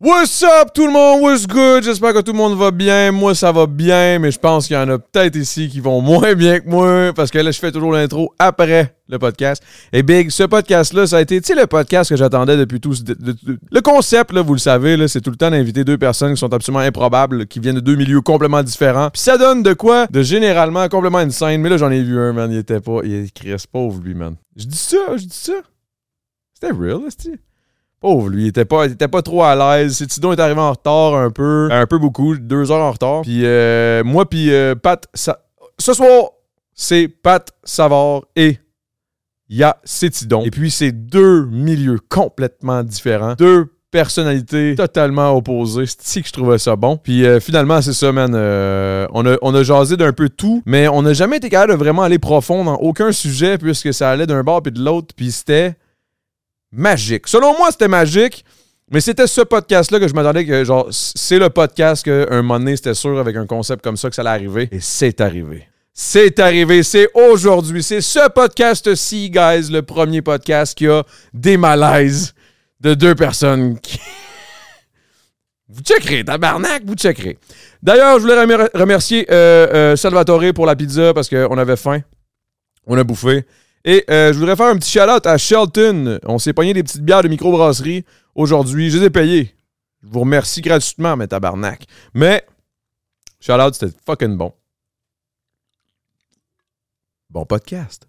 What's up tout le monde? What's good? J'espère que tout le monde va bien. Moi, ça va bien, mais je pense qu'il y en a peut-être ici qui vont moins bien que moi parce que là, je fais toujours l'intro après le podcast. Et Big, ce podcast-là, ça a été, tu sais, le podcast que j'attendais depuis tout. ce- de- de- de- le concept, là, vous le savez, là, c'est tout le temps d'inviter deux personnes qui sont absolument improbables, qui viennent de deux milieux complètement différents. Puis ça donne de quoi? De généralement complètement insane. Mais là, j'en ai vu un, man. Il était pas. Il est Chris pauvre, lui, man. Je dis ça, je dis ça. C'était real, cest Pauvre, lui, il était pas, il était pas trop à l'aise. C'est Tidon est arrivé en retard un peu, un peu beaucoup, deux heures en retard. Puis euh, moi, puis euh, Pat, Sa- ce soir, c'est Pat Savard et il y a Cétidon. Et puis, c'est deux milieux complètement différents. Deux personnalités totalement opposées. C'est que je trouvais ça bon. Puis euh, finalement, c'est ça, man. Euh, on, a, on a jasé d'un peu tout, mais on n'a jamais été capable de vraiment aller profond dans aucun sujet puisque ça allait d'un bord puis de l'autre. Puis c'était magique. Selon moi, c'était magique. Mais c'était ce podcast-là que je m'attendais que, genre, c'est le podcast qu'un moment donné, c'était sûr avec un concept comme ça que ça allait arriver. Et c'est arrivé. C'est arrivé, c'est aujourd'hui, c'est ce podcast-ci, guys, le premier podcast qui a des malaises de deux personnes qui... Vous checkerez, tabarnak, vous checkerez. D'ailleurs, je voulais remer- remercier euh, euh, Salvatore pour la pizza parce qu'on avait faim. On a bouffé. Et euh, je voudrais faire un petit shout-out à Shelton. On s'est pogné des petites bières de microbrasserie aujourd'hui. Je les ai payées. Je vous remercie gratuitement, mais tabarnak. Mais, shout-out, c'était fucking bon. Bon podcast.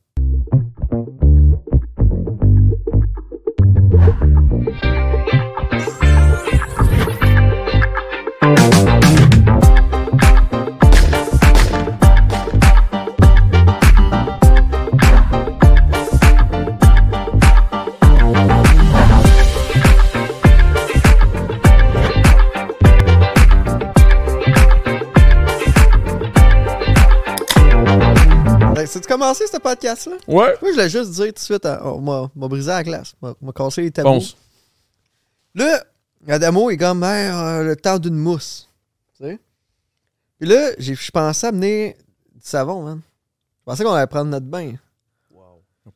C'est-tu commencé ce podcast-là? Ouais. Moi, je voulais juste dire tout de suite, hein, on m'a- m'a brisé la glace, m'a m'a cassé les tabous. Ponce. Là, Adamo est comme Hey, euh, le temps d'une mousse. Tu sais? Puis là, j'ai- je pensais amener du savon, man. Je pensais qu'on allait prendre notre bain.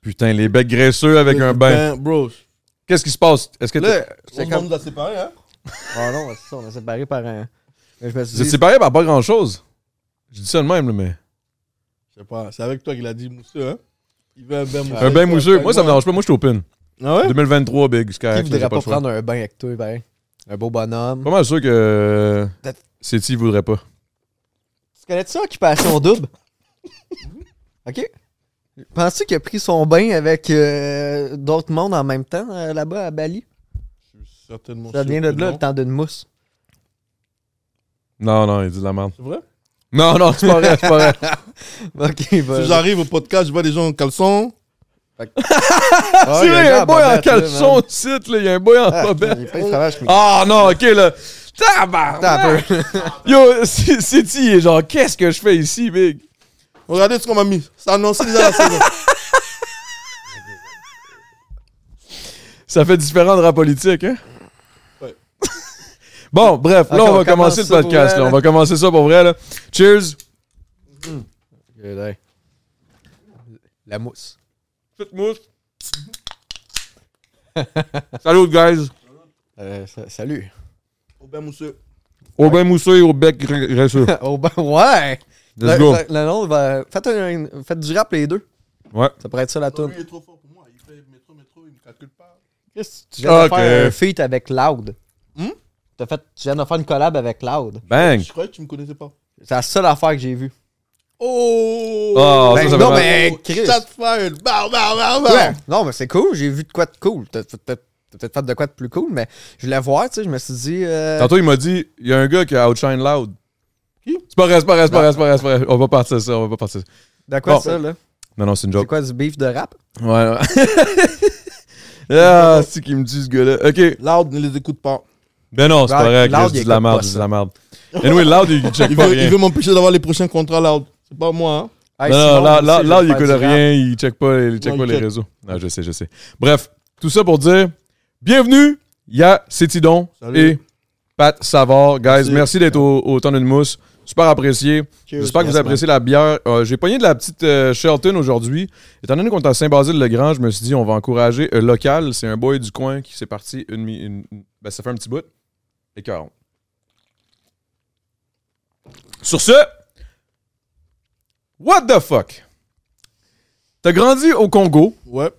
Putain, les becs graisseux avec un bain. Bro, Qu'est-ce qui se passe? Est-ce que Là, on c'est comme... comme. nous a séparés, hein? Oh non, c'est ça, on est séparés par un. Mais je me vous suis êtes dit. séparés par pas grand-chose? Je dis ça de même, là, mais... Je sais pas, c'est avec toi qu'il a dit mousseux, hein? Il veut un Bah, bain mousseux. Un bain mousseux. Avec Moi, ça me dérange pas. Moi, je suis open. Ah ouais? 2023, Big Sky. Qui voudrait j'ai pas, le choix. Oh. prendre un bain avec toi, ben? Un beau bonhomme. Pas mal sûr que euh, City voudrait pas. Tu connais ça, Occupation Double? OK. Penses-tu qu'il a pris son bain avec euh, d'autres mondes en même temps, euh, là-bas, à Bali? Je suis certainement Ça sûr vient de que là, non. le temps d'une mousse. Non, non, il dit de la merde. C'est vrai? Non, non, c'est pas vrai, c'est pas vrai. OK, bah... Si j'arrive au podcast, je vois des gens en caleçon. Ah, Tu il y a sais, il y a un boy en bobette, là, caleçon man. de site, là. Il y a un boy en Ah, bobette. il fait le travail, je me- Ah non, ok, là. Attends Tabarnak! un peu. Yo, C- City il est genre, qu'est-ce que je fais ici, Big? Regardez ce qu'on m'a mis. Ça annonce déjà la saison. Ça fait différent de rap politique, hein? Ouais. bon, bref, là, Ok, on, on va commencer le commence ça pour podcast, vrai, là. On là. va commencer ça pour vrai, là. Cheers! La mousse. Petite mousse. Salut, guys. Euh, sa- salut. Au bain mousseux. Au bain mousseux et au bec gra- graisseux. oh, ben, ouais! Let's Le- go. le- le nom, va... faites, un- faites du rap, les deux. Ouais. Ça pourrait être ça, la Non, toune. lui, il est trop fort pour moi. Il fait métro, métro, il me calcule pas. Chris, tu viens Ok. de faire un feat avec Loud. Hmm? T'as fait... Tu viens de faire une collab avec Loud. Bang! Je croyais que tu me connaissais pas. C'est la seule affaire que j'ai vue. Ben, Oh! Oh, ça, ça fait non, mal. mais Chris. Shotfire! Bow, bow, bow, bow! Ouais. Non, mais c'est cool. J'ai vu de quoi de cool. T'as t'as- t'as- t'as peut-être fait de quoi de plus cool, mais je voulais voir, tu sais. Je me suis dit. euh, Tantôt, il m'a dit, il y a un gars qui a outshine loud. Qui? C'est pas vrai, c'est pas vrai, c'est pas vrai, c'est pas vrai, c'est pas vrai. On va pas partir de ça, on va pas partir de ça. de quoi Bon. ça, là Non, non, c'est une C'est joke. quoi du beef de rap Ouais, ouais. ah, c'est qui me dit ce gars-là. OK. Loud ne les écoute pas. Ben non, c'est pas vrai, Loud, Chris, il dis de la écoute merde, pas dis de ça. la merde. Anyway, Loud, il check Il pas veut, il rien. veut m'empêcher d'avoir les prochains contrats Loud. C'est pas moi, hein? Hey, Non, Simon, non, aussi, Loud, je Loud, veux il faire écoute du rap. rien, il check pas, il check Non, pas il les check. réseaux. Non, je sais, je sais. Bref, tout ça pour dire, bienvenue, il y a Cétidon Salut. et Pat Savard. Guys, Merci. merci d'être au, au temps d'une mousse. Super apprécié. J'espère que vous Yes, man. appréciez la bière. Euh, J'ai pogné de la petite euh, Shelton aujourd'hui. Étant donné qu'on est à Saint-Basile-le-Grand, je me suis dit on va encourager euh, local. C'est un boy du coin qui s'est parti une, mi- une- ben, ça fait un petit bout. Écœurant. Sur ce, what the fuck? T'as grandi au Congo, Ouais.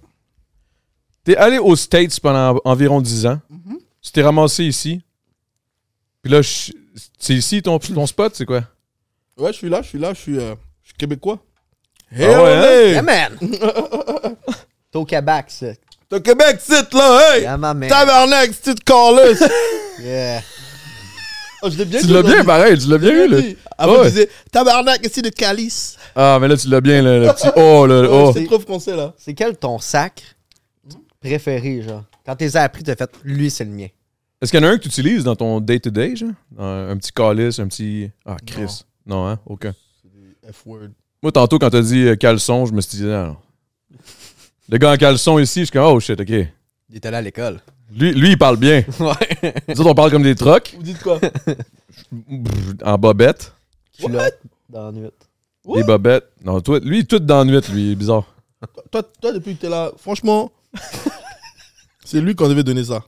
t'es allé aux States pendant environ 10 ans, Mm-hmm. tu t'es ramassé ici, puis là, je- c'est ici ton, ton spot, c'est quoi? Ouais, je suis là, je suis là, je suis, euh, je suis québécois. Hé, ouais, hein? Yeah, man! T'es au Québec, ça. T'es Québec, c'est là, hey! Yeah, ma man. Tabarnak, c'est de Carlos! Yeah. Oh, je l'ai bien Tu dit l'as bien aujourd'hui. pareil, tu l'as bien eu, là. Dit. Avant, Ouais. tu disais Tabarnak, c'est de Calice. Ah, mais là, tu l'as bien, le, le petit oh, le Ouais, oh. C'est trop français, là. C'est quel ton sacre préféré, genre? Quand t'es appris, t'as fait lui, c'est le mien. Est-ce qu'il y en a un que tu utilises dans ton day-to-day, genre? Un, un petit calice, un petit. Ah, Chris. Non, hein? Aucun. F-word. Moi, tantôt, quand t'as dit euh, caleçon, je me suis dit, ah, non. Le gars en caleçon ici, je suis comme, oh shit, ok. Il était là à l'école. Lui, lui il parle bien. Ouais. Nous autres, on parle comme des trocs, Vous dites quoi? Brr, en bobette. Culotte dans la nuit. Des bobettes. Non, toi, lui, tout dans la nuit, lui, il est bizarre. toi, toi, depuis que t'es là, franchement, c'est lui qu'on devait donner ça.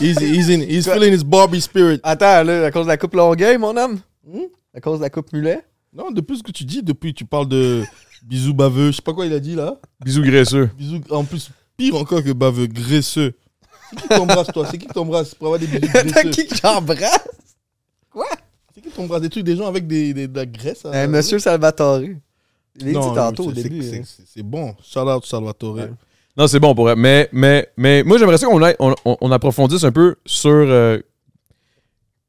he's, he's, in, he's feeling his Barbie spirit. Attends, là, à cause de la coupe Longueuil, mon homme? Hmm? À cause de la coupe Mulet? Non, depuis ce que tu dis, depuis tu parles de bisous baveux, je sais pas quoi il a dit là. Bisous graisseux. Bisous, en plus, pire encore que baveux, graisseux. C'est qui t'embrasse, toi C'est qui t'embrasse pour avoir des bisous graisseux T'as qui que j'embrasse? C'est qui t'embrasse Des trucs, des gens avec des, des- de la graisse à- Euh, Monsieur Salvatore. Il est dit Non, tantôt au c'est- début. c'est- hein. C'est c'est bon. Shout out Salvatore. Ouais. Non, c'est bon pour elle. Mais, mais, mais moi, j'aimerais ça qu'on aille- on, on- on approfondisse un peu sur euh,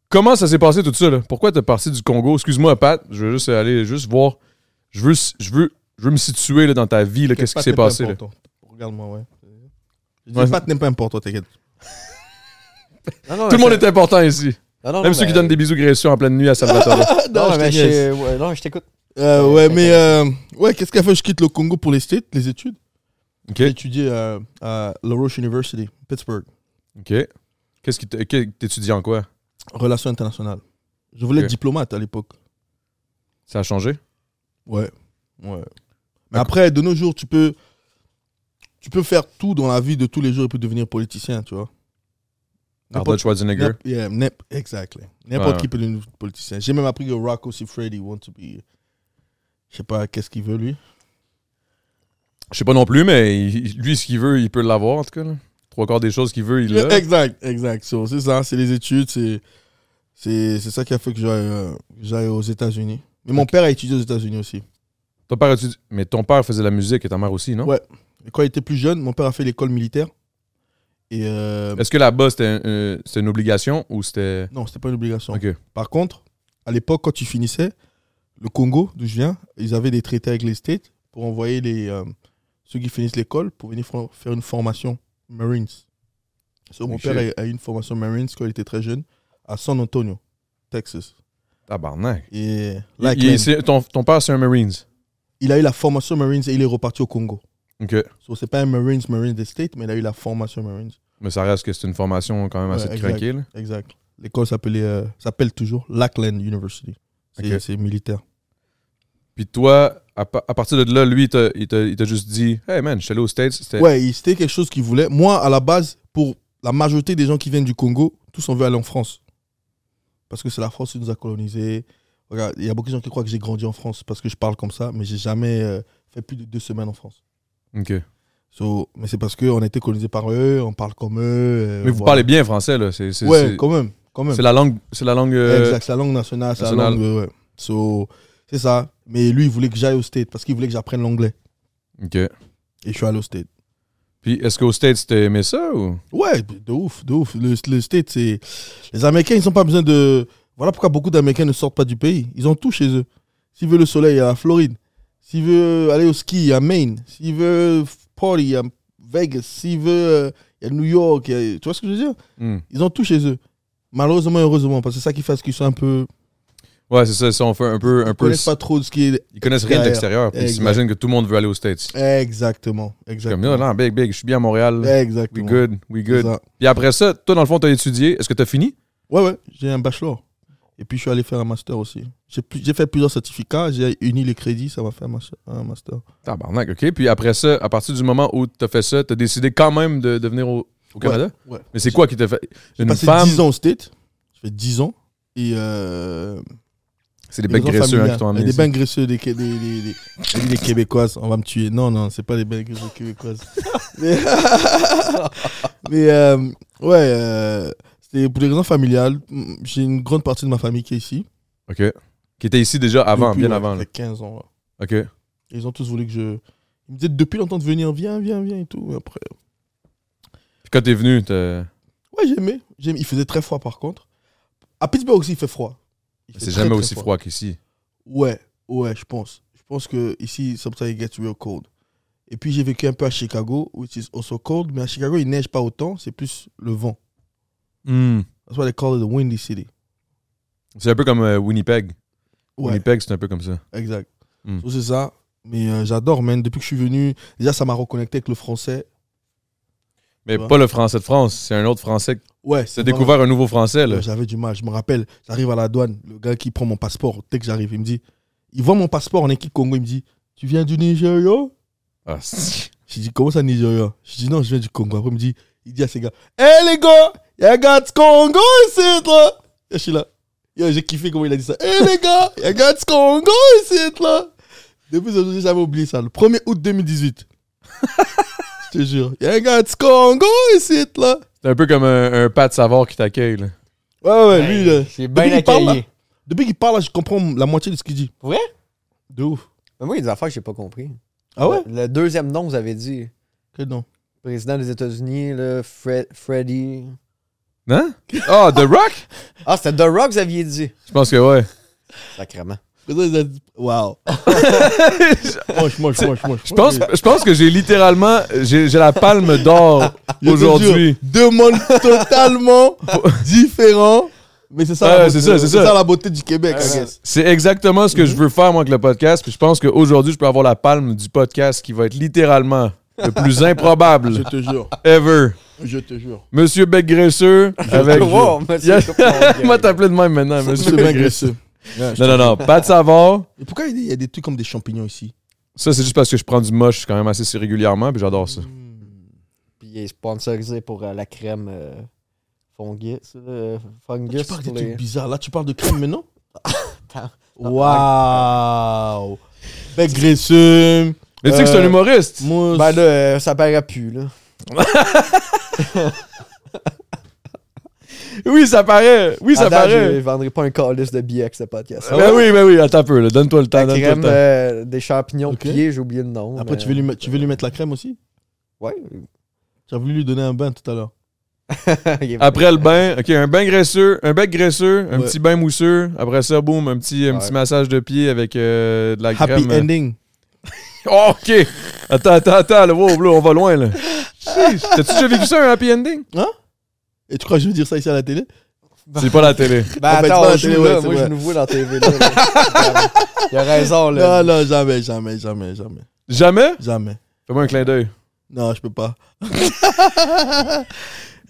comment ça s'est passé tout ça. Là. Pourquoi t'es parti du Congo? Excuse-moi, Pat. Je veux juste aller juste voir. Je veux, s- je veux, je veux me situer là, dans ta vie. là. T'inquiète Qu'est-ce pas, qui s'est t'es pas passé? Là. important. Regarde-moi, ouais. Je Ouais. dis pas, t'es pas important, t'inquiète. Non, non, Tout le mais monde c'est- est important ici. Non, non, Même mais- ceux qui donnent des bisous graisseux en pleine nuit à Salvatore. Non, je mais te niaise. je- ouais, non, je t'écoute. Euh, ouais, mais euh, ouais, qu'est-ce qu'elle fait Je quitte le Congo pour les States, les études. OK. J'ai étudié euh, à La Roche University, Pittsburgh, OK. Qu'est-ce qui t'- que- t'étudies en quoi? relations internationales. Je voulais Ok. être diplomate à l'époque. Ça a changé? Ouais, ouais. Mais après, de nos jours, tu peux, tu peux faire tout dans la vie de tous les jours et puis devenir politicien, tu vois. Arnold Schwarzenegger. n'imp- yeah, n'imp- exactly. N'importe Ah, Ouais. qui peut devenir politicien. J'ai même appris que Rocco Siffredi want to be, je sais pas, qu'est-ce qu'il veut lui. Je sais pas non plus, mais il- lui, ce qu'il veut, il peut l'avoir en tout cas. là. Trois quarts des choses qu'il veut, il l'a. Exact, exact. So, c'est ça, c'est les études, c'est c'est c'est ça qui a fait que j'aille euh, que j'aille aux États-Unis. Mais mon père a étudié aux États-Unis aussi. Ton père étudie- Mais ton père faisait de la musique et ta mère aussi, non? Ouais. Et quand il était plus jeune, mon père a fait l'école militaire. Et euh, Est-ce que là-bas, c'était un- euh, c'était une obligation ou c'était. non, c'était pas une obligation. Ok. Par contre, à l'époque, quand tu finissais, le Congo, d'où je viens, ils avaient des traités avec les States pour envoyer les, euh, ceux qui finissent l'école pour venir fo- faire une formation Marines. So, mon Oh, père a, a eu une formation Marines quand il était très jeune à San Antonio, Texas. Tabarnak. Et Il- like il- Len, c'est- ton, ton père, c'est un Marines. il a eu la formation Marines et il est reparti au Congo. OK. So, c'est pas un Marines, Marines des States, mais il a eu la formation Marines. Mais ça reste que c'est une formation quand même Ouais, assez exact. craquée. là. Exact. L'école s'appelait, euh, s'appelle toujours Lackland University. C'est Ok. c'est militaire. Puis toi, à, pa- à partir de là, lui, il t'a- il t'a il t'a juste dit Hey man, je suis allé aux States. C'était Ouais, il- c'était quelque chose qu'il voulait. Moi, à la base, pour la majorité des gens qui viennent du Congo, tous on veut aller en France. Parce que c'est la France qui nous a colonisés. Regarde, il y a beaucoup de gens qui croient que j'ai grandi en France parce que je parle comme ça, mais j'ai jamais euh, fait plus de deux semaines en France. OK. Euh, So, mais c'est parce qu'on a été colonisés par eux, on parle comme eux. euh, Mais vous voilà. parlez bien français, là. C'est c'est- Ouais, c'est- quand même. Quand même. c'est la langue. C'est la langue. euh, exact, c'est la langue nationale, c'est la nationale. langue. euh, ouais. So, c'est ça. Mais lui, il voulait que j'aille au States parce qu'il voulait que j'apprenne l'anglais. OK. Et je suis allé au States. Puis est-ce qu'aux States, t'as aimé ça ou. Ouais, de ouf, de ouf. Le, le States, c'est. Les Américains, ils n'ont pas besoin de. Voilà pourquoi beaucoup d'Américains ne sortent pas du pays. Ils ont tout chez eux. S'ils veulent le soleil, il y a la Floride. S'ils veulent aller au ski, il y a Maine. S'ils veulent party, il y a Vegas. S'ils veulent. euh, Il y a New York. il y a- Tu vois ce que je veux dire Hmm. Ils ont tout chez eux. Malheureusement et heureusement, parce que c'est ça qui fait qu'ils sont un peu. Ouais, c'est ça. ça, on fait un peu. Ils Un ne peu connaissent pas trop de ce qui est. ils connaissent rien de l'extérieur. puis Ils Exact. s'imaginent que tout le monde veut aller aux States. Exactement. Comme, Exactement. non, non, big, big, je suis bien à Montréal. We Exactement. good, we C'est good. ça. Puis après ça, toi, dans le fond, t'as étudié. Est-ce que t'as fini? Ouais, ouais, j'ai un bachelor. Et puis, je suis allé faire un master aussi. J'ai pu- j'ai fait plusieurs certificats, j'ai uni les crédits, ça m'a fait un mas- un master. Tabarnak, OK. Puis après ça, à partir du moment où tu as fait ça, tu as décidé quand même de, de venir au, au Canada? Ouais. Mais c'est quoi qui t'a fait. J'ai Une passé femme. 10 ans aux States. Je fais 10 ans. Et euh, C'est des les becs raisons graisseux hein, familiales. qui t'ont Et amené. Des ici. bains graisseux, des, Qué- des, des, des- j'ai dit des Québécoises, on va me tuer. Non, non, c'est pas des bains graisseux québécoises. Mais, mais, euh, ouais, euh, c'était pour des raisons familiales. Mm, J'ai une grande partie de ma famille qui est ici. OK. Qui était ici déjà avant, Depuis, bien ouais, avant. là. fait 15 ans. ouais. OK. Et Ils ont tous voulu que je. Ils me disaient depuis longtemps de venir, viens, viens, viens et tout. Et après, Puis quand t'es venu, t'as- ouais, j'aimais. j'aimais. Il faisait très froid par contre. À Pittsburgh aussi, il fait froid. Il fait c'est très, jamais très aussi froid qu'ici. Ouais, ouais, je pense. Je pense que ici, sometimes it gets real cold. Et puis j'ai vécu un peu à Chicago, which is also cold, mais à Chicago, il neige pas autant, c'est plus le vent. Hmm. That's why they call it the windy city. C'est un peu comme euh, Winnipeg. Ouais, Winnipeg, c'est un peu comme ça. exact. Mm. So, c'est ça. Mais euh, j'adore, man. Depuis que je suis venu, déjà, ça m'a reconnecté avec le français. Mais Ouais. pas le français de France, c'est un autre français. Ouais, T'as découvert un nouveau français, là. Ouais, J'avais du mal. Je me rappelle, j'arrive à la douane, le gars qui prend mon passeport, dès que j'arrive, il me dit, il voit mon passeport en équipe Congo, il me dit, tu viens du Nigeria Ah, c'est- J'ai dit, comment ça, Nigeria J'ai dit, non, je viens du Congo. Après, il me dit, il dit à ses gars, hé les gars, y'a un gars du Congo ici, là Yo, Je suis là. Yo, j'ai kiffé comment il a dit ça. Hé les gars, y'a un gars du Congo ici, là Depuis ce jour, j'ai jamais oublié ça. Le 1er août 2018. je te jure. Y'a un gars du Congo ici, là C'est un peu comme un, un Pat Savard qui t'accueille, là. Ouais, ouais, lui, là, C'est bien Depuis qu'il parle, accueilli. depuis qu'il parle, là, je comprends la moitié de ce qu'il dit. Pour vrai De ouf. Mais moi, il y a des affaires que j'ai pas compris. Ah ouais Le, le deuxième nom, vous avez dit. Quel nom Président des États-Unis, là, Fred- Freddy. Hein? Ah, The Rock? Ah, c'était The Rock, vous aviez dit. Je pense que ouais. Sacrement. Waouh. Moche, moche, moche, moche. Je pense, je pense que j'ai littéralement. J'ai j'ai la palme d'or Je te aujourd'hui. jure, Deux mondes totalement différents. Mais c'est ça, Ouais, la beauté- c'est ça, c'est ça. la beauté du Euh, Québec. I guess. C'est exactement ce que je veux faire, moi, avec le podcast. Puis je pense qu'aujourd'hui, je peux avoir la palme du podcast qui va être littéralement le plus Je improbable te jure. ever. Je te jure. Monsieur Bec Graisseux. Avec. Wow, monsieur, Yeah. Moi, t'appelais de même maintenant, Monsieur Monsieur Bec Graisseux. Magresseux. Non, non, non. Pat Savard. Et pourquoi il y a des trucs comme des champignons ici Ça, c'est juste parce que je prends du moche quand même assez régulièrement, puis j'adore ça. Puis il est sponsorisé pour euh, la crème euh, fungus. euh, Tu fungus parles des pour les- trucs bizarres. Là, tu parles de crème maintenant Attends. Waouh Bec graisseux. Mais tu sais que c'est un Euh, humoriste. mousse. Ben là, euh, ça paraît plus, là. Oui, ça paraît. Oui, ça Attends, Je paraît. vendrai pas un calice de billets avec ce podcast. Ah Ben oui, ben oui, attends un peu. là. Donne-toi le temps. La Donne-toi le crème temps. euh, des champignons Ok. pillés, j'ai oublié le nom. Après, mais- tu veux, lui mettre, tu veux lui mettre la crème aussi Ouais. J'avais voulu lui donner un bain tout à l'heure. Ah, Il est- Après le bain, OK, un bain graisseux, un bec graisseux, un Ouais. petit bain mousseux. Après ça, boum, un petit, un Ouais. petit massage de pied avec euh, de la Happy crème. ending. Oh, OK. Attends, attends, attends. Là, wow, là, on va loin, là. Sheesh. T'as-tu déjà vécu ça, un happy ending? Et tu crois que je veux dire ça ici à la télé C'est pas la télé. Ben Ah, ben, attends, tu on vois, joue la télé, là. ouais, Moi, c'est je vrai. suis nouveau dans TV. Là, là. Il a raison, là. Non, non, jamais, jamais, jamais, jamais. Jamais? Jamais. Fais-moi un clin d'œil. Non, je peux pas.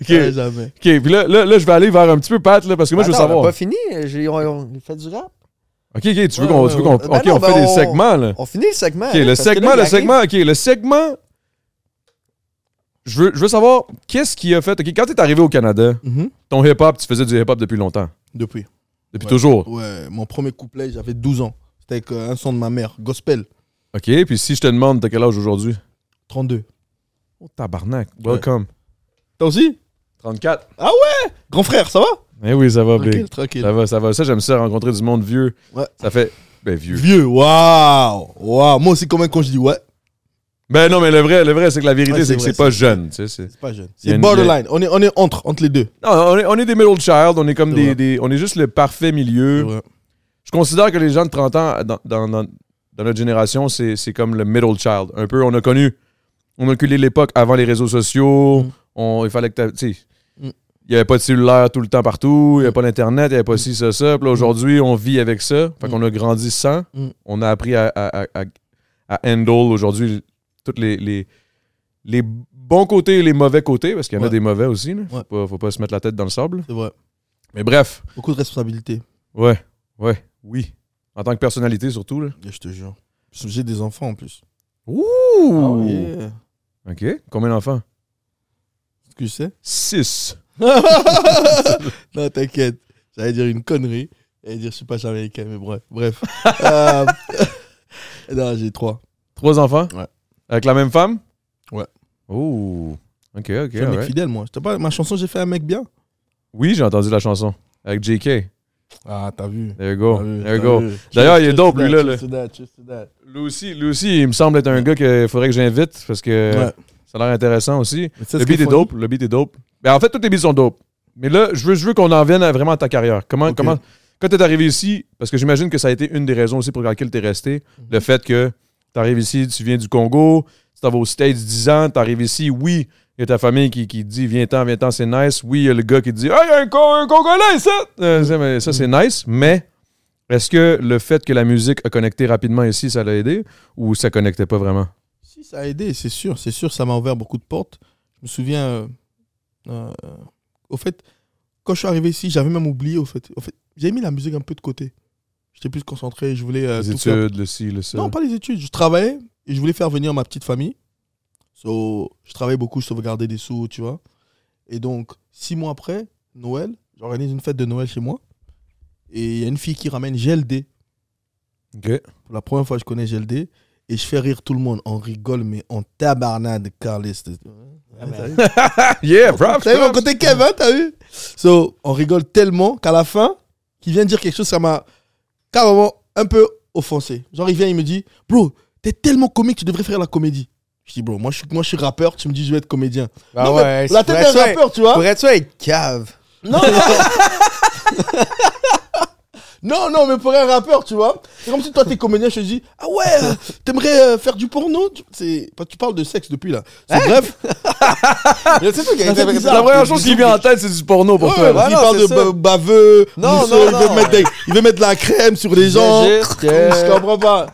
OK. Ouais, jamais. OK, puis là, là, là, je vais aller vers un petit peu Pat, là, parce que moi, je Attends, veux on a savoir. pas fini. J'ai- on- on- il fait du rap. OK, OK, tu veux Ouais, qu'on... ouais, tu veux qu'on- ouais. Ben OK, non, on fait ben des on- segments, là. On finit le segment. OK, le segment, le segment, OK, le segment... Je veux, je veux savoir, qu'est-ce qui a fait... OK, quand t'es arrivé au Canada, Mhm. ton hip-hop, tu faisais du hip-hop depuis longtemps. Depuis. Depuis Ouais. toujours. Ouais, mon premier couplet, j'avais 12 ans. C'était avec euh, un son de ma mère, gospel, OK, puis si je te demande, t'as quel âge aujourd'hui? 32. Oh, tabarnak. Welcome. Toi aussi 34. Grand frère, ça va Eh oui, ça va, Tranquille, big. tranquille. Ça va, ça va. Ça, j'aime ça, rencontrer du monde vieux. Ouais. Ça fait... Ben, vieux. Vieux, waouh Waouh Moi aussi, quand même, quand je dis ouais, Ben non, mais le vrai, le vrai c'est que la vérité, Ouais, c'est c'est que vrai, c'est pas c'est- jeune, tu sais. c'est- c'est pas jeune. Il y a C'est une- Mmh. borderline. On est, on est entre, entre les deux. Non, on est, on est des middle child, on est comme C'est des, vrai. des- On est juste le parfait milieu. Ouais. Je considère que les gens de 30 ans dans, dans- dans- dans notre génération, c'est c'est comme le middle child. Un peu, on a connu. On a connu l'époque avant les réseaux sociaux. Mm. On, il fallait que t'a- tu sais, Mm. Il n'y avait pas de cellulaire tout le temps partout, il n'y avait pas d'Internet, il n'y avait pas ci, ça, ça. Puis là, aujourd'hui, on vit avec ça. Fait Mm. qu'on a grandi sans. Mm. On a appris à, à, à- à- à handle aujourd'hui toutes les, les, les bons côtés et les mauvais côtés, parce qu'il y en a Ouais. des mauvais aussi. Il ne Ouais. faut pas se mettre la tête dans le sable. C'est vrai. Mais bref, Beaucoup de responsabilités. ouais, ouais, oui. En tant que personnalité, surtout. Là. Et Je te jure. J'ai des enfants en plus. Ouh! Oh, Yeah. OK. Combien d'enfants? que je sais. 6. non, t'inquiète. J'allais dire une connerie. J'allais dire je suis pas jamaïcain, mais bref. Bref. Euh, non, j'ai trois. Trois enfants? Ouais. Avec la même femme? Ouais. Oh. OK, OK. Je suis un mec alright. fidèle, moi. Je te parle, ma chanson, j'ai fait un mec bien. Oui, j'ai entendu la chanson. Avec JK. Ah, t'as vu. There you go. T'as vu, There you t'as go. vu. D'ailleurs, il est Cheers dope, to lui, that, là, cheers to that, cheers to that. Lui aussi, lui aussi, il me semble être un gars qu'il faudrait que j'invite parce que Ouais. ça a l'air intéressant aussi. Mais tu sais Le ce qui beat est funny? dope. Le beat est dope. Ben, en fait, tous les beats sont dope. Mais là, je veux, je veux qu'on en vienne à vraiment à ta carrière. Comment, Ok. comment, quand t'es arrivé ici, parce que j'imagine que ça a été une des raisons aussi pour laquelle t'es resté, Mhm. le fait que t'arrives ici, tu viens du Congo, tu t'en vas aux States 10 ans, t'arrives ici, oui, il y a ta famille qui, qui dit viens-t'en, viens-t'en, c'est nice. Oui, il y a le gars qui dit hey, il y a un, Con- un Congolais, ça! Euh, ça, mais ça, Mhm. c'est nice, mais est-ce que le fait que la musique a connecté rapidement ici, ça l'a aidé ou ça connectait pas vraiment? Si, ça a aidé, c'est sûr. C'est sûr, ça m'a ouvert beaucoup de portes. Je me souviens, euh, euh, au fait, quand je suis arrivé ici, j'avais même oublié, au fait. Au fait j'avais mis la musique un peu de côté. J'étais plus concentré, je voulais euh, Les tout faire. études, le ci, le ça. Non, pas les études. Je travaillais et je voulais faire venir ma petite famille. So, je travaillais beaucoup, je sauvegardais des sous, tu vois. Et donc, six mois après, Noël, j'organise une fête de Noël chez moi. Et il y a une fille qui ramène GLD. Ok. Pour la première fois, je connais GLD. Et je fais rire tout le monde. On rigole, mais on tabarnade, Carles. Ah, mais t'as vu yeah, props, T'as vu mon props. côté Kev, hein, t'as vu So, on rigole tellement qu'à la fin, qu'il vient dire quelque chose, ça m'a carrément un peu offensé. Genre, il vient, il me dit, bro, t'es tellement comique, tu devrais faire la comédie. Je dis, bro, moi je suis, moi, je suis rappeur, tu me dis, je vais être comédien. Bah Non, mais ouais, la tête d'un rappeur, tu vois. Pourrais-tu être cave? Non, non, non, mais pour un rappeur, tu vois. C'est comme si toi, t'es comédien, je te dis, ah ouais, euh, t'aimerais euh, faire du porno Tu- c'est- bah, Tu parles de sexe depuis là. C'est bref. Je sais pas qu'il y a Ça fait une bizarre. La première Des chose qui bisous, vient en tête, c'est du porno pour Ouais, toi. là. parce ouais, qu'il non, parle c'est de ça. ba- baveux, Non, du non, sol, il, veut non. mettre des- il veut mettre de la crème sur les gens. Juste que- Je comprends pas.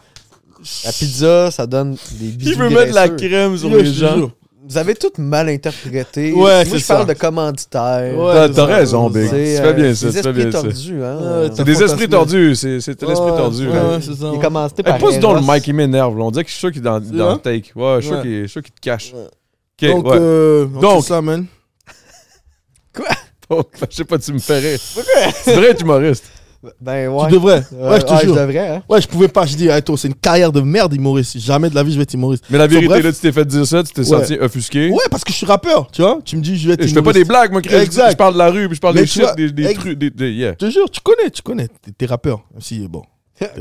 La pizza, ça donne des bisous Il veut mettre de la graisseux. crème sur Yo, je les te gens. jure. Vous avez tout mal interprété. Ouais, Moi, c'est je parle de ça. commanditaire. Ouais, T'as- c'est T'as ça, raison, c'est Big. ça. Tu euh, fais bien ça, euh, C'est tu des fais bien esprits ça. tordus, hein. Ouais, C'est t'as- des esprits fantasmé. tordus, c'est c'était l'esprit Ouais, tordu. Ouais, ouais. là. ouais, c'est ça. Il ouais. est commencé Hey, par. pousse donc le Eros. mic, il m'énerve. là. On dirait que je suis sûr qu'il est dans, dans Ouais. le take. Ouais, je suis sûr Ouais. qu'il est- je suis sûr qu'il te cache. Ouais. Ok, Donc, ouais. euh, donc, Donc. c'est ça, man. Donc, je sais pas, tu me fais rire. C'est vrai, être humoriste. Ben ouais. Tu devrais. Euh, ouais, je te jure. devrais, hein. Ouais, je pouvais pas. Je dis, attends, c'est une carrière de merde, humoriste. Jamais de la vie, je vais être humoriste. Mais la So, vérité, bref. là, tu t'es fait dire ça, tu t'es Ouais. senti offusqué. Ouais, parce que je suis rappeur, tu vois. Tu me dis, je vais être Et je humoriste. fais pas des blagues, moi, Chris. Je- Exact. Je parle de la rue, puis je parle Mais des tu shit, vois, des- des ex- trucs, des- des- yeah. Je te jure, tu connais, tu connais. T'es- T'es rappeur. Même Si, bon.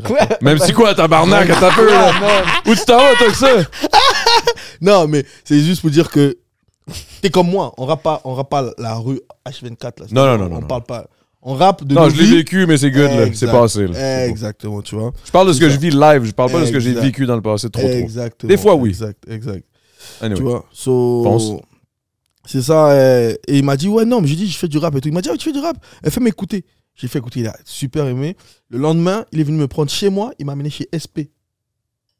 Quoi? Ah, Même si quoi, tabarnak, à ta peur, là. Où tu t'en vas, toi, que ça? Non, mais c'est juste pour dire que t'es comme moi. On rappe pas, on rappe pas la rue H24. Là. Non, non, non, non, On non. parle pas. On rappe de Non, nos je l'ai vies. vécu, mais c'est good, là. C'est Exact. passé, là. C'est bon. Exactement, tu vois. Je parle de ce que C'est je ça. vis live, je parle pas de ce que j'ai Exact. vécu dans le passé, trop, trop. Exactement. Des fois, oui. Exact, exact. Anyway. Tu vois, so- Pense. C'est ça. euh, et il m'a dit, ouais, non, mais j'ai dit, je fais du rap et tout. Il m'a dit, ah, tu fais du rap. Elle fait m'écouter. J'ai fait écouter, il a super aimé. Le lendemain, il est venu me prendre chez moi, il m'a amené chez SP.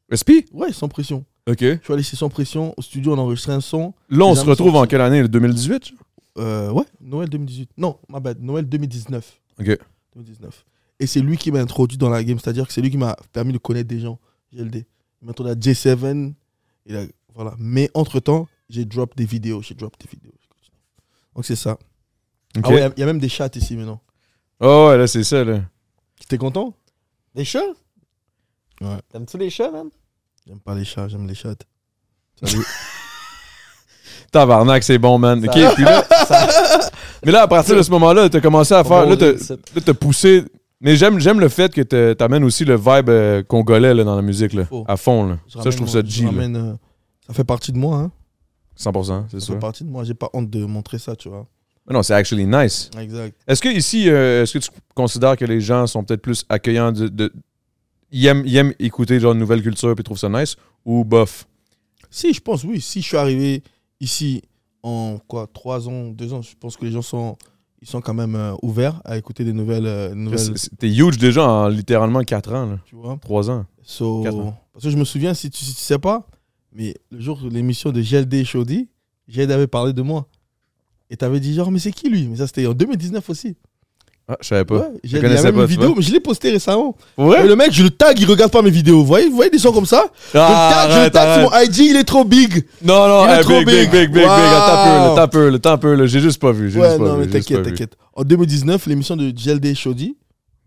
Respi? Ouais, sans pression. OK. Je suis allé chez Sans Pression, au studio, on a enregistré un son. Là, on Les se armes retrouve sont- en quelle année? Le 2018? genre? Euh, ouais, Noël 2018. Non, ma bad, Noël 2019. Ok. 2019. Et c'est lui qui m'a introduit dans la game, c'est-à-dire que c'est lui qui m'a permis de connaître des gens, GLD. Il m'a introduit à J7, et là, voilà. Mais entre-temps, j'ai drop des vidéos, j'ai drop des vidéos. Donc c'est ça. OK. Ah ouais, il y a même des chats ici maintenant. Oh, ouais, là, c'est ça, là. T'es content Des chats? Ouais. T'aimes-tu les chats, man? J'aime pas les chats, j'aime les chats. Tabarnak, c'est bon, man. OK, Ça- puis là... Mais là, à partir de ce moment-là, t'as commencé à faire... Là, t'as là, t'as poussé... Mais j'aime j'aime le fait que t'a- t'amènes aussi le vibe euh, congolais là, dans la musique, là, Faux. à fond. Là. ça, ramène je trouve mon- ça G, là. ramène, euh, ça fait partie de moi, hein. 100%, c'est Ça sûr. fait partie de moi, j'ai pas honte de montrer ça, tu vois. Mais non, c'est actually nice. Exact. Est-ce que ici, euh, est-ce que tu considères que les gens sont peut-être plus accueillants de, de- ils, aiment, ils aiment écouter genre une nouvelle culture puis ils trouvent ça nice ou bof? Si, je pense, oui. Si je suis arrivé ici en quoi, trois ans, deux ans, je pense que les gens sont, ils sont quand même euh, ouverts à écouter des nouvelles, euh, nouvelles C'est- c'est- T'es huge déjà en littéralement 4 ans, là. tu vois. 3 ans. So, Quatre ans. parce que je me souviens, si tu, si tu sais pas, mais le jour de l'émission de GLD et Chaudi, GLD avait parlé de moi. Et t'avais dit genre, mais c'est qui lui Mais ça, c'était en 2019 aussi. Ah, je savais pas. Ouais, j'ai il y a connaissais même pas, une tu vidéo, vois. mais je l'ai posté récemment. Ouais? Et le mec, je le tag, il regarde pas mes vidéos. Vous voyez, vous voyez des gens comme ça Ah, Je le tag, je le arrête, tag arrête. sur mon IG, il est trop big. Non, non, Il est hey, trop big, big, big. big, big, big. Wow. Attends un peu, là, attends un peu, là, attends un peu, là. J'ai juste pas vu. J'ai Ouais, juste pas non, vu, mais j'ai juste t'inquiète, pas vu. t'inquiète. En 2019, l'émission de JLD Shoddy,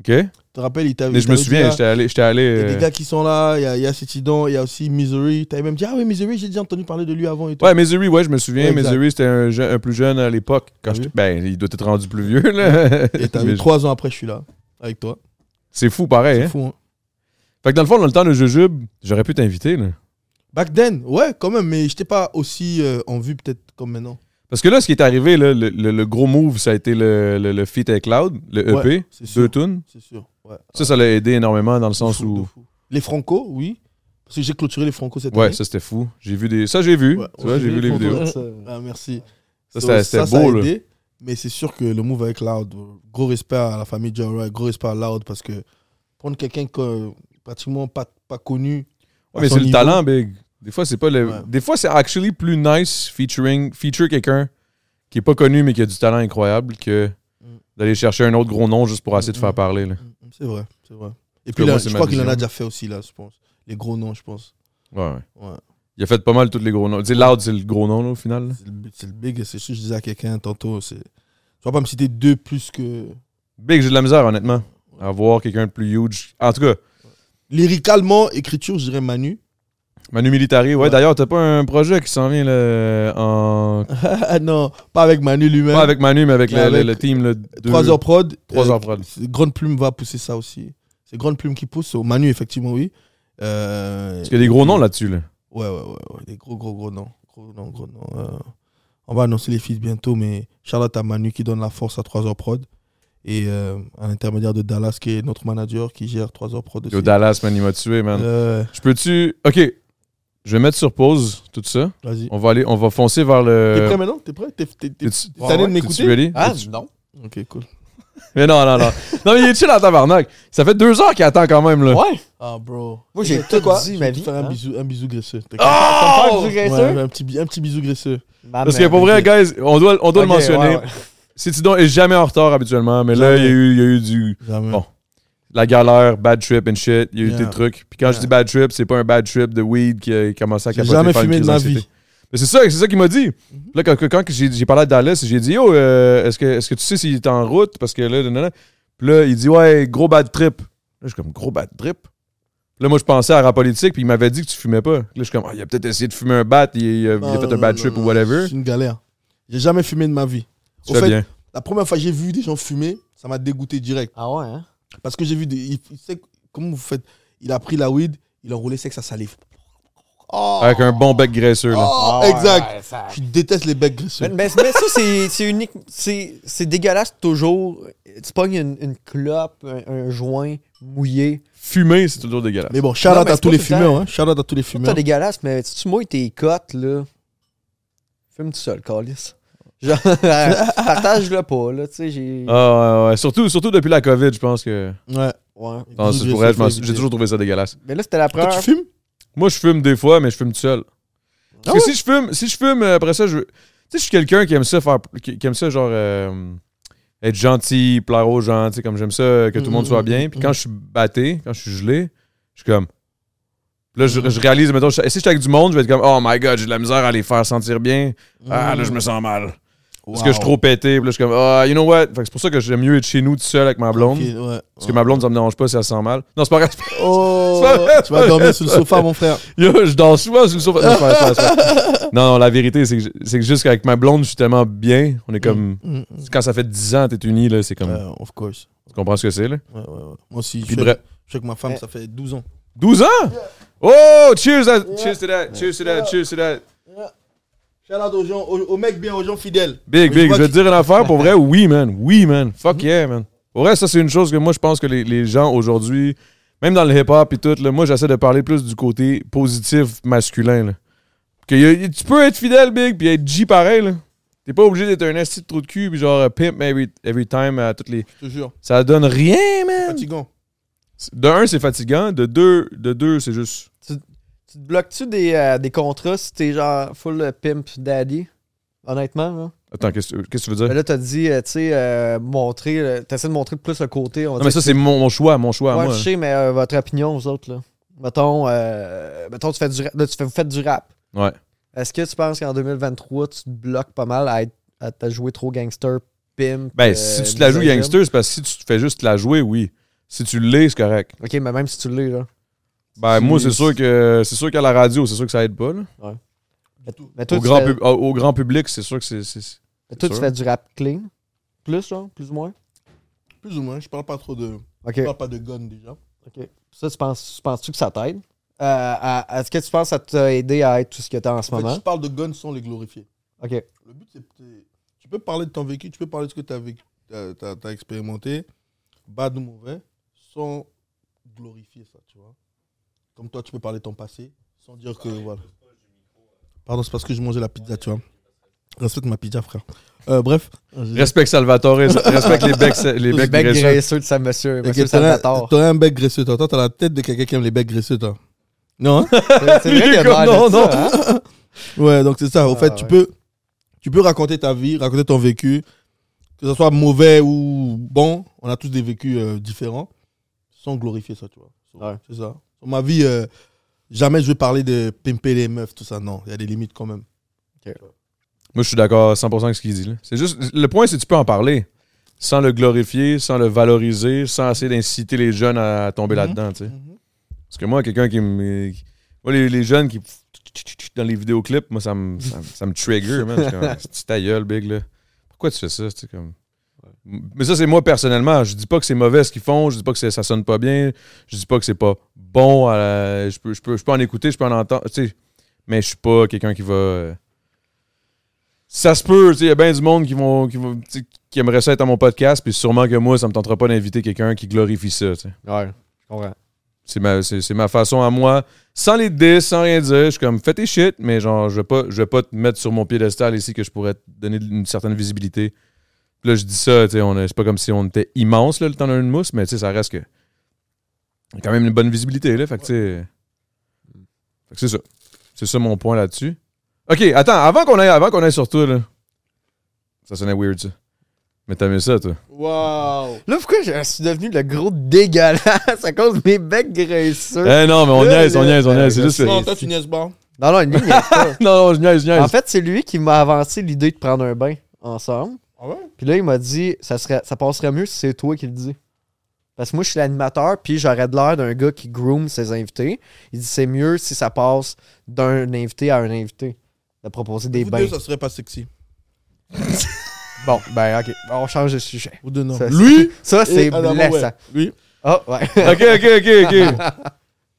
OK. tu te rappelles, il t'avait. Mais je me il t'avait dit, souviens, ah, j'étais allé. J'étais allé Il y a des euh, gars qui sont là, il y a, il y a Cetidon, il y a aussi Misery. T'avais même dit, ah oui, Misery, j'ai déjà entendu parler de lui avant et tout. Ouais, Missouri, ouais, je me souviens. Ouais, exact. Missouri, c'était un, je- un plus jeune à l'époque. Quand T'as j'étais- vu? Ben, il doit être rendu plus vieux, là. Et t'as Mais vu, je- trois ans après, je suis là, avec toi. C'est fou, pareil. C'est Hein? fou, hein. Fait que dans le fond, dans le temps de Jujube, j'aurais pu t'inviter, là. Back then, ouais, quand même, mais j'étais pas aussi euh, en vue peut-être comme maintenant. Parce que là, ce qui est arrivé, là, le, le- le gros move, ça a été le, le, le feat avec Cloud, le EP, Ouais, c'est deux sûr. tunes. C'est sûr. Ouais. Ça, ça l'a aidé énormément dans le De sens fou, de où. fou. Les Franco, oui. Parce que j'ai clôturé les Franco cette Ouais, année. ça c'était fou. J'ai vu des. Ça, j'ai vu. Ouais, tu vois, j'ai vu les on vidéos. dirait- Ah, merci. Ça, So, c'était- c'était beau, a là. aidé, mais c'est sûr que le move avec Loud, euh, gros respect à la famille Jarrah, gros respect à Loud parce que prendre quelqu'un que, pratiquement pas, pas connu. à Ouais, mais son c'est le niveau, talent, Big. Des fois, c'est pas le. Ouais. Des fois, c'est actually plus nice featuring feature quelqu'un qui est pas connu mais qui a du talent incroyable que Mm. d'aller chercher un autre gros nom juste pour essayer de Mm, faire mm. parler. Là. Mm, C'est vrai, c'est vrai. Et que puis là, moi, c'est je ma crois qu'il en vision. a déjà fait aussi, là, je pense. Les gros noms, je pense. Ouais, ouais. Ouais. Il a fait pas mal tous les gros noms. Tu sais, Loud, c'est le gros nom là, au final. là. C'est le, big- c'est le big, c'est sûr, je disais à quelqu'un tantôt, c'est. Tu vas pas me citer deux plus que. Big, j'ai de la misère, honnêtement. À voir quelqu'un de plus huge. En tout cas, Lyricalement, écriture, je dirais Manu. Manu Militari, ouais. Ouais. D'ailleurs, t'as pas un projet qui s'en vient là, en. Ah non, pas avec Manu lui-même. Pas avec Manu, mais avec, le- Mais le, Ben, avec- le team. Là, 3 heures prod. 3 euh, heures prod. c'est- Grande Plume va pousser ça aussi. C'est Grande Plume qui pousse. au Manu, effectivement, oui. Euh, Parce qu'il y a des gros noms là-dessus. Là. Ouais, ouais, ouais, ouais, Des gros, gros, gros noms. Gros noms, gros noms. Euh, on va annoncer les feats bientôt, mais Charlotte à Manu qui donne la force à 3 heures prod. Et euh, un intermédiaire de Dallas qui est notre manager qui gère 3 heures prod aussi. Yo, Dallas, man, il m'a tué, man. Euh, Je peux-tu. Ok. Je vais mettre sur pause tout ça. Vas-y. On va aller, on va foncer vers T'es prêt le. maintenant T'es prêt T'es t'es- t'es- T'es-tu- t'es allé de T'es-tu m'écouter ready? Ah, non. Ok, cool. Mais non, non, non. Non, mais il est chill en tabarnak. Ça fait deux heures qu'il attend quand même, là. Ouais. Ah, bro. Moi, j'ai Tu sais tout quoi dit, Je vais ma te vie, faire un hein. bisou, un bisou graisseux. T'inquiète. Oh! Ouais, un petit, bi- un petit bisou graisseux. Parce que pour vrai, guys, on doit, on doit le mentionner. Citidon est jamais en retard habituellement, mais là, il y a eu, il y a eu du. Jamais. Bon. La galère, bad trip and shit. Il y a eu Yeah. des trucs. Puis quand je Yeah. dis bad trip, c'est pas un bad trip de weed qui a commencé à J'ai capoter. jamais faire une fumé crise de ma d'anxiété. vie. Mhm. Mais c'est ça, c'est ça qu'il m'a dit. Là, quand, quand j'ai j'ai parlé à Dallas, j'ai dit Yo, euh, est-ce que, est que tu sais s'il est en route Parce que là, nanana. Puis là, il dit Ouais, gros bad trip. Là, je suis comme Gros bad trip. Puis Là, moi, je pensais à rap politique, puis il m'avait dit que tu fumais pas. Là, je suis comme, Ah, il a peut-être essayé de fumer un bat, il, il a, il a Non, fait non, un bad non, trip non, ou whatever. C'est une galère. J'ai jamais fumé de ma vie. Tu Au fais fait, bien. La première fois que j'ai vu des gens fumer, ça m'a dégoûté direct. Ah ouais, hein? Parce que j'ai vu des. Il, il sait comment vous faites. Il a pris la weed, il a enroulé ça avec sa salive. Oh, Avec un bon bec graisseux, Ah, là. oh, Ah ouais, exact. ouais, ça- Je déteste les becs graisseux. Mais, mais- mais ça, c'est c'est unique. C'est c'est dégueulasse toujours. Tu pognes une, une clope, un, un joint mouillé. Fumer, c'est toujours dégueulasse. Mais bon, Non, shout-out mais à c'est tous pas les tout le temps. fumeurs. Hein. Shout-out à tous les C'est pas fumeurs. dégueulasse, mais si tu mouilles tes cotes, là, fume tout seul, calice. Genre, partage-le pas, là, tu sais, j'ai... Ah, ouais, ouais. Surtout, surtout depuis la COVID, je pense que. Ouais. Ouais. Non, Bisous Ah, c'est pour graisseux, elle, je m'en faut suis- j'ai éviter. toujours trouvé ça dégueulasse. Mais là, c'était la Toi, première... tu fumes Moi, je fume des fois, mais je fume tout seul. Parce Ah que si je fume, si je fume, euh, après ça, je. Tu sais, je suis quelqu'un qui aime ça faire. qui, qui aime ça, genre. euh, être gentil, plaire aux gens, tu sais, comme j'aime ça, euh, que tout le monde Mhm, soit mhm, bien. Puis mhm. quand je suis batté, quand je suis gelé, je suis comme. Là, je, je réalise, mettons, je- si je suis avec du monde, je vais être comme, oh my god, j'ai de la misère à les faire sentir bien. Ah, là, je me sens mal. Parce que je suis trop pété. Puis là, je suis comme, ah, you know what? Fait que c'est pour ça que j'aime mieux être chez nous tout seul avec ma blonde. Parce que ma blonde, ça me dérange pas si elle se sent mal. Non, c'est pas grave. Oh, C'est pas vrai, tu vas dormir sur le sofa, mon frère. Yo, je danse souvent sur le sofa. Non, c'est pas vrai, c'est pas vrai, c'est pas vrai. non, non, la vérité, c'est que, je- c'est que juste qu'avec ma blonde, je suis tellement bien. On est comme. Mm, mm, Quand ça fait 10 ans, t'es uni, là, c'est mm. comme. Ouais, of course. Tu comprends ce que c'est, là? Ouais, ouais, ouais. Moi aussi, je Puis suis bref. avec, je suis avec ma femme, Eh. ça fait 12 ans. 12 ans? Oh, cheers, that- cheers to that, cheers to that, cheers to that. Shout out aux gens, aux, aux mecs bien, aux gens fidèles. Big, Mais je big, je vois vais te que- dire une affaire, pour vrai, oui, man. Oui, man. Fuck yeah, man. Pour vrai, ça, c'est une chose que moi, je pense que les, les gens aujourd'hui, même dans le hip-hop et tout, là, moi, j'essaie de parler plus du côté positif masculin. Là. Que y a- y- tu peux être fidèle, big, puis être G pareil. là. T'es pas obligé d'être un esti de trou de cul, puis genre euh, pimp every, every time à toutes les. Je te jure, Ça donne rien, c'est man. fatigant. De un, c'est fatigant. De deux, de deux c'est juste. Tu te bloques-tu des, euh, des contrats si t'es genre full euh, pimp daddy? Honnêtement, là? Attends, qu'est-ce qu'est-ce que tu veux Mais dire? là, t'as dit, euh, tu sais, euh, montrer, euh, t'essaies de montrer plus le côté. On va Non, mais dire ça, c'est mon, mon choix, mon choix à Ouais, moi. hein. je sais, mais euh, votre opinion, vous autres, là. Mettons, euh, mettons tu fais du rap, là, tu fais, vous faites du rap. Ouais. Est-ce que tu penses qu'en 2023, tu te bloques pas mal à, être, à te jouer trop gangster, pimp? Ben, euh, si tu te la joues misogyne? gangster, c'est parce que si tu te fais juste te la jouer, oui. Si tu l'es, c'est correct. Ok, mais même si tu l'es, là. Ben, Si- moi, c'est sûr que c'est sûr qu'à la radio, c'est sûr que ça aide pas. là. Mais, mais toi, Au tu, grand, fais, pub- au, au grand public, c'est sûr que c'est. c'est- mais toi, tu sûr. fais du rap clean. Plus, là, plus ou moins. Plus ou moins, je parle pas trop de. Ok. Je parle pas de gun déjà. ok. Ça, tu penses- tu penses-tu que ça t'aide? Euh, à- à- Est-ce que tu penses que ça t'a aidé à être tout ce que t'es en ce En fait, moment? je parle de gun sans les glorifier. Ok. Le but, c'est. c'est- Tu peux parler de ton vécu, tu peux parler de ce que tu as vécu, t'as- t'as t'as expérimenté, bad ou mauvais, sans glorifier ça, tu vois. Comme toi, tu peux parler de ton passé, sans dire que. Voilà. Pardon, c'est parce que je mangeais la pizza, tu vois. Respecte ma pizza, frère. Euh, bref. Respecte Salvatore, respecte les becs, les Les becs Bec graisseux. graisseux de sa monsieur, Ok, monsieur T'as Salvatore. t'as un bec graisseux, toi. Toi, t'as la tête de quelqu'un qui aime les becs graisseux, toi. Non, hein C'est c'est Il est vrai qu'il y a de comme, l'air de non, ça, non. hein? Ouais, donc c'est ça. Au Ah, fait, tu ouais. peux, tu peux raconter ta vie, raconter ton vécu, que ce soit mauvais ou bon. On a tous des vécus euh, différents, sans glorifier ça, tu vois. So, Ouais. C'est ça. Sur ma vie, euh, jamais je vais parler de pimper les meufs, tout ça. Non, il y a des limites quand même. Moi, je suis d'accord à 100% avec ce qu'il dit. là. C'est juste, le point, c'est que tu peux en parler sans le glorifier, sans le valoriser, sans essayer d'inciter les jeunes à tomber Mhm. là-dedans. tu sais. Parce que moi, quelqu'un qui me. Moi, les, les jeunes qui. Dans les vidéoclips, moi, ça me, ça, me- ça me trigger, man. Je suis comme, C'est ta gueule, big, là. Pourquoi tu fais ça? C'est comme... Mais ça, c'est moi personnellement. Je dis pas que c'est mauvais ce qu'ils font. Je dis pas que c'est- ça sonne pas bien. Je dis pas que c'est pas bon. à la- Je, peux, je, peux, je peux en écouter, je peux en entendre. tu sais. Mais je suis pas quelqu'un qui va. euh, Ça se peut, tu sais, il y a bien du monde qui vont, qui, vont- tu sais, qui aimerait ça être à mon podcast, puis sûrement que moi, ça me tentera pas d'inviter quelqu'un qui glorifie ça. tu sais. Ouais, je comprends. C'est ma, c'est, c'est ma façon à moi. Sans les dis, sans rien dire, je suis comme fais tes shit, mais genre je vais pas, je vais pas te mettre sur mon piédestal ici que je pourrais te donner une certaine visibilité. Puis là je dis ça, tu sais, on a- c'est pas comme si on était immense là, le temps d'une mousse, mais tu sais ça reste que il y a quand même une bonne visibilité là, fait que tu sais, fait que c'est ça, c'est ça mon point là-dessus. Ok, attends, avant qu'on aille, avant qu'on aille sur toi là, ça sonnait weird ça, mais t'as aimé ça toi. Waouh! Là, pourquoi je suis devenu le gros dégueulasse à cause de mes becs graisseux? Eh non, mais on Là, niaise, on là, niaise, on ben, niaise, c'est je juste. sais. Non, Non, toi, tu niaises pas. Non, non, lui, il niaise pas. non, je niaise, je niaise. En fait, c'est lui qui m'a avancé l'idée de prendre un bain ensemble. Ah ouais? Puis là, il m'a dit, ça, serait, ça passerait mieux si c'est toi qui le dis. Parce que moi, je suis l'animateur, puis j'aurais de l'air d'un gars qui groom ses invités. Il dit, c'est mieux si ça passe d'un invité à un invité, de proposer des Vous bains. deux, ça serait pas sexy. Bon, ben, ok, on change de sujet. Vous deux, non. Ça, Lui? Ça, c'est et Adamo, blessant. ouais. Lui? Ah, ouais. Ok, ok, ok, ok.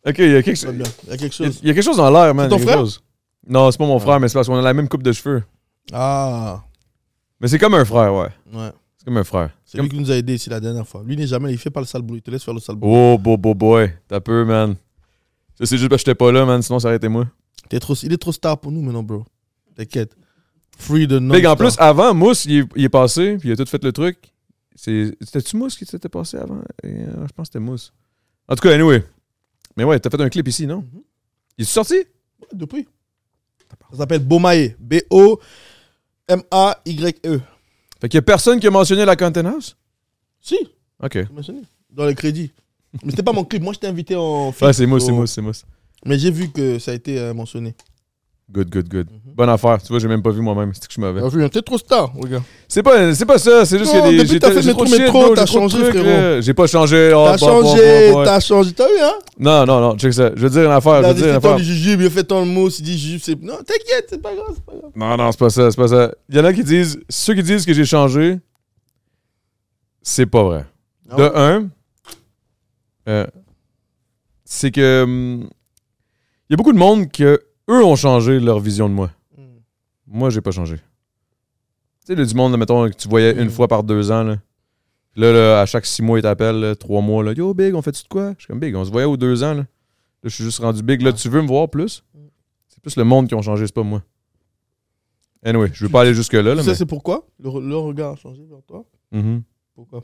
Ok, il y a quelque Très chose. bien. Il y a quelque Il chose. y a quelque chose dans l'air, man. C'est ton il y a quelque frère? chose. Non, c'est pas mon frère, mais c'est parce qu'on a la même coupe de cheveux. Ah, Mais c'est comme un frère, ouais. ouais. C'est comme un frère. C'est lui qui nous a aidés ici la dernière fois. Lui n'est jamais, il fait pas le sale boulot. Il te laisse faire le sale boulot. Oh, beau, beau boy. T'as peu, man. Ça, c'est juste parce que j'étais pas là, man. Sinon, ça aurait été moi. T'es trop, il est trop star pour nous maintenant, bro. T'inquiète. Free de non. Big, en plus, avant, Mousse, il est, il est passé, puis il a tout fait le truc. C'est- C'était-tu Mousse qui s'était passé avant Euh, Je pense que c'était Mousse. En tout cas, anyway. Mais ouais, t'as fait un clip ici, non Mhm. Il est sorti depuis. Ça s'appelle Beaumaye. B-O-M-A-Y-E. Fait qu'il y a personne qui a mentionné la Content House Si, Ok. j'ai mentionné. Dans les crédits. Mais c'était pas mon clip. Moi, j'étais invité en. Ouais, feat. c'est Mousse, c'est Oh. Mousse, c'est Mousse. Mais j'ai vu que ça a été euh, mentionné. Good, good, good. Mhm. Bonne affaire. Tu vois, j'ai même pas vu moi-même. C'est que je suis mauvais. T'as vu, hein, T'es trop star, regarde. C'est pas, c'est pas ça, c'est juste qu'il y a Non, des. depuis j'ai que t'as t- fait j'ai métro, trop de shit, métro, bro, t'as j'ai trop de changé, trucs, frérot. là. J'ai pas changé. oh, bah, T'as bah, bah, changé, bah, bah. t'as changé. T'as vu, hein Non, non, non, check ça. Je veux dire une affaire, je T'as veux dire une dit tant affaire. le jujube, il a fait tant le mot. Il dit jujube, c'est. Non, t'inquiète, c'est pas grave, c'est pas grave. Non, non, c'est pas ça, c'est pas ça. Il y en a qui disent, ceux qui disent que j'ai changé, c'est pas vrai. Ah De ouais. un, euh, c'est que. hum, Il y a beaucoup de monde que eux ont changé leur vision de moi. Mm. Moi, j'ai pas changé. Tu sais, le du monde, mettons, que tu voyais une Mm. fois par deux ans, là. Puis Là, là, à chaque six mois, ils t'appellent, là, trois mois, là. Yo, Big, on fait-tu de quoi? Je suis comme Big, on se voyait aux deux ans, là. Là, je suis juste rendu Big. Là, tu veux me voir plus? Mm. C'est plus le monde qui ont changé, c'est pas moi. Anyway, je veux pas aller jusque-là, là, Tu sais, mais. c'est pourquoi le, re- leur regard a changé vers toi. Mhm. Pourquoi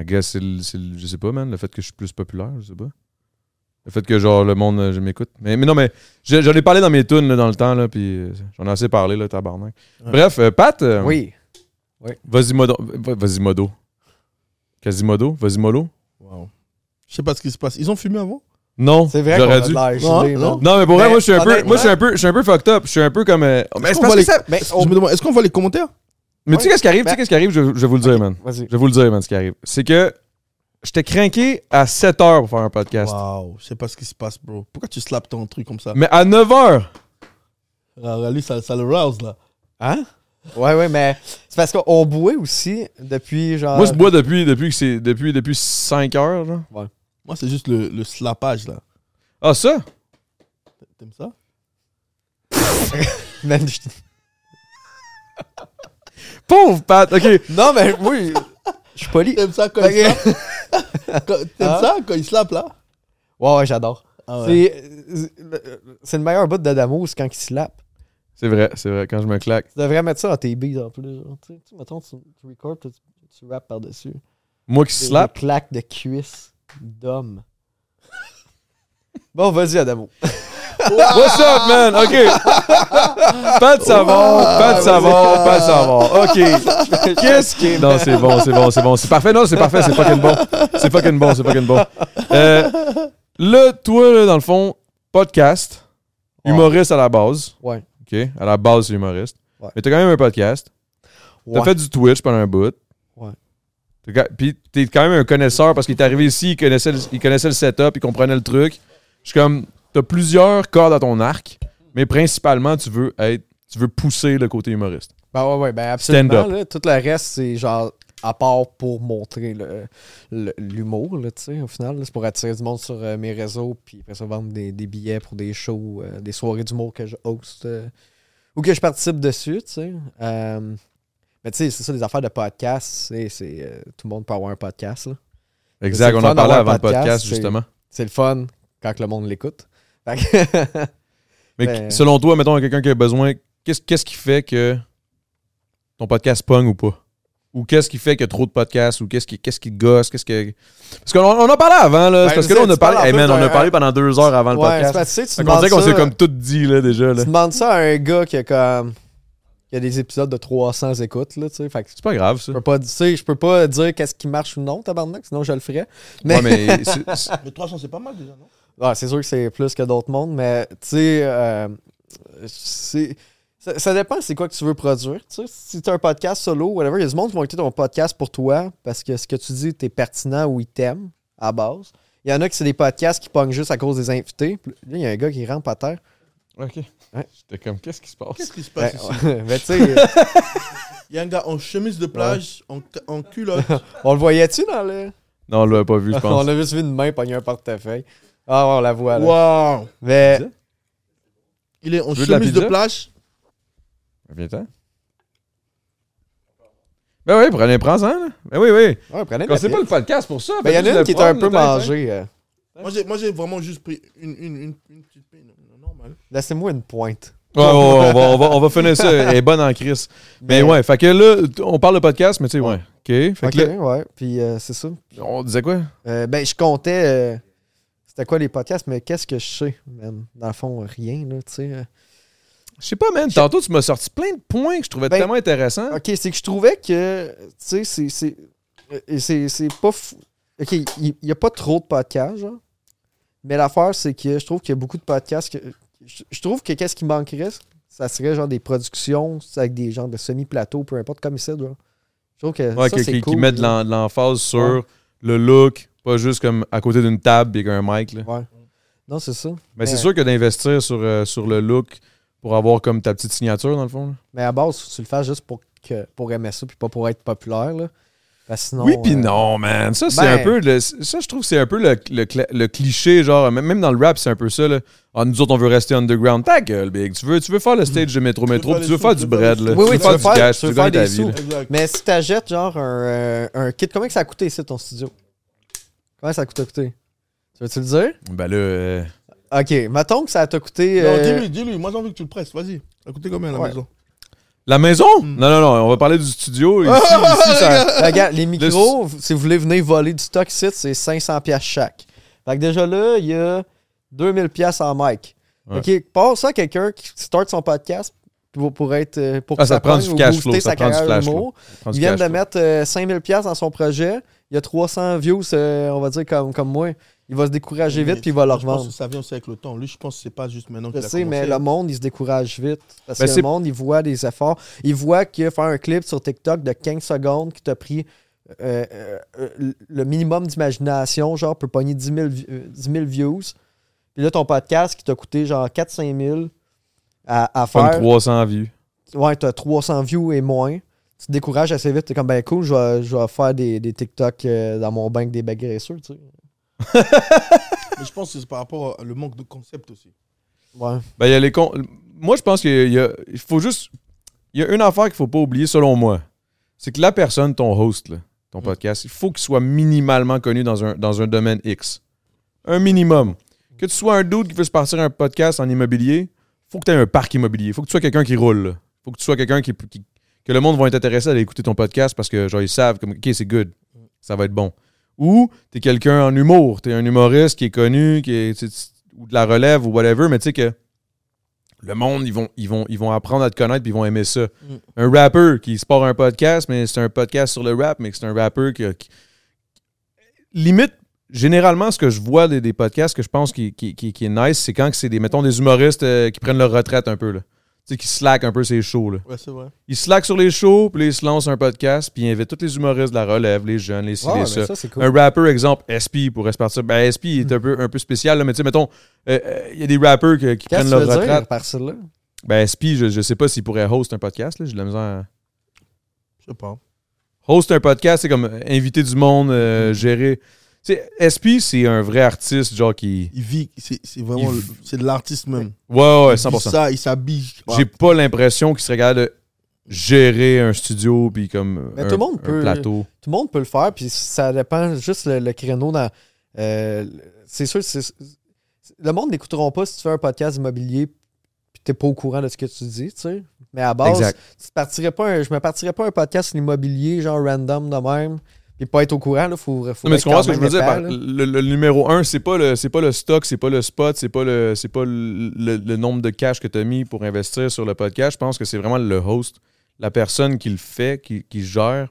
I guess, c'est le- c'est le- je sais pas, man, le fait que je suis plus populaire, je sais pas. Le fait que, genre, le monde, euh, je m'écoute. Mais, mais non, mais je- j'en ai parlé dans mes tunes là, dans le temps, là, puis euh, j'en ai assez parlé, là, tabarnak. Ouais. Bref, euh, Pat, euh, Oui. vas-y, modo. va- Vas-y, modo. Quasimodo, vas-y, mollo. Wow. Je sais pas ce qui se passe. Ils ont fumé avant Non, C'est vrai qu'on j'aurais a dû. de l'air Non, gelé, non. man. Non, mais pour vrai, Mais moi, je suis un peu, honnêtement- moi, je suis un peu, je suis un peu fucked up. Je suis un peu comme. euh, mais c'est parce que ça- Mais on- Je me demande, est-ce qu'on va les commentaires mais tu sais qu'est-ce qui arrive, tu sais Ben- qu'est-ce qui arrive, je, je vais vous le dire, man. Vas-y. Je vais vous le dire, man, ce qui arrive. C'est que j'étais craqué à 7 heures pour faire un podcast. Wow, je sais pas ce qui se passe, bro. Pourquoi tu slaps ton truc comme ça Mais à 9 heures, Ah, Lui, ça, ça le rouse, là. Hein? Ouais, ouais, mais c'est parce qu'on bouait aussi depuis genre. moi, je bois depuis, depuis que c'est, depuis, depuis 5 heures, genre. Moi, c'est juste le, le slapage, là. Ah, ça? T'aimes ça Man, je- Pauvre Pat, ok. Non, mais oui. Je suis poli. T'aimes ça quand Ok. il slappe Quand- T'aimes Hein ça quand il slappe, là Ouais, ouais, j'adore. ah C'est- C'est, le meilleur bout d'Adamo, c'est quand il se lappe. C'est vrai, c'est vrai, quand je me claque. Tu devrais mettre ça dans tes beats en plus. genre. Tu sais, tu- mettons, tu, tu records, puis tu, tu rappes par-dessus. Moi qui Des- des slap. claques de cuisse d'homme. bon, vas-y, Adamo. What's up, man? Ok. Pat Savard, Pat Ah, Savard, Pat Savard. Ok. Qu'est-ce qui. Non, c'est bon, c'est bon, c'est bon. C'est parfait, non, c'est parfait, c'est fucking bon. C'est fucking bon, c'est fucking bon. Euh, là, toi, là, dans le fond, podcast, Ouais. humoriste à la base. Ouais. Ok. À la base, c'est humoriste. Ouais. Mais t'as quand même un podcast. T'as Ouais. fait du Twitch pendant un bout. Ouais. T'as ca- Puis t'es quand même un connaisseur parce qu'il est arrivé ici, il connaissait le, il connaissait le setup, il comprenait le truc. Je suis comme, t'as plusieurs cordes à ton arc, mais principalement, tu veux être, tu veux pousser le côté humoriste. Ben ouais, ouais, ben Stand absolument. Là, tout le reste, c'est genre à part pour montrer le- le- l'humour, là, tu sais, au final. là. C'est pour attirer du monde sur euh, mes réseaux, puis après ça, vendre des, des billets pour des shows, euh, des soirées d'humour que je host euh, ou que je participe dessus, tu sais. Euh, mais tu sais, c'est ça, les affaires de podcast, c'est c'est, euh, tout le monde peut avoir un podcast, là. Exact, c'est on le fun en parlait d'avoir un avant le podcast, podcast, c'est- justement. C'est le fun quand que le monde l'écoute. Fait que- Mais Ben- qu- selon toi, mettons, quelqu'un qui a besoin, qu'est-ce qu'est-ce qui fait que ton podcast pogne ou pas? Ou qu'est-ce qui fait qu'il y a trop de podcasts? Ou qu'est-ce qui, qu'est-ce qui te gosse? Qu'est-ce que... Parce qu'on on en parlait avant, là. Ben, c'est parce que je là, sais, on a tu parles parlé... en Hey, plus man, on d'un- a parlé pendant deux heures avant le ouais, c'est podcast. parce que, tu sais, tu Fait qu'on dirait demandes qu'on s'est ça- comme tout dit, là, déjà. Là. Tu demandes ça à un gars qui a comme. qui a des épisodes de 300 écoutes, là, tu sais. Fait que C'est pas grave, ça. je peux pas, tu sais, je peux pas dire qu'est-ce qui marche ou non, tabarnak, sinon je le ferais. Mais, Ouais, mais c'est- c'est- Le 300, c'est pas mal déjà, non Ouais, Ah, c'est sûr que c'est plus que d'autres mondes, mais tu sais, euh, c'est- ça, ça dépend c'est quoi que tu veux produire. tu sais. Si tu un podcast solo, whatever, il y a du monde qui vont écouter ton podcast pour toi parce que ce que tu dis, t'es pertinent ou ils t'aiment à la base. Il y en a qui c'est des podcasts qui pognent juste à cause des invités. Puis Là, il y a un gars qui rentre à terre. Ok. Ouais. J'étais comme, qu'est-ce qui se passe? Qu'est-ce qui se Ben, passe ici ben, tu sais, Il y a un gars en chemise de plage, en, ca- en culotte. on le voyait-tu dans le. Non, on l'avait pas vu, je pense. on a juste vu une main pogner un portefeuille. Ah ouais, on la voit là. Wow Mais Il est en Tu veux de la chemise de, pizza plage. Viens-t'en. Ben oui, prenez, prends-en, là. Ben oui, oui. ouais, prenez de la Quand c'est bière. pas le podcast pour ça. Ben, il y en faites a une juste qui le est un prendre, peu le temps, hein. mangée. euh. Moi, j'ai- Moi, j'ai vraiment juste pris une, une, une, une petite pine. Normal. Laissez-moi une pointe. Ouais, ouais, ouais, on, va, on, va, on va finir ça. Elle est bonne en crise. Mais Ben ouais, fait que là, t- on parle de podcast, mais tu sais, ouais. OK. Fait Ok, que là, ouais. Puis euh, c'est ça. on disait quoi? Euh, ben, je comptais. euh, C'était quoi les podcasts, mais qu'est-ce que je sais, man? Dans le fond, rien, là, tu sais. euh. Je sais pas, man. Tantôt, tu m'as sorti plein de points que je trouvais Ben, tellement intéressants. Ok, c'est que je trouvais que, tu sais, c'est- c'est. euh, et c'est- C'est pas. fou- Ok, il n'y a pas trop de podcasts, genre. Mais l'affaire, c'est que je trouve qu'il y a beaucoup de podcasts que. Je, je trouve que qu'est-ce qui manquerait, ça serait genre des productions avec des genres de semi-plateaux, peu importe, comme ici, genre. Je trouve que. Ouais, ça, qui, c'est qui- qui cool, mettent de genre. l'en- de l'emphase sur Ouais. le look, pas juste comme à côté d'une table et avec un mic. Là. Ouais. Non, c'est ça. Mais c'est Ouais. sûr que d'investir sur, euh, sur le look pour avoir comme ta petite signature, dans le fond. là. Mais à base, faut que tu le fasses juste pour, que, pour aimer ça, puis pas pour être populaire, là. Parce que sinon, oui, puis euh, non, man. Ça, c'est ben- un peu. le- ça, je trouve que c'est un peu le, le cla- le cliché, genre. même- Même dans le rap, c'est un peu ça, là. Ah, nous autres, on veut rester underground. Ta gueule, Big. Tu veux, tu veux faire le stage de Métro Métro, puis faire les tu veux sous, faire tu du veux faire bread, les là. sous. Oui, oui, veux tu faire veux du faire- cash, tu veux veux gagner faire ta des vie, là. sous. Exact. Mais si t'achètes genre un, euh, un kit, combien que ça a coûté ici ton studio? Combien ça a coûté, coûté? Tu veux-tu le dire? Ben là, euh, Ok, mettons que ça t'a coûté. Non, euh, dis-lui, dis-lui. Moi, j'ai envie que tu le presses. Vas-y. Ça a coûté combien à la Ouais. maison la maison? Mm. Non, non, non, on va parler du studio. Ici, ici, ça- regarde, les micros, si vous voulez venir voler du stock ici, c'est 500$ piastres chaque. Fait que déjà là, il y a 2000 pièces en mic. Ouais. OK, passe ça à quelqu'un qui start son podcast pour, pour être euh, pour Ah, ça prend pogne du ou cash booster flow, ça sa prend du carrière flash d'humour. Prends Il du vient cash, de toi. mettre euh, 5000 pièces dans son projet, il y a 300 views euh, on va dire comme comme moi, il va se décourager vite puis il va le Je pense revendre. que ça vient aussi avec le temps. Lui, je pense que c'est pas juste maintenant Je qu'il a sais, mais commencé. le monde, il se décourage vite. Parce Ben, que c'est- le monde, il voit des efforts. Il voit que faire un clip sur TikTok de 15 secondes qui t'a pris euh, euh, euh, le minimum d'imagination, genre, peut pogner 10 000, vi- euh, 10 000 views. Puis là, ton podcast qui t'a coûté genre 4-5 000 à, à Comme faire. 300 vues. Ouais, t'as 300 views et moins. Tu te décourages assez vite. T'es comme, ben cool, je vais, je vais faire des, des TikTok euh, dans mon bank des bagues graisseux, tu sais. Mais je pense que c'est par rapport au manque de concept aussi. Ouais. Ben, il y a les con- Moi, je pense qu'il y a- il faut juste. Il y a une affaire qu'il faut pas oublier, selon moi. C'est que la personne, ton host, là, ton podcast, il faut qu'il soit minimalement connu dans un, dans un domaine X. Un minimum. Que tu sois un dude qui veut se partir un podcast en immobilier, faut que tu aies un parc immobilier. faut que tu sois quelqu'un qui roule. là. faut que tu sois quelqu'un qui, qui- que le monde va être intéressé à aller écouter ton podcast parce que, genre, ils savent, comme, OK, c'est good. Ça va être bon. Ou t'es quelqu'un en humour. T'es un humoriste qui est connu, qui est, tu sais, ou de la relève ou whatever, mais tu sais que le monde, ils vont, ils, vont, ils vont apprendre à te connaître puis ils vont aimer ça. Mm. Un rappeur qui se part un podcast, mais c'est un podcast sur le rap, mais que c'est un rappeur qui, a- qui- Limite, généralement, ce que je vois des, des podcasts que je pense qui, qui, qui- qui est nice, c'est quand que c'est des, mettons, des humoristes euh, qui prennent leur retraite un peu, là. Tu sais, qui slack un peu ces shows, là. Ouais, c'est vrai. Ils slack sur les shows, puis là, ils se lancent un podcast, puis ils invitent tous les humoristes de la relève, les jeunes, les ci, Ouais, les mais ça. ça, c'est cool. Mm. Un rappeur, exemple, SP pourrait se partir. Ben, SP il est un peu, un peu spécial, là, mais tu sais, mettons, euh, euh, il y a des rappeurs que- qui Qu'est-ce prennent que tu leur veux retraite. dire par ça, là? Ben, SP, je, je sais pas s'il pourrait host un podcast. là, J'ai de la misère. à- Je sais pas. Host un podcast, c'est comme euh, inviter du monde, Mhm. euh, gérer. Tu sais, SP, c'est un vrai artiste, genre qui. Il vit, c'est c'est vraiment, Il le- c'est de l'artiste même. Ouais, ouais, Il vit 100%. ça, il s'habille. J'ai pas l'impression qu'il serait capable de gérer un studio, puis comme. Mais un, tout le monde un peut- plateau. tout le monde peut le faire, puis ça dépend juste le, le créneau. dans euh, C'est sûr, c'est- le monde n'écouteront pas si tu fais un podcast immobilier puis t'es pas au courant de ce que tu dis, tu sais. Mais à base, Exact. tu te partirais pas un- je me partirais pas un podcast sur l'immobilier, genre random de même, puis pas être au courant, là, faut, faut Non, mais être tu comprends quand ce que je même veux dire épais, par là. le, le numéro 1, c'est pas le c'est pas le stock, c'est pas le spot, c'est pas le c'est pas le, le- le nombre de cash que tu as mis pour investir sur le podcast, je pense que c'est vraiment le host, la personne qui le fait, qui, qui gère.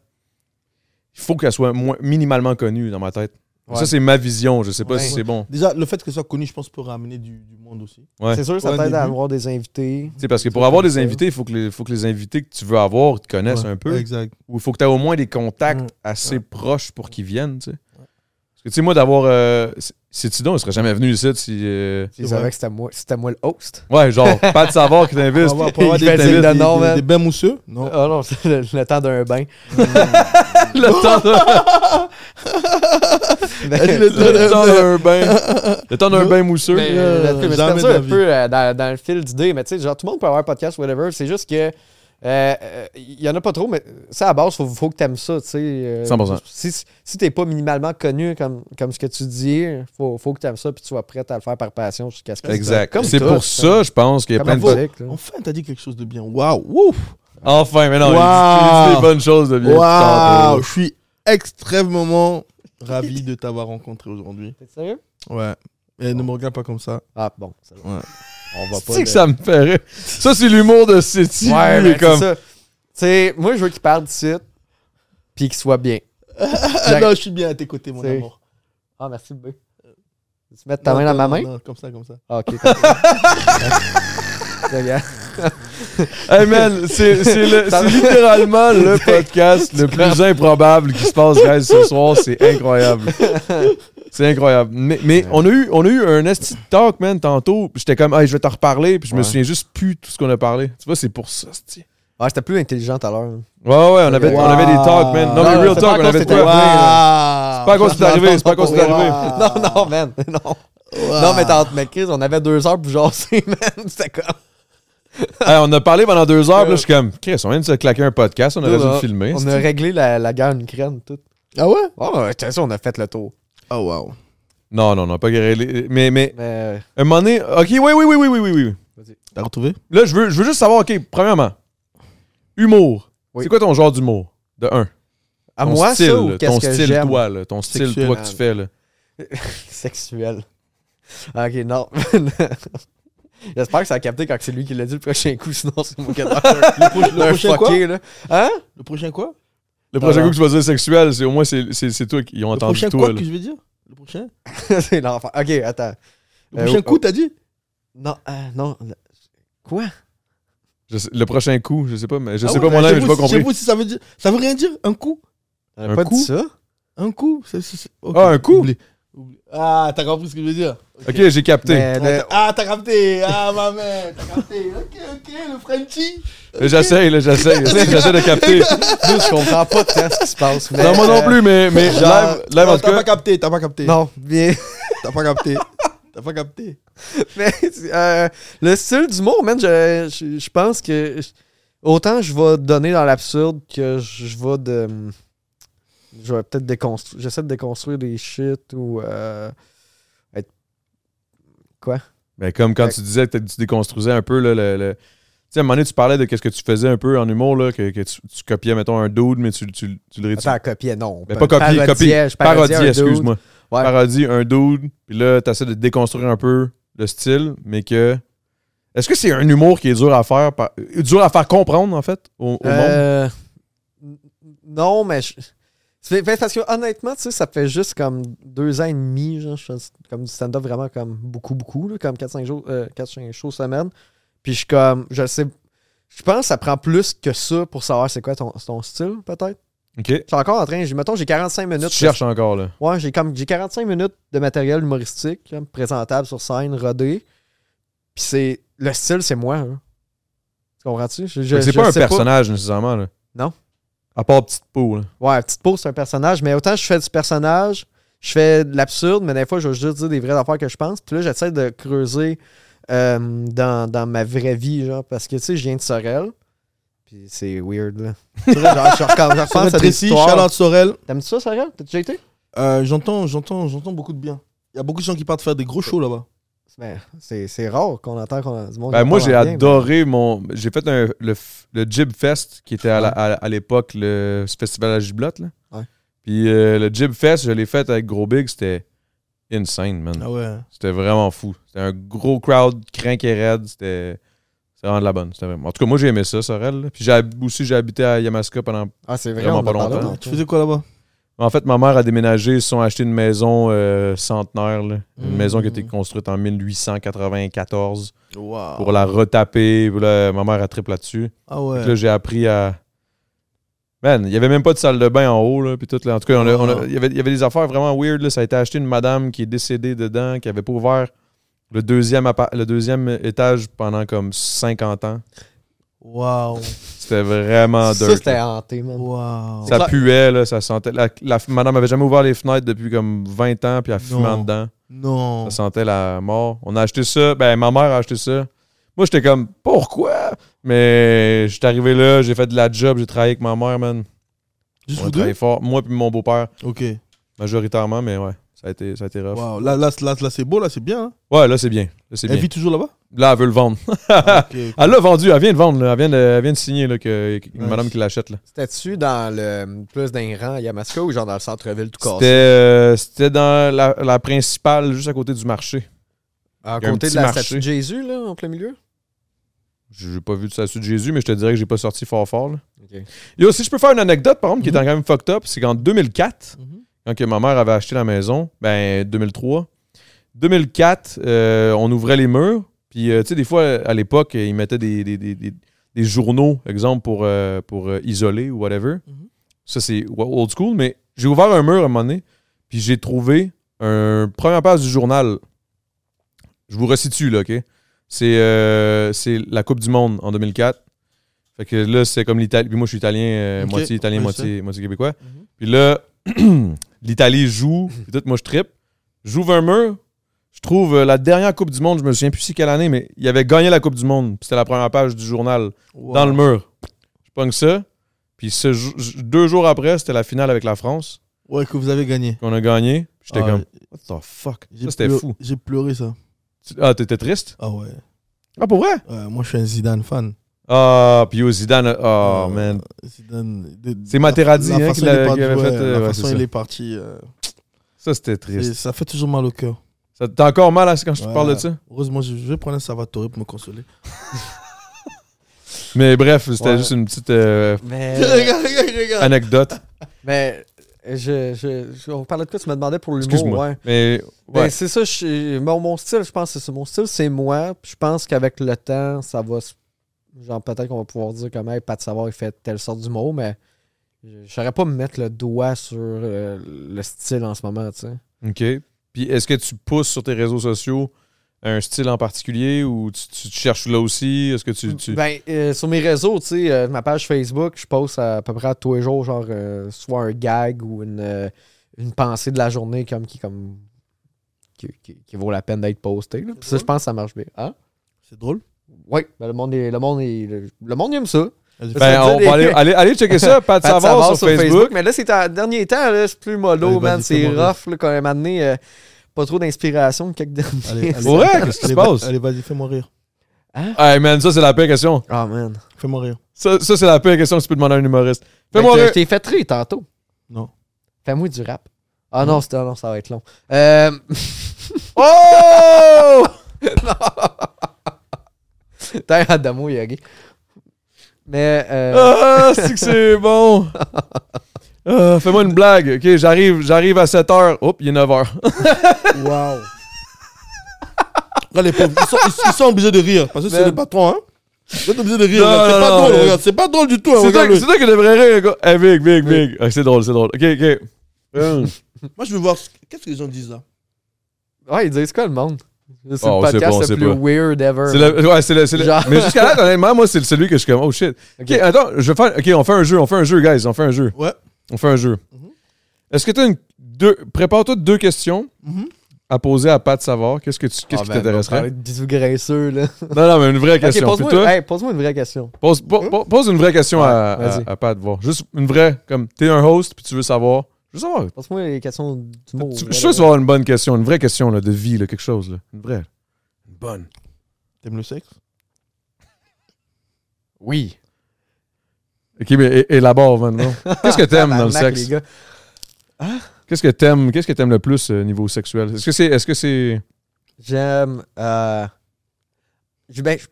Il faut qu'elle soit moins- minimalement connue dans ma tête. Ouais. Ça c'est ma vision, je sais pas Ouais. si c'est bon. Déjà, le fait que ça soit connu, je pense, peut ramener du, du monde aussi. Ouais. C'est sûr, ça Ouais, t'aide à début. avoir des invités. Tu sais, parce que C'est pour avoir comme des ça. invités, il faut que les faut que les invités que tu veux avoir te connaissent Ouais, un peu Exact. ou il faut que tu aies au moins des contacts Mm. assez Ouais. proches pour qu'ils viennent, tu sais. Parce que tu sais moi d'avoir euh, Cétidon, il serait jamais venu ici si euh, Ils C'est vrai. savaient que c'était moi, c'était moi le host. Ouais, genre, pas de savoir qui Pour t'invite. avoir, pour avoir Il des, fait des, signe des, de non, des- man. des bains mousseux Non. Oh non, c'est le, le temps d'un bain. le temps d'un Mais- le temps le temps d'un bain. Le temps d'un Le- bain mousseux. Mais, Euh, là-dessus, mais c'est jamais comme ça de la un vie. peu euh, dans, dans le fil d'idée, mais tu sais, genre tout le monde peut avoir un podcast, whatever. C'est juste que euh, euh, il y en a pas trop, mais ça à la base, faut, faut que t'aimes ça, tu sais. euh, 100%. Si, si t'es pas minimalement connu comme, comme ce que tu dis, faut, faut que t'aimes ça puis tu sois prêt à le faire par passion jusqu'à ce que Exact. Comme C'est toi, pour ça, je pense qu'il y a Comme plein la de fois. musique, là. Enfin, t'as dit quelque chose de bien. Waouh. Ouf. Enfin, mais non, il dit- Wow. il dit des bonnes choses de bien. Waouh. Je suis extrêmement ravi de t'avoir rencontré aujourd'hui. T'es sérieux? Ouais. Et ne me regarde pas comme ça. Ah bon, c'est bon. Ouais. On Tu va pas. sais le- que ça me ferait. Ça, c'est l'humour de City. Ouais, lui, mais comme... hein, c'est ça. Tu sais, moi je veux qu'il parle d'ici puis qu'il soit bien. Ah, non, je suis bien à tes côtés, mon C'est- amour. Ah merci B. Tu mettre ta Non, main dans non, ma non, main? non, Comme ça, comme ça. Ah, ok. parfait. Regarde. Hey man, c'est c'est le- c'est littéralement le podcast le plus improbable qui se passe, guys, ce soir. C'est incroyable. C'est incroyable. Mais, mais on, a eu, on a eu un esti de talk, man, tantôt. J'étais comme, hey, je vais t'en reparler. Puis je me Ouais. souviens juste plus de tout ce qu'on a parlé. Tu vois, c'est pour ça, esti. Ah, j'étais plus intelligent tout à l'heure. Ouais, ouais, on avait, on avait des talks, man. Non, mais Non, real c'est talk, pas on avait à cause de que t'étais quoi. arrivé, là. Ah. C'est pas à cause que c'est arrivé, c'est pas à cause que c'est arrivé. Non, non, man. Non. Non, mais t'as mais Chris, on avait deux heures pour jaser, man. C'était comme. Hey, on a parlé pendant deux heures, puis là, je suis comme, Chris, on vient de se claquer un podcast, on aurait dû le filmer. On c'est-tu. a réglé la, la guerre en Ukraine, tout. Ah ouais Oh, ouais, t'as ça, on a fait le tour. Oh wow. Non, non, non, pas grêlé. Mais, mais, Mais. euh, un moment donné, ok, oui, oui, oui, oui, oui, oui, oui. T'as retrouvé Là, je veux, je veux juste savoir, OK, premièrement, humour. Oui. C'est quoi ton genre d'humour? De un. À ton moi, style, ça, là, ou ton qu'est-ce que style, j'aime? toi, là, ton style, Sexuel. toi que tu fais. Là. Sexuel. Ok, non. J'espère que ça a capté quand c'est lui qui l'a dit le prochain coup, sinon c'est mon cadavre. Le, pro- le d'un prochain quoi fucké, là. Hein? Le prochain quoi Le prochain Ah, coup que tu vas dire sexuel, c'est au moins c'est- c'est c'est toi qui ils ont Le entendu prochain toi. quoi là. que je vais dire Le prochain c'est l'enfant. Ok, attends. Le Eh, Euh, prochain oh, coup, oh. t'as dit Ah Non, euh, non. le- Quoi? Je sais- le prochain coup, je sais pas, mais je Ah sais ouais, pas mon mais âge, chez j'ai vous, pas si- compris. Chez vous, si ça veut dire, ça veut rien dire. Un coup, On a Un pas coup? dit ça? un coup. c'est- c'est- c'est- ok, Ah, un coup. oublie, oublie. Ah, t'as compris ce que je veux dire. Ok, j'ai capté. Mais Ah, le- t'as- Ah, t'as capté. Ah, ma mère, t'as capté. Ok, ok, le Frenchie. J'essaye, là, j'essaye. J'essaie de capter. Dude, je comprends pas tant ce qui se passe. mais, Non, moi non euh, plus, mais, mais Genre, live, live non, en tout T'as cas. pas capté, t'as pas capté. Non, bien. T'as pas capté. T'as pas capté. Mais euh, le style d'humour, man, je, je, je pense que je- autant je vais donner dans l'absurde que je, je vais de. Je vais peut-être déconstruire. J'essaie de déconstruire des shit ou. euh, Mais comme quand Fait- tu disais que t'as- tu déconstruisais un peu là, le. le- Tu sais, à un moment donné, tu parlais de qu'est-ce que tu faisais un peu en humour, là, que, que tu, tu copiais, mettons, un dude, mais tu, tu, tu le réutilisais. Attends, copier, non. Mais pas copier, Parodier, copier. je Parodie, parodiais un dude. excuse-moi. Ouais. Parodie, un dude, puis là, t'essaies de déconstruire un peu le style, mais que. Est-ce que c'est un humour qui est dur à faire, par- dur à faire comprendre, en fait, au, au monde? Euh, n- non, mais. je- c'est- ben, parce que honnêtement, tu sais, ça fait juste comme deux ans et demi, genre, je fais comme du stand-up vraiment comme beaucoup, beaucoup, là, comme 4-5 jours, euh, 4-5 shows semaine. Puis je suis comme, je sais, je pense que ça prend plus que ça pour savoir c'est quoi ton, ton style, peut-être. Ok. Je suis encore en train, j'ai- mettons, j'ai 45 Tu minutes. cherches encore, là. Ouais, j'ai comme j'ai 45 minutes de matériel humoristique, comme, présentable sur scène, rodé. Puis c'est, le style, c'est moi, hein. Tu comprends-tu? Je- Fait je- que C'est je pas un sais personnage, nécessairement, là. Non. À part Petite Peau, là. Ouais, petite pause, c'est un personnage, mais autant je fais du personnage, je fais de l'absurde, mais des fois, je vais juste dire des vraies affaires que je pense. Puis là, j'essaie de creuser euh, dans, dans ma vraie vie, genre, parce que tu sais, je viens de Sorel. Puis c'est weird, là. Tu sais, genre, je, quand je repense à des Tracy, histoires. Charlotte Sorel. T'aimes-tu ça, Sorel? T'as déjà été? Euh, J'entends, j'entends, j'entends beaucoup de bien. Il y a beaucoup de gens qui partent faire des gros shows là-bas. Ben, c'est c'est rare qu'on entend qu'on a du monde. Ben, qui moi, parle j'ai en bien, adoré mon. J'ai fait un- le, f- le Jib Fest, qui était à la- à à l'époque le festival à Giblotte. Là. Ouais. Puis euh, le Jib Fest, je l'ai fait avec Gros Big, c'était insane, Ah man. ouais. C'était vraiment fou. C'était un gros crowd, crank et raide. C'était c'était vraiment de la bonne. C'était vraiment- En tout cas, moi, j'ai aimé ça, Sorel. là. Puis j'ai hab- aussi, j'ai habité à Yamaska pendant. mais- Ah, c'est vrai, vraiment on en pas parlait longtemps. tantôt. Tu faisais quoi là-bas En fait, ma mère a déménagé, ils se sont acheté une maison euh, centenaire. là. Une Mm. maison qui a été construite en 1894 Waouh. pour la retaper. Puis là, ma mère a triple là-dessus. Ah Fait que Là, ouais. j'ai appris à. Man, il n'y avait même pas de salle de bain en haut. Là, puis tout, là. En tout cas, on a- on a- il y, avait, il y avait des affaires vraiment weird. Là. Ça a été acheté une madame qui est décédée dedans, qui avait pas ouvert le deuxième, appa- le deuxième étage pendant comme 50 ans. Waouh. C'était vraiment Ça, dirt, c'était là. hanté, man. Waouh. Ça clair. puait, là, ça sentait. La, la f- madame avait jamais ouvert les fenêtres depuis comme 20 ans, puis elle fumait Non. en dedans. Non. Ça sentait la mort. On a acheté ça. Ben, ma mère a acheté ça. Moi, j'étais comme, pourquoi? Mais j'étais arrivé là, j'ai fait de la job, j'ai travaillé avec ma mère, man. Juste On a vous travaillé deux fort. Moi puis mon beau-père, Ok. majoritairement, mais ouais, ça a été, ça a été rough. Waouh. Là, là, là, là, c'est beau, là, c'est bien. hein. Ouais, là, c'est bien. Là, c'est Elle bien. vit toujours là-bas Là, elle veut le vendre. Ah, ok, ok. Elle l'a vendu, elle vient de vendre, là. Elle vient de, elle vient de signer, là, que, une Nice. madame qui l'achète, là. C'était-tu dans le euh, plus d'un rang à Yamaska ou genre dans le centre-ville tout C'était, cassé? euh, c'était dans la, la principale, juste à côté du marché. À il y a un côté petit de la marché. statue de Jésus, là, en plein milieu? J'ai pas vu de statue de Jésus, mais je te dirais que j'ai pas sorti fort fort, là. Ok. Yo, si je peux faire une anecdote, par exemple, qui Mhm. est quand même fucked up, c'est qu'en 2004, Mhm. quand que ma mère avait acheté la maison, ben 2003. 2004, euh, on ouvrait les murs. Puis, euh, tu sais, des fois, à l'époque, ils mettaient des, des, des- des- des journaux, exemple, pour, euh, pour euh, isoler ou whatever. Mhm. Ça, c'est wa- old school. Mais j'ai ouvert un mur à un moment donné, puis j'ai trouvé un première page du journal. Je vous resitue, là, OK? C'est euh, c'est la Coupe du Monde en 2004. Fait que là, c'est comme l'Italie. Puis moi, je suis italien, euh, Ok, moitié italien, ouais, moitié, moitié québécois. Mhm. Puis là, l'Italie joue. Puis tout, moi, je trippe. J'ouvre un mur. Je trouve euh, la dernière Coupe du Monde. Je me souviens plus si quelle année, mais il avait gagné la Coupe du Monde. puis C'était la première page du journal. Dans le mur. Je pogne ça. Puis ce jou- j- deux jours après, c'était la finale avec la France Ouais, que vous avez gagné. qu'on a gagné. J'étais Ah, comme, what the fuck? j'ai Ça, c'était pleu- fou. J'ai pleuré ça. Tu- Ah, t'étais triste? Ah ouais. Ah, pour vrai? Ouais, moi, je suis un Zidane fan. Ah, puis au Zidane, oh Euh, man. Zidane, de- de- C'est Materazzi, la hein, façon qui l'a- il est qui avait parti, fait, ouais, euh, La ouais, façon c'est ça. il est parti. euh, Ça, c'était c'est- triste. ça fait toujours mal au cœur. Ça t'as encore mal à quand je te Ouais. parle de ça? Heureusement, je, je vais prendre un Salvatore pour me consoler. Mais bref, c'était Ouais. juste une petite euh, Mais, regarde, regarde. anecdote. mais je, je, je- on parlait de quoi Tu me demandais pour l'humour, Excuse-moi. ouais. Mais Ben, ouais. c'est ça, je- mon, mon style, je pense que c'est ça. Mon style, c'est moi. puis Je pense qu'avec le temps, ça va. se- Genre, peut-être qu'on va pouvoir dire comment hey, Pat Savard il fait telle sorte d'humour, mais je je saurais pas me mettre le doigt sur euh, le style en ce moment, tu sais. OK. Puis est-ce que tu pousses sur tes réseaux sociaux un style en particulier ou tu, tu te cherches là aussi? Est-ce que tu. tu- Ben, euh, sur mes réseaux, tu sais, euh, ma page Facebook, je poste à, à peu près à tous les jours, genre, euh, soit un gag ou une, euh, une pensée de la journée comme qui, comme, qui, qui- qui vaut la peine d'être postée. là. Puis ça, je pense que ça marche bien. Hein? C'est drôle. Oui, le, monde est- le, monde est- le, le monde aime ça. Vas-y, Ben, fais- ça veut on dire va aller, des- aller, allez checker ça, Pat Pat Savard Savard sur, Facebook. Mais là, c'est en dernier temps, là, c'est plus mollo, Allez, man. vas-y, C'est fais-moi rough, là, quand même, amené euh, pas trop d'inspiration, quelques derniers. Allez, allez. Ouais, qu'est-ce qui se Allez, va- passe? Allez, vas-y, fais-moi rire. Hey man, ça c'est la pire question. Ah, man. Fais-moi rire. Ça, ça, c'est la pire question que tu peux demander à un humoriste. Fais-moi Fait que rire. Je t'ai fait rire tantôt. Non. Fais-moi du rap. Ah non, c'est- ah non, ça va être long. Euh, Oh! D'ailleurs, Adamo, il a gay. Mais. Euh... Ah, c'est que c'est bon. Ah, Fais-moi une blague. OK, j'arrive, j'arrive à 7h. Oups, il est 9h. Waouh. Regarde les pauvres, ils sont, ils, ils sont obligés de rire. Parce que c'est Mais- le patron, hein. Ils sont obligés de rire. Non, regarde, non, c'est pas non, drôle, mais- regarde. C'est pas drôle du tout. hein, C'est toi, regarde-le. c'est toi qui devrais rire, gars. Hey, big, big, big. Ah, c'est drôle, c'est drôle. OK, OK. Hum. Moi, je veux voir. ce- Qu'est-ce que les gens disent là Ouais, ils disent quoi, le monde? C'est Oh, Ah! on le sait pas, on podcast sait le pas. plus weird ever. Ah, C'est le, ouais, c'est le, c'est le- Genre- Mais jusqu'à là, honnêtement, moi, c'est celui que je suis comme, oh shit. Ok. Ok, attends, je vais faire. Ok, on fait un jeu, on fait un jeu, guys, on fait un jeu. Ouais. On fait un jeu. Mhm. Est-ce que tu as une. Deux, prépare-toi deux questions Mhm. à poser à Pat Savard. Qu'est-ce que tu, qu'est-ce Ah, qui ben, on t'intéresserait? parlait de bisous graisseux, là. Non, non, mais une vraie Ok, question. Puis pose-moi toi, hey, pose-moi une vraie question. pose, po- po- pose une vraie question à, Ouais, vas-y. à, à Pat, voir. Juste une vraie, comme t'es un host, puis tu veux savoir. Je veux savoir. Tu- Pose-moi les questions du mot. je suis sûr que tu vas avoir une bonne question, une vraie question là, de vie, là, quelque chose. Là. Une vraie. Une bonne. T'aimes le sexe Oui. Ok, mais é- élabore maintenant. Qu'est-ce que t'aimes dans le Tabarnak, sexe? les gars. Qu'est-ce que t'aimes Qu'est-ce que t'aimes le plus euh, niveau sexuel Est-ce que c'est est-ce que c'est J'aime. Euh... j'ai- Ben, je-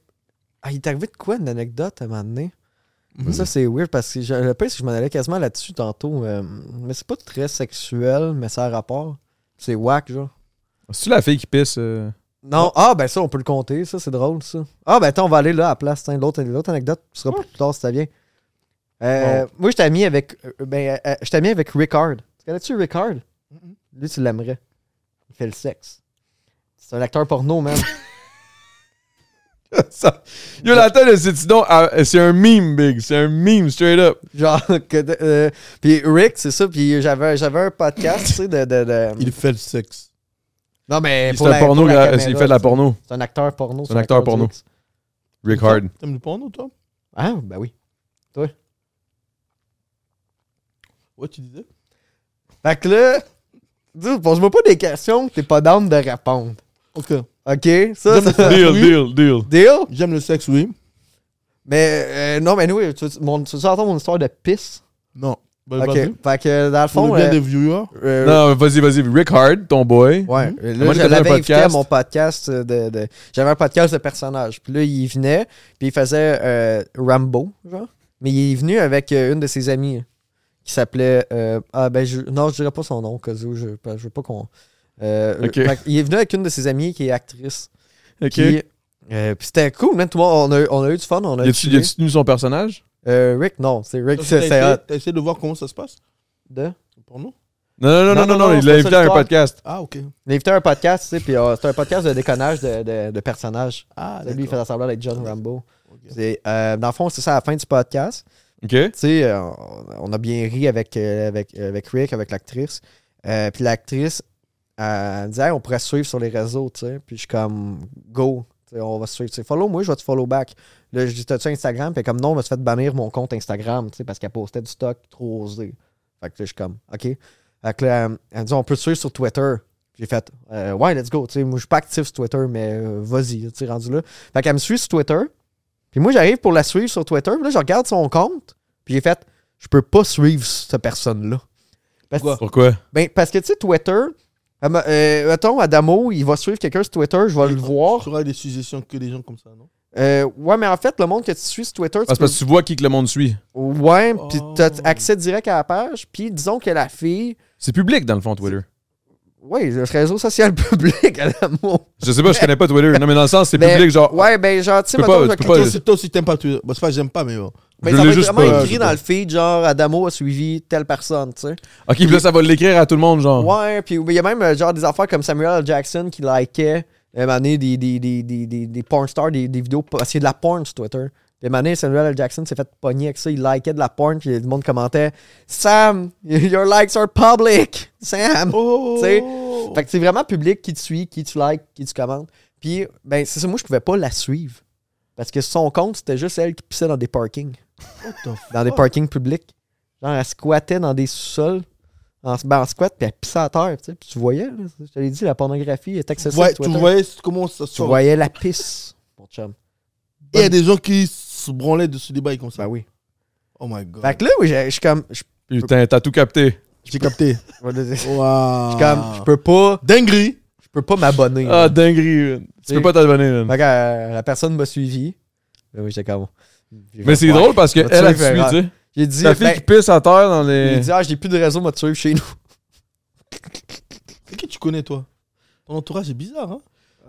ah, il est arrivé de quoi une anecdote à un moment donné? Mmh. Ça, c'est weird parce que je, le pire, c'est que je m'en allais quasiment là-dessus tantôt. euh, mais c'est pas très sexuel, mais ça a rapport. C'est whack, genre. c'est la fille qui pisse euh? Non, ah, ben ça, on peut le compter, ça, c'est drôle, ça. Ah, ben attends, on va aller là à la place. tiens, L'autre l'autre anecdote sera Hmm. pour plus tard si ça vient. Euh, Moi, j'étais ami avec. euh, Ben, euh, j'étais ami avec Ricard. Tu connais-tu Ricard? Lui, tu l'aimerais. Il fait le sexe. C'est un acteur porno, man. ça. Yo la tête de cet idon, ah, c'est un meme big, c'est un meme straight up. Genre, que de- euh, puis Rick, c'est ça. Puis j'avais, j'avais un podcast, tu sais, de. de- de- Il fait le sexe. Non, mais. C'est pour un la- porno, pour la gra- caméra, il fait de la tu sais. porno. C'est un acteur porno. C'est un acteur porno. du X. Rick Hard. T'aimes le porno, toi Ah, ben oui. Ouais, tu disais. Fait que là, dis, pose-moi pas des questions que t'es pas d'âme de répondre. Ok. OK? Ça, J'aime ça. le- Deal, Oui. deal, deal. Deal? J'aime le sexe, oui. Mais euh, non, mais oui, tu, tu- mon, tu veux entendre mon histoire de pisse? Non. Bah, OK. vas-y. Fait que dans le Pour fond. le bien euh, des viewers. euh, Non, vas-y, vas-y, Rick Hard, ton boy. Ouais, euh, Moi, j'étais là, je dans un l'avais invité à podcast. mon podcast. euh, De, de- J'avais un podcast de personnages. Puis là, il venait, puis il faisait euh, Rambo, genre. Mais il est venu avec euh, une de ses amies hein, qui s'appelait. euh, ah, ben, je, non, je dirais pas son nom, au cas où je, ben, je veux pas qu'on. euh, Ok. fait que Il est venu avec une de ses amies qui est actrice. OK. Puis, euh, puis c'était cool, man. Tout le monde, on, a, on a eu du fun. On Y a a-tu y chillé. a-tu tenu son personnage Euh, Rick, non, c'est Rick, T'as c'est c'est essayé- hot. T'as essayé de voir comment ça se passe De- le porno Non non non non non, non, non, il c'est l'a pas invité ça à un l'histoire. podcast. Ah, ok. On a invité un podcast, tu sais, puis euh, c'était un podcast de déconnage de, de, de personnages. Ah, Lui, il d'accord. faisait semblant d'être John Rambo. Ok. C'est, euh, dans le fond, c'est ça à la fin du podcast. OK. Tu sais, euh, on, on a bien ri avec, euh, avec, euh, avec Rick, avec l'actrice. Euh, puis l'actrice, euh, elle me disait, Hey, on pourrait se suivre sur les réseaux, tu sais. Puis je suis comme, go, Tu sais, on va se suivre. Tu sais, follow moi, je vais te follow back. Là, je dis, t'as-tu Instagram? Puis elle est comme, non, on va se fait bannir mon compte Instagram, tu sais, parce qu'elle postait du stock trop osé. Fait que là, je suis comme, OK. Fait que là, elle me dit, on peut se suivre sur Twitter. J'ai fait, Euh, ouais, let's go. Tu sais, moi, je suis pas actif sur Twitter, mais euh, vas-y, tu sais, rendu là. Fait qu'elle me suit sur Twitter. Puis moi, j'arrive pour la suivre sur Twitter. Puis là, je regarde son compte. Puis j'ai fait, je peux pas suivre cette personne-là. Parce, Pourquoi? Ah. Pourquoi ben, parce que, tu sais, Twitter, Ah, ma- euh, mettons, Adamo, il va suivre quelqu'un sur Twitter, je vais le voir. Tu auras des suggestions que des gens comme ça, non Euh, ouais, mais en fait, le monde que tu suis sur Twitter, tu Ah, Parce, peux- parce que tu vois qui que le monde suit. Ouais, puis Oh. t'as accès direct à la page. Puis disons que la fille. C'est public, dans le fond, Twitter. Ouais, le réseau social public, Adamo. Je sais pas, je connais pas Twitter. Non, mais dans le sens, c'est Mais- public, genre. Ouais, ben genre, tu sais, peux mettons, pas- je vais tu peux cliquer pas- Toi, si- toi aussi, t'aimes pas Twitter. Bah, c'est pas, j'aime pas, mais bon. Mais Je ça l'ai va être juste vraiment pas, écrit je dans sais le feed, genre Adamo a suivi telle personne, tu sais. Ok, puis là, ça va l'écrire à tout le monde, genre. Ouais, puis il y a même euh, genre des affaires comme Samuel L. Jackson qui likait euh, à un moment donné, des, des, des, des, des, des porn stars, des, des vidéos. po- C'est de la porn sur Twitter. Puis à un moment donné, Samuel L. Jackson s'est fait pogner avec ça. Il likait de la porn, puis le monde commentait Sam, your likes are public! Sam! Oh Tu sais, Fait que c'est vraiment public qui te suit, qui tu likes, qui tu commandes. Puis, ben, c'est ça, moi, je pouvais pas la suivre. Parce que son compte, c'était juste elle qui pissait dans des parkings. dans Oh. des parkings publics. Genre, elle squattait dans des sous-sols. En, ben, en squat, puis elle pissait à terre. tu sais. Puis tu voyais, là, je te l'ai dit, la pornographie est accessible. Ouais, sur tu Twitter. voyais comment ça Tu sort. voyais la pisse, mon chum. Et il y a des gens qui se branlaient de ce débat comme ça. Ben oui. Oh my god. Fait que là, oui, j'ai- je suis comme. Je Putain, t'as tout capté. J'ai capté. je vais le- je Waouh. suis comme, je peux pas, Dinguerie. je peux pas m'abonner. Ah, dinguerie. man. Tu C'est- peux pas t'abonner, man. Fait que, euh, la personne m'a suivi. Ben oui, j'étais comme. Mais c'est Ouais. drôle parce qu'elle, Vas-tu elle a faire suit, un- tu sais. J'ai dit, La fille ben, qui pisse à terre dans Il les. dit, ah, j'ai plus de réseau, m'a tué chez nous. C'est qui tu connais, toi Ton entourage est bizarre, hein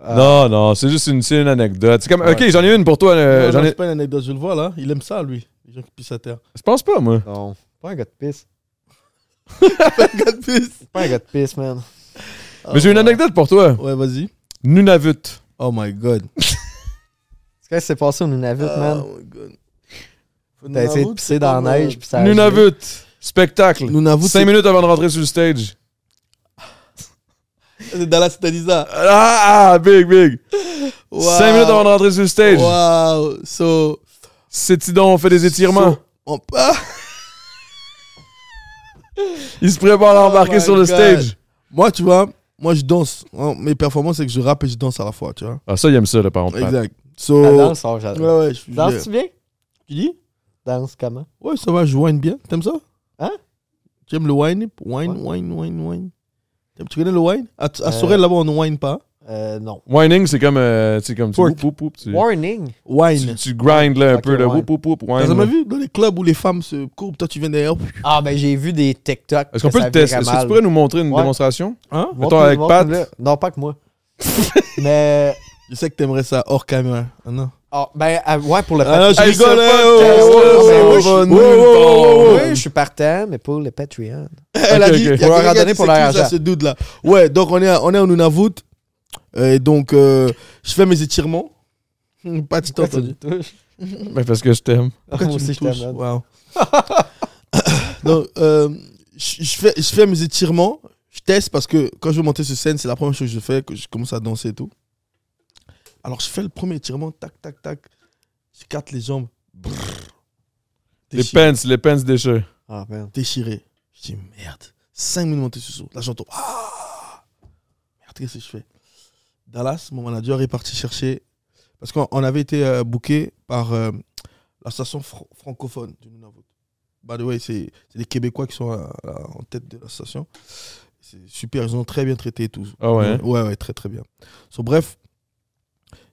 Ah, Non, non, c'est juste une, c'est une anecdote. C'est comme. Ouais. Ok, j'en ai une pour toi. euh, Non, j'en non, ai- C'est pas une anecdote, je le vois là. Il aime ça, lui. Les gens qui pissent à terre. Je pense pas, moi. Non, pas un gars de pisse. Regarde, pisse. Pas un gars de pisse, man. Mais j'ai une anecdote pour toi. Ah, Ouais, vas-y. Nunavut. Oh my god. C'est Qu'est-ce qui s'est passé au Nunavut, Euh, man? Oh my god. T'as essayé de pisser dans la neige, puis ça a gelé. Nunavut. Spectacle. Nunavut, Cinq c'est minutes avant de rentrer sur le stage. c'est Dallas, c'est Dalisa. Ah, ah, big, big. Waouh. Cinq minutes avant de rentrer sur le stage. Waouh. So. C'est Tidon, on fait des étirements. so- on- Ah, Il se prépare à Oh embarquer my sur le God. stage. Moi, tu vois, moi je danse. Hein, Mes performances, c'est que je rappe et je danse à la fois, tu vois. Ah, ça, il aime ça, le parent. Pat. Exact. So. Ah, danse, oh, j'adore. Ouais, ouais, je- Danses-tu bien? Tu dis Danse comment? Ouais, ça va, je whine bien. T'aimes ça Hein Tu aimes le wine Wine, wine, wine, wine. T'aimes- Tu connais le wine À, à Euh. Sorel, là-bas, on ne wine pas. Euh, non. Whining, c'est comme. euh, tu sais, comme. Tu, Twerk. whoop, whoop, whoop, tu, Warning. tu, Wine. tu grindes là un Ok, peu. Là, whine. whoop, whoop, whoop, whine, T'as là. jamais vu dans les clubs où les femmes se courbent, toi tu viens derrière Ah, ben j'ai vu des TikTok. Est-ce qu'on que peut ça le tester virait Est-ce que tu mal. pourrais nous montrer une Ouais. démonstration Hein mettons, Montre-nous, avec Pat? montre-nous-le. Non, pas que moi. Mais. euh, Je sais que t'aimerais ça hors caméra. Ah non. ah, ben, ah, ouais, pour le Ah, Patreon. je Hey, ce rigole, hein, podcast, oh, là, oh, c'est- oh, moi, oh, je- oh, oh, oh, oh, oh, oh. Oui, je suis partant, mais pour le Patreon. Elle a Ok, ok. dit, il y a Faut leur quelqu'un en qui donner sait pour leur qui ça, argent. ce dude là. Ouais, donc on est à, on est en Nunavut. Euh, Et donc, euh, je fais mes étirements. Hum, Pas de temps Pourquoi tu entendu. me touches? Mm. Ben, Parce que je t'aime. Ah, Pourquoi Moi tu me aussi, je touches t'aime. Wow. Donc, euh, je je fais, je fais mes étirements. Je teste parce que quand je veux monter sur scène, c'est la première chose que je fais, que je commence à danser et tout. Alors, je fais le premier étirement, tac, tac, tac. J'écarte les jambes. Brrr. Les Déchiré, pants, les pants déchets. Ah, man. déchiré. Je dis merde. 5 minutes montée sur saut. Là, j'entends. Ah merde, qu'est-ce que je fais Dallas, mon manager est parti chercher. Parce qu'on on avait été euh, booké par euh, l'association fr- francophone du Nunavut. By the way, c'est c'est les Québécois qui sont à- à- en tête de l'association. C'est super, ils ont très bien traité tous. Ah ouais, hein? Mm. ouais, ouais, très très bien. So, bref,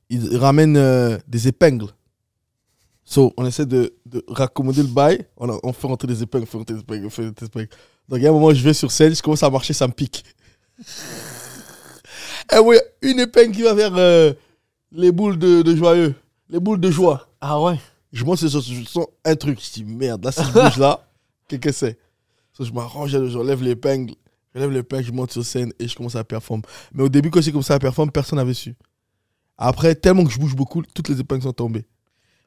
ils ramènent euh, des épingles. So, on essaie de, de raccommoder le bail. On, a- on fait rentrer des épingles, on fait rentrer des épingles, on fait rentrer des épingles. Donc, à un moment, je vais sur scène, je commence à marcher, ça me pique. Et oui, une épingle qui va vers euh, les boules de, de joyeux, les boules de joie. Ah, ouais. Je monte, je sens- je sens un truc. Je dis merde, là, si je bouge là, qu'est-ce que c'est So, Je m'arrange, je lève l'épingle. Je lève l'épingle, je monte sur scène et je commence à performer. Mais au début, quand j'ai commencé à performer, personne n'avait su. Après, tellement que je bouge beaucoup, toutes les épingles sont tombées.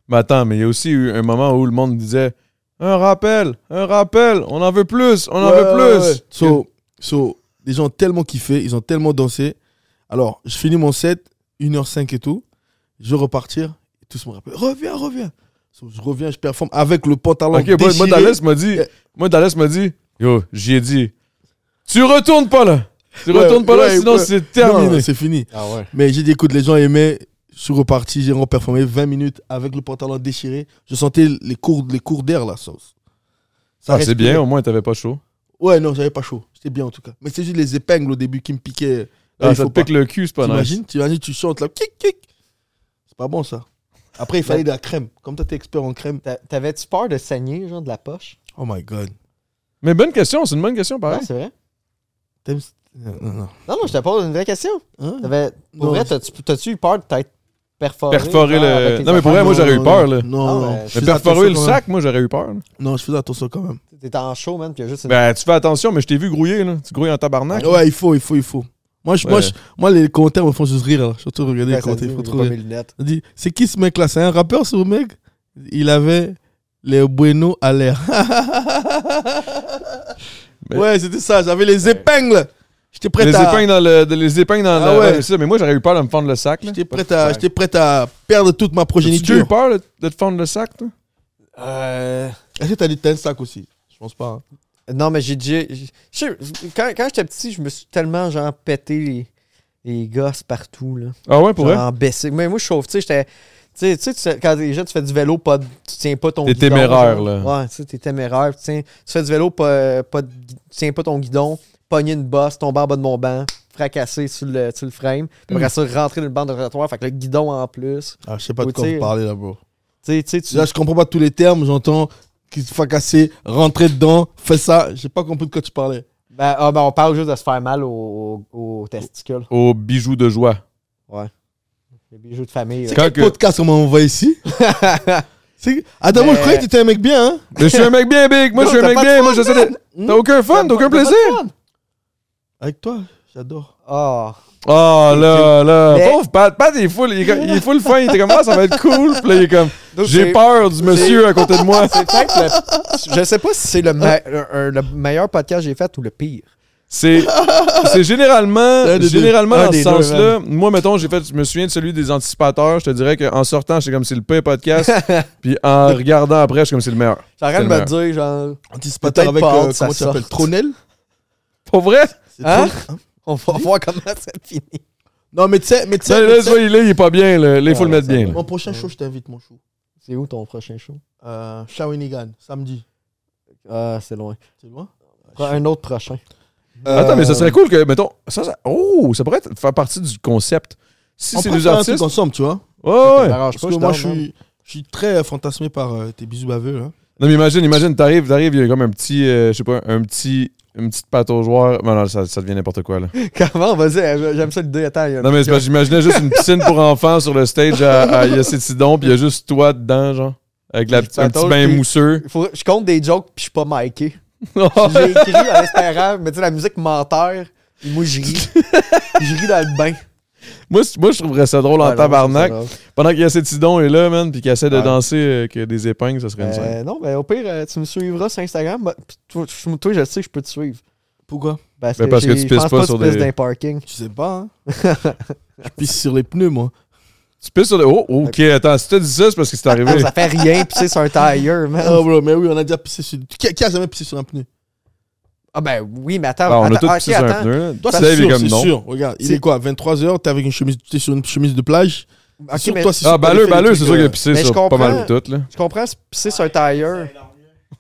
Mais attends, mais il y a aussi eu un moment où le monde disait un rappel, un rappel, on en veut plus, on en Ouais, veut plus. ouais, ouais. So, so, les gens ont tellement kiffé, ils ont tellement dansé. Alors, je finis mon set, 1h05 et tout. Je veux repartir. Et tous me rappellent Reviens, reviens. So, je reviens, je performe avec le pantalon. Ok, moi, déchiré. Euh. moi, Dallas m'a dit, Ouais. moi, Dallas m'a dit, yo, j'y ai dit, tu retournes pas là. Tu Ouais, retournes pas là, ouais, sinon ouais. c'est Non, terminé. non, c'est fini. Ah, ouais. Mais j'ai dit, écoute, les gens aimaient. Je suis reparti, j'ai reperformé 20 minutes avec le pantalon déchiré. Je sentais les cours, les cours d'air, la sauce. Ah, c'est respirait. bien, au moins, t'avais pas chaud. Ouais, non, j'avais pas chaud. C'était bien en tout cas. Mais c'est juste les épingles au début qui me piquaient. Là, Ah, il ça faut te pique le cul, c'est pas nice. T'imagines T'imagines, tu chantes là, kick, kick. C'est pas bon ça. Après, il fallait de la crème. Comme toi, t'es expert en crème. T'a- T'avais-tu peur de saigner, genre, de la poche? Oh my god. Mais bonne question, c'est une bonne question, pareil. Non, c'est vrai? T'aimes. Non, non, non. Non, non, je te pose une vraie question. Hein T'avais- Pour Non, vrai, je- t'as-tu t'as-tu eu peur de t'être perforé? Perforer genre, le- avec les Non, mais pour vrai, affaires? moi, Non, j'aurais eu non, peur, là. Non, non. Ah ouais. Je Mais faisais perforer le attention quand sac, moi, j'aurais eu peur. là. même. Non, je faisais attention quand même. T'étais en show, man, puis il y a juste une... Ben, tu fais attention, mais je t'ai vu grouiller, là. Tu grouilles en tabarnak. Ah, Ouais, il faut, il faut, il faut. Moi, je, moi, Ouais. je- moi, les commentaires me font juste rire. là. Surtout regarder Ouais, les ça commentaires. dit, Il faut j'ai trop pas rire. mes lunettes. Il dit, c'est qui ce mec là C'est un rappeur ce mec Il avait les bueno à l'air. Mais- Ouais, c'était ça, j'avais les épingles. J'étais prêt Les à épingles dans le. de- Les épingles dans Ah le. ouais. ouais, c'est ça, mais moi, j'aurais eu peur de me fendre le sac. là. J'étais prêt à j'étais prêt à perdre toute ma As-tu déjà eu progéniture. peur là, de te fendre le sac, toi? Euh... Est-ce que t'as dit t'as un sac aussi Je pense pas. hein. Non, mais j'ai déjà. j'ai- je sais, Quand, quand j'étais petit, je me suis tellement, genre, pété les, les gosses partout, là. Ah ouais, pour vrai? Genre, en baissé. Mais moi, je chauffe, tu sais, j'étais. Tu sais, tu sais, tu sais, quand déjà tu fais du vélo, pas de- tu tiens pas ton T'es guidon. téméraire, genre. là. Ouais, tu sais, t'es téméraire. Tu, tiens- tu fais du vélo, pas, pas de gui- tu tiens pas ton guidon, pogner une bosse, tomber en bas de mon banc, fracasser sur le, sur le frame, puis après Hmm. ça, rentrer dans le banc de rotatoire, fait que le guidon en plus. Ah, je sais pas Ou de quoi tu sais- vous parlez là, bro. Tu sais, tu sais, tu- Là, je comprends pas tous les termes, j'entends qu'il se fait casser, rentrer dedans, fais ça, j'ai pas compris de quoi tu parlais. Ben, ah, ben, on parle juste de se faire mal aux, aux- aux testicules. Aux bijoux de joie. Les bijoux de famille. C'est là. Quand quel que- podcast on m'envoie ici C'est- Attends, moi je Mais- croyais que t'étais un mec bien, hein Mais je suis un mec bien big, moi, je Non, suis un t'as mec pas de bien, fun, Hmm? moi, j'essaie de. T'as aucun fun, t'as aucun pas de plaisir. fun. Avec toi, j'adore. Ah. Oh là là, Mais- pauvre Pat, Pat il est full, il est, comme- il est full fin, il était comme ah, ça va être cool, puis là il est comme Donc, j'ai c'est- peur du monsieur à côté de moi. C'est peut-être le- Je sais pas si c'est le, me- le- le meilleur podcast que j'ai fait ou le pire. C'est c'est généralement Un des deux. généralement Un dans ce des deux, sens-là. Moi mettons, j'ai fait je me souviens de celui des anticipateurs, je te dirais qu'en sortant, j'étais comme c'est le pire podcast, puis en regardant après, je suis comme c'est le meilleur. J'arrête de C'est me dire, genre, Anticipateur Peut-être avec, pas euh, hâte, ça comment tu sorte. t'appelles, Tronel Pour vrai C'est Hein Tron- on va voir comment ça finit. Non, mais tu sais, mais tu Ça, sais, là, mais tu tu vois, sais, il est, il est pas bien là, Là, il faut Ah, le mettre ça bien. là. mon prochain show, je t'invite, mon chou. C'est où ton prochain show? Euh, Shawinigan, samedi. Ah, c'est loin. C'est loin Prends un autre prochain. Euh, Attends, mais ça serait cool que mettons ça, ça- oh, ça pourrait être- faire partie du concept. Si On c'est pourrait des faire un truc artistes, ensemble, tu vois. ouais ouais. M'arrange Parce pas, que je moi, dors, hein. je suis, je suis très fantasmé par euh, tes bisous baveux. Hein. Non, mais imagine, imagine, t'arrives, t'arrives, il y a comme un petit, euh, je sais pas, un petit, une petite patte au joueur. Non, non, ça, ça devient n'importe quoi, là. man. Comment? Vas-y, euh, j'aime ça l'idée. Attends, il y a- Non, mais c'est parce que j'imaginais juste une piscine pour enfants sur le stage à, à Yacétidon, puis il y a juste toi dedans, genre. Avec la, petite- un petit bain mousseux. Faut- je compte des jokes puis je suis pas miké. J'ai ouais, écrit en espérant, mais tu sais, la musique menteur. et Moi, je ris. je ris dans le bain. moi, c- moi, je trouverais ça drôle en Ouais, non, tabarnak. c'est ça, Pendant que Yacétidon est là, man, puis qu'il essaie de Ouais. danser euh, avec des épingles, ça serait une scène. Euh, non, mais au pire, euh, tu me suivras sur Instagram. bah, pis toi, je- toi, je sais que je peux te suivre. Pourquoi Parce Ben, parce que j'ai- tu je pisses pense pas sur que tu pisses des- dans les parkings. Tu sais pas. Hein. je pisse sur les pneus, moi. Tu pisses sur le. Oh, ok, attends, si t'as dit ça, c'est parce que c'est arrivé. Ça fait rien pisser sur un tire, man. Ah, Oh, bro, mais oui, on a déjà pissé sur. Qui, qui a jamais pissé sur un pneu Ah ben oui, mais attends. Ah, on a tous attends, ah, pissé ok, sur un attends. pneu, là. Toi, Ça, c'est il est sûr, comme c'est non. sûr. Regarde, il C'est- est quoi 23h, t'es avec une chemise, t'es sur une chemise de plage. Ok, Sur mais toi, c'est Ah, sûr que t'as balleux, fait des balleux, c'est trucs, sûr qu'il a euh, pissé mais je sur pas mal comprends. de tout, là. Je comprends c'est pisser sur un tire.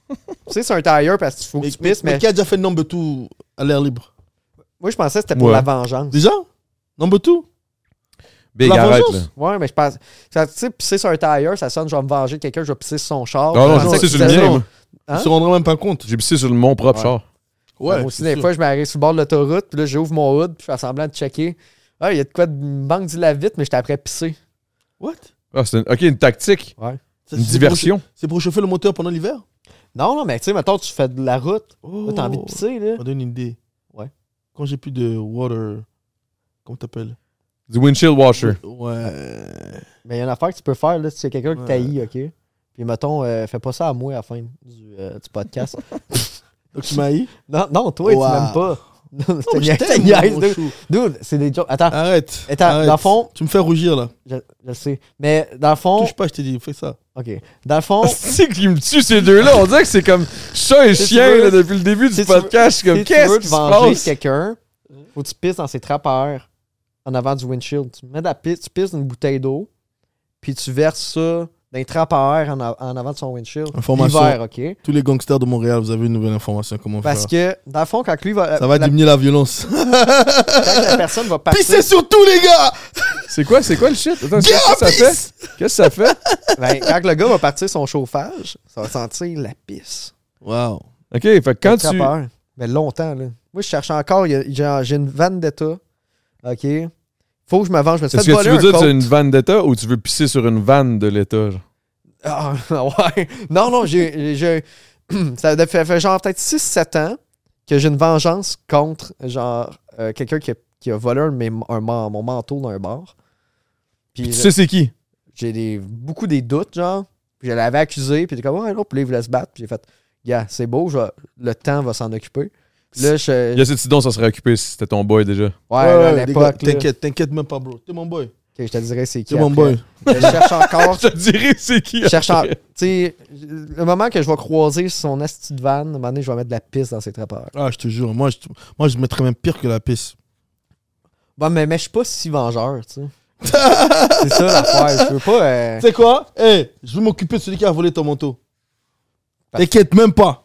Pisser sur un tire parce qu'il faut que Mais, tu pisses, mais mais qui a déjà fait Number tout à l'air libre moi, je pensais que c'était pour Ouais. la vengeance. Déjà Number tout Big, La arrête, vengeance. là. Ouais, mais je pense. ça, Tu sais, pisser sur un tire, ça sonne, je vais me venger de quelqu'un, je vais pisser sur son char. Ah non, Je j'ai pensais pissé que sur le c'était- mien, raison. moi. Hein? Ils se rendront même pas compte. J'ai pissé sur le- mon propre Ouais. char. Ouais. moi aussi, c'est des sûr. fois, je m'arrive sur le bord de l'autoroute, puis là, j'ouvre mon hood, puis je fais semblant de checker. Ah, il y a de quoi de manque du lave-vite, mais j'étais après pisser. What Ah, c'est une- ok, une tactique, Ça, une c'est diversion. pour- C'est pour chauffer le moteur pendant l'hiver Non, non, mais tu sais, maintenant tu fais de la route. oh. Là, t'as envie de pisser, là. Ça donne une idée. Ouais. Quand j'ai plus de water. Comment t'appelles Du windshield washer. Ouais. Mais il y a une affaire que tu peux faire, là, si c'est quelqu'un qui Ouais. t'haït, OK? Puis, mettons, euh, fais pas ça à moi à la fin du, euh, du podcast. Donc tu m'as eu non, non, toi, Wow. tu m'aimes pas. Non, Non, mais je je t'aime, mon t'aime, chou. Dude, c'est des jokes. Attends, Arrête. Attends, arrête. dans le fond- Tu me fais rougir là. je, je le sais. Mais dans le fond. Touche pas, je t'ai dit, fais ça. OK. Dans le fond. C'est qui me tue ces deux-là. On dirait que c'est comme chat et Si tu chien veux- là, depuis le début si du tu veux- podcast. Je suis Si comme tu veux qu'est-ce te qui se venger de passe? quelqu'un, faut que tu pisses dans ses trappeurs en avant du windshield. Tu mets de la pisse, tu pisses dans une bouteille d'eau, puis tu verses ça d'un trappe à air en, a- en avant de son windshield. Information. L'hiver, OK? Tous les gangsters de Montréal, vous avez une nouvelle information. Comment Parce faire que, dans le fond, quand lui va. Ça va la, diminuer la violence. quand la personne va partir. Pissez sur tout, les gars C'est quoi, c'est quoi le shit? Attends, qu'est-ce que ça fait? Pisse Qu'est-ce que ça fait? ben, quand le gars va partir son chauffage, ça va sentir la pisse. Wow. OK, fait que quand Le tu... trappeur. Mais longtemps, là. Moi, je cherche encore. il y a- j'ai- J'ai une vendetta. OK? Faut que je me venge. Je me suis Est-ce fait que tu veux voler dire un que c'est coat. une vanne d'État ou tu veux pisser sur une vanne de l'État? genre? Ah, ouais. Non, non, j'ai. j'ai- ça fait, fait genre peut-être 6-7 ans que j'ai une vengeance contre, genre, euh, quelqu'un qui a, qui a volé un, de mes- un man- mon manteau dans un bar. Puis Tu je- sais c'est qui? j'ai des, beaucoup des doutes, genre. Puis je l'avais accusé, puis il était comme, ouais, non, puis là, il voulait se battre. Puis j'ai fait, gars, c'est beau, je vais- le temps va s'en occuper. Là, je. Il y a cette idée, ça serait occupé si c'était ton boy déjà. ouais, Ouais, là, à ouais, les gars, l'époque. là. T'inquiète, t'inquiète même pas, bro. T'es mon boy. Ok, je te dirais, c'est qui. T'es mon après. boy. Je cherche encore. Je te dirais c'est qui? Je cherche en- après. Tu sais, le moment que je vais croiser son asti de vanne, à un moment donné, je vais mettre de la pisse dans ses trappeurs. Ah, je te jure, moi je, moi, je mettrais même pire que la pisse. Bon, mais, mais je suis pas si vengeur, tu sais. c'est ça l'affaire. Je veux pas. euh, Tu sais quoi Eh, je vais m'occuper de celui qui a volé ton manteau. Parfait. T'inquiète même pas.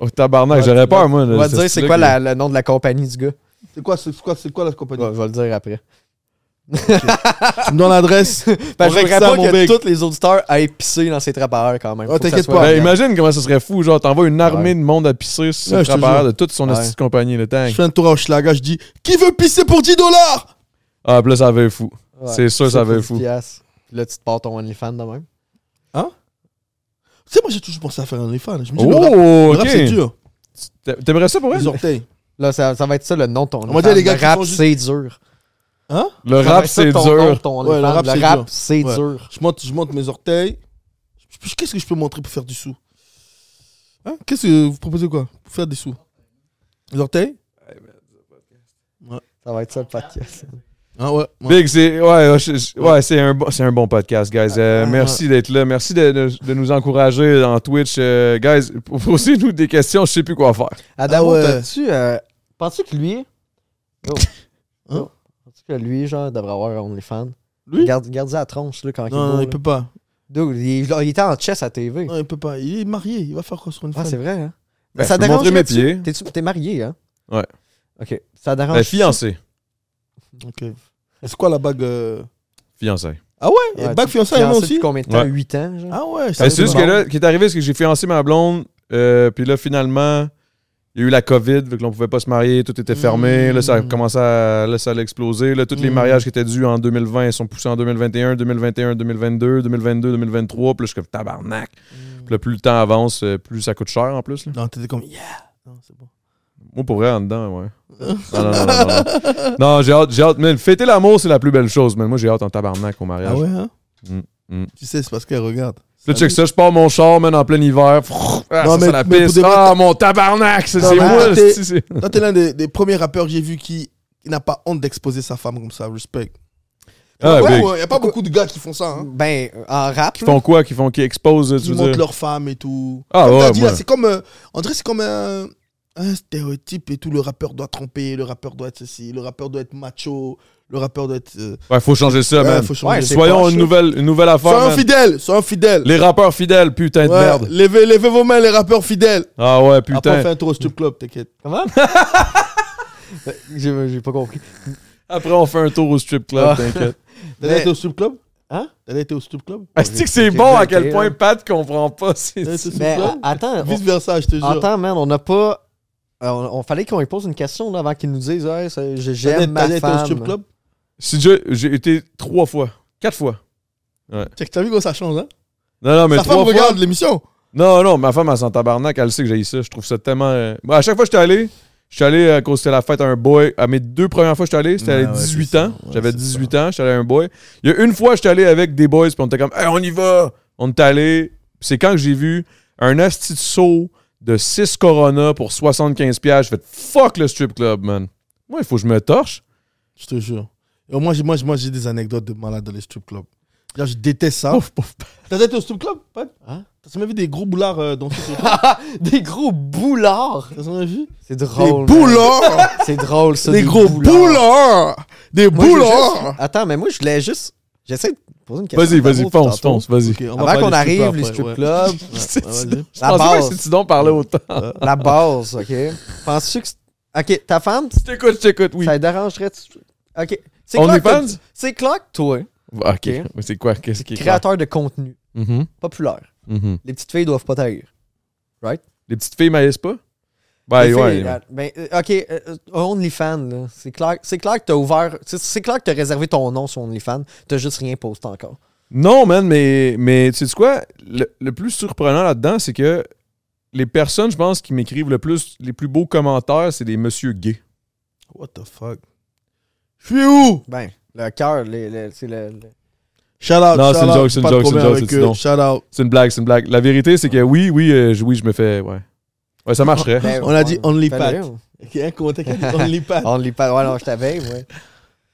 Oh tabarnak, Ouais, j'aurais peur, moi. On de va ce te dire c'est style-là quoi qui- la- le nom de la compagnie du gars. C'est quoi, c'est quoi, c'est quoi la compagnie Ouais, je vais le dire après. Tu me donnes l'adresse Parce que je règle voudrais ça, pas mon que bec. tous les auditeurs aillent pisser dans ses trappeurs quand même. Ah, Faut que ça t'inquiète soit pas. bien. Ben, imagine comment ça serait fou, genre, t'envoies une armée Ah Ouais. de monde à pisser sur Ouais, le je te trappeur jure. de toute son Ouais. astuce de compagnie, le Je tank. fais un tour à Hochelaga, je dis Qui veut pisser pour 10 dollars Ah, puis là, ça va être fou. Ouais. C'est sûr, ça va être dix fou. piastres. Puis Là, tu te pars ton OnlyFans de même. Tu sais, moi j'ai toujours pensé à faire un OnlyFans. Je me dis, le rap, Oh, le rap, c'est ok. dur. T'a- T'aimerais ça pour vrai? Les orteils. Là, ça, ça va être ça le nom de ton va dire, OnlyFans. les gars Le qui rap, font juste- c'est dur. Hein Le Ça va rap, être ça c'est ton nom de dur. ton Ouais, le OnlyFans. rap, Le c'est rap, dur. c'est Ouais. dur. Je monte, je monte mes orteils. Je- je- Qu'est-ce que je peux montrer pour faire du sou Hein Qu'est-ce que vous proposez quoi Pour faire des sous Les orteils Ça va être ça le podcast. Ah ouais. ouais. Big, c'est ouais, je- je- ouais, c'est un, bon, c'est un bon podcast, guys. Euh, Ah, merci d'être là. Merci de, de- de nous encourager dans Twitch. Euh, guys, posez-nous des questions, je sais plus quoi faire. Adamo, Ah ouais. t'as-tu. euh, Penses-tu que lui. Oh. Hein? Oh. Penses-tu que lui, genre, devrait avoir un OnlyFans? Lui Garde, garde la tronche, là, quand Non, non, il il est peut pas. beau, là. Dude, il, il était en chess à TV. Non, il peut pas. Il est marié, il va faire quoi sur une Ah, femme c'est vrai, hein? Ben, ça je peux dérange. montrer mes pieds. T'es, t'es marié, hein? Ouais. Ok. Ça dérange. La fiancée. Ok. C'est quoi la bague euh, Fiancée. Ah ouais, Ouais, et bague tu- fiancée, il y en a fiancé aussi. depuis combien de temps? Ouais. 8 ans, genre? Ah ouais, Ben, c'est c'est juste bon. que là, ce qui est arrivé, c'est que j'ai fiancé ma blonde. euh, Puis là, finalement, il y a eu la COVID, vu que l'on pouvait pas se marier, tout était fermé. Là, ça a Mm. commencé à, là, ça allait exploser. Là, tous les Mm. mariages qui étaient dus en 2020 sont poussés en 2021, 2021, 2022, 2022, 2023. Puis là, je suis comme tabarnak. Mm. Puis là, plus le temps avance, euh, plus ça coûte cher en plus. là. Non, t'étais comme yeah. Non, c'est bon. Moi, pour vrai, en dedans, ouais. Non, non, non, non. non. Non, j'ai hâte, j'ai hâte. Man, fêter l'amour, c'est la plus belle chose, mais moi, j'ai hâte en tabarnak au mariage. Ah ouais, hein Mm, mm. Tu sais, c'est parce qu'elle regarde. Là, check ça, je pars mon char, man, en plein hiver. Ah, Non, ça, mais- c'est la mais pour piste. de vrai, Ah, mon tabarnak, c'est Non, c'est mais moi. t'es- c'est- c'est- Toi, t'es l'un des, des premiers rappeurs que j'ai vu qui, qui n'a pas honte d'exposer sa femme comme ça. Respect. Ah, ouais, big. ouais, y a pas beaucoup de gars qui font ça. Hein. Ben, en rap, Qui font quoi? Qui font qui exposent, tu Qui veux montrent dire? leur femme et tout. Ah Comme t'as ouais, dit, moi. là, c'est comme. euh, on dirait que c'est comme un, un stéréotype et tout. Le rappeur doit tromper, le rappeur doit être ceci, le rappeur doit être macho, le rappeur doit être. euh, Ouais, faut changer ça, ouais, Ah, man. faut changer. Ouais, c'est Soyons poche, une là. nouvelle, une nouvelle affaire, soyons man. fidèles, soyons fidèles. Les rappeurs fidèles, putain de Ouais, merde. Levez, levez vos mains, les rappeurs fidèles. Ah ouais, Après, on putain. fait un tour au strip club, t'inquiète. comment? Ben, j'ai, j'ai pas compris. Après, on fait un tour au strip club, Ah. t'inquiète. T'as déjà Mais- été au strip club Hein T'as déjà été au strip club Ah, c'est que c'est bon à hein. quel point là. Pat comprend pas. c'est- T'as été au strip Mais club Ben, a- attends, Ah, Vice versa, je te jure. on, attends, man, on n'a pas. euh, On, on fallait qu'on lui pose une question là, avant qu'il nous dise hey, ça, je- T'as déjà- j'aime ma T'as déjà été au strip femme. club Si je- j'ai été trois fois, quatre fois. Check, T'as vu comment ça change, hein Non, non, mais Sa trois femme fois. regarde l'émission. Non, non, ma femme, elle s'en tabarnak, elle sait que j'ai ça. Je trouve ça tellement. euh, bon, à chaque fois que j'étais allé, je suis allé à cause c'était la fête à un boy. À mes deux premières fois que j'étais allé, c'était Ouais, à ouais, 18 c'est ans. ça. Ouais, J'avais c'est 18 ans, j'étais allé à un boy. Il y a une fois, j'étais allé avec des boys, puis on était comme, hey, on y va! On est allé. Puis C'est quand que j'ai vu un asti de saut de 6 Corona pour 75$. piastres. J'ai fait fuck le strip club, man. Moi, il faut que je me torche. Je te jure. Et moi, j'ai- moi, j'ai- moi, j'ai des anecdotes de malade dans les strip clubs. Genre, je déteste ça. Pouf, pouf. T'as déjà été au strip club Pat Hein T'as jamais vu des gros boulards euh, dans le strip club Des gros boulards. T'as jamais vu C'est Des drôle. man. boulards C'est drôle Oh ça. Des gros boulards Des Moi, j'ai boulards juste- Attends, mais moi je voulais juste J'essaie de poser une question. Vas-y, à vas-y, Damo fonce, depuis tantôt. fonce, vas-y. Ok, on va Avant parler qu'on des strip arrive, clubs les après, strip ouais. clubs, C'est- Ouais, Je vas-y. La pensais pas base. que si tu donc parlais autant. la base, OK? Penses-tu que... c'est- OK, ta femme, Je t'écoute, je t'écoute, oui. ça la dérangerait... OK. C'est On clair est que- fans? C'est clair que toi, Ok. Mais C'est quoi? Qu'est-ce qui est clair? créateur de contenu Mhm, populaire, mhm. les petites filles doivent pas t'haïr. Les petites filles maïsent pas? Ben, Les ouais. filles, euh, ben, euh, OK, euh, euh, OnlyFans, là, c'est clair, c'est clair que t'as ouvert... C'est c'est clair que t'as réservé ton nom sur OnlyFans, t'as juste rien posté encore. Non, man, mais, mais tu sais quoi? Le, le plus surprenant là-dedans, c'est que les personnes, je pense, qui m'écrivent le plus, les plus beaux commentaires, c'est des monsieur gays. What the fuck? Je suis où? Ben, le cœur, les- les- c'est le... le- Shout out. Non, c'est shout une out, joke, c'est une pas de joke, c'est une problème joke, avec c'est une eux. joke. Shout out. C'est une blague, c'est une blague. La vérité, c'est que oui, oui, euh, je- oui, je me fais. Ouais. Ouais, ça marcherait. Ben, On a dit Only fais-le. Pat. Ok, un commentaire qui a dit Only Pat. OnlyFans, ouais, non, je t'avais, ouais.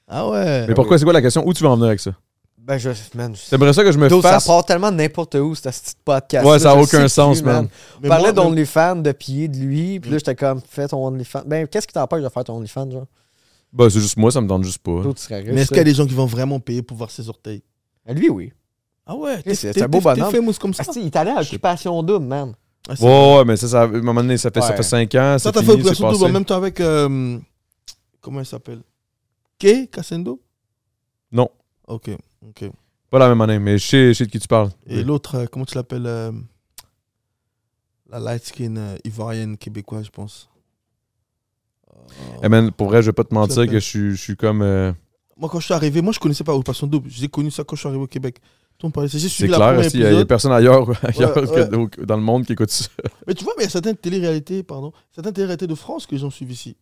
Ah ouais. Mais pourquoi, c'est quoi la question? Où tu vas en venir avec ça? Ben, je... Man, je- T'aimerais ça que je me D'où fasse. ça part tellement de n'importe où, ce petit podcast. Ouais, ça a aucun sens, man. Mais On parlait moi, d'OnlyFans, de pied de lui, Mm. puis là, j'étais comme, fais ton OnlyFans. Ben, qu'est-ce qui t'empêche de faire ton OnlyFans, genre? Bah, c'est juste moi, ça me donne juste pas. Toi, tu serais riche. Mais est-ce ça. qu'il y a des gens qui vont vraiment payer pour voir ses orteils? Ah, Lui, oui. Ah ouais, t'es- c'est un beau Ah, bonhomme. T'es famous comme ça. Asti, il est allé à Occupation Double, man. Ah, c'est- Ouais, ouais, mais ça, ça, à un moment donné, ça fait, ça Ouais. fait 5 ans. Ça, Ça, t'as fini, fait c'est Opération Double en passé. même temps avec. euh, Comment elle s'appelle? Kay Cassendo? Non. Ok, ok. Pas la même année, mais je sais, je sais de qui tu parles. Et l'autre, euh, comment tu l'appelles? euh, La light skin euh, ivoirienne québécoise, je pense. Euh, Eh, man, pour vrai, je vais pas te mentir s'appelle- que je suis, je suis comme. euh, Moi, quand je suis arrivé, moi, je connaissais pas Occupation Double. J'ai connu ça quand je suis arrivé au Québec. Tout le monde parlait. J'ai C'est suivi la clair, première aussi, il y, a- il y a épisode. personne ailleurs, ailleurs Ouais, que- au- dans le monde qui écoute ça. Mais tu vois, mais il y a certaines télé-réalités, pardon, certaines télé-réalités de France que j'en suis ici.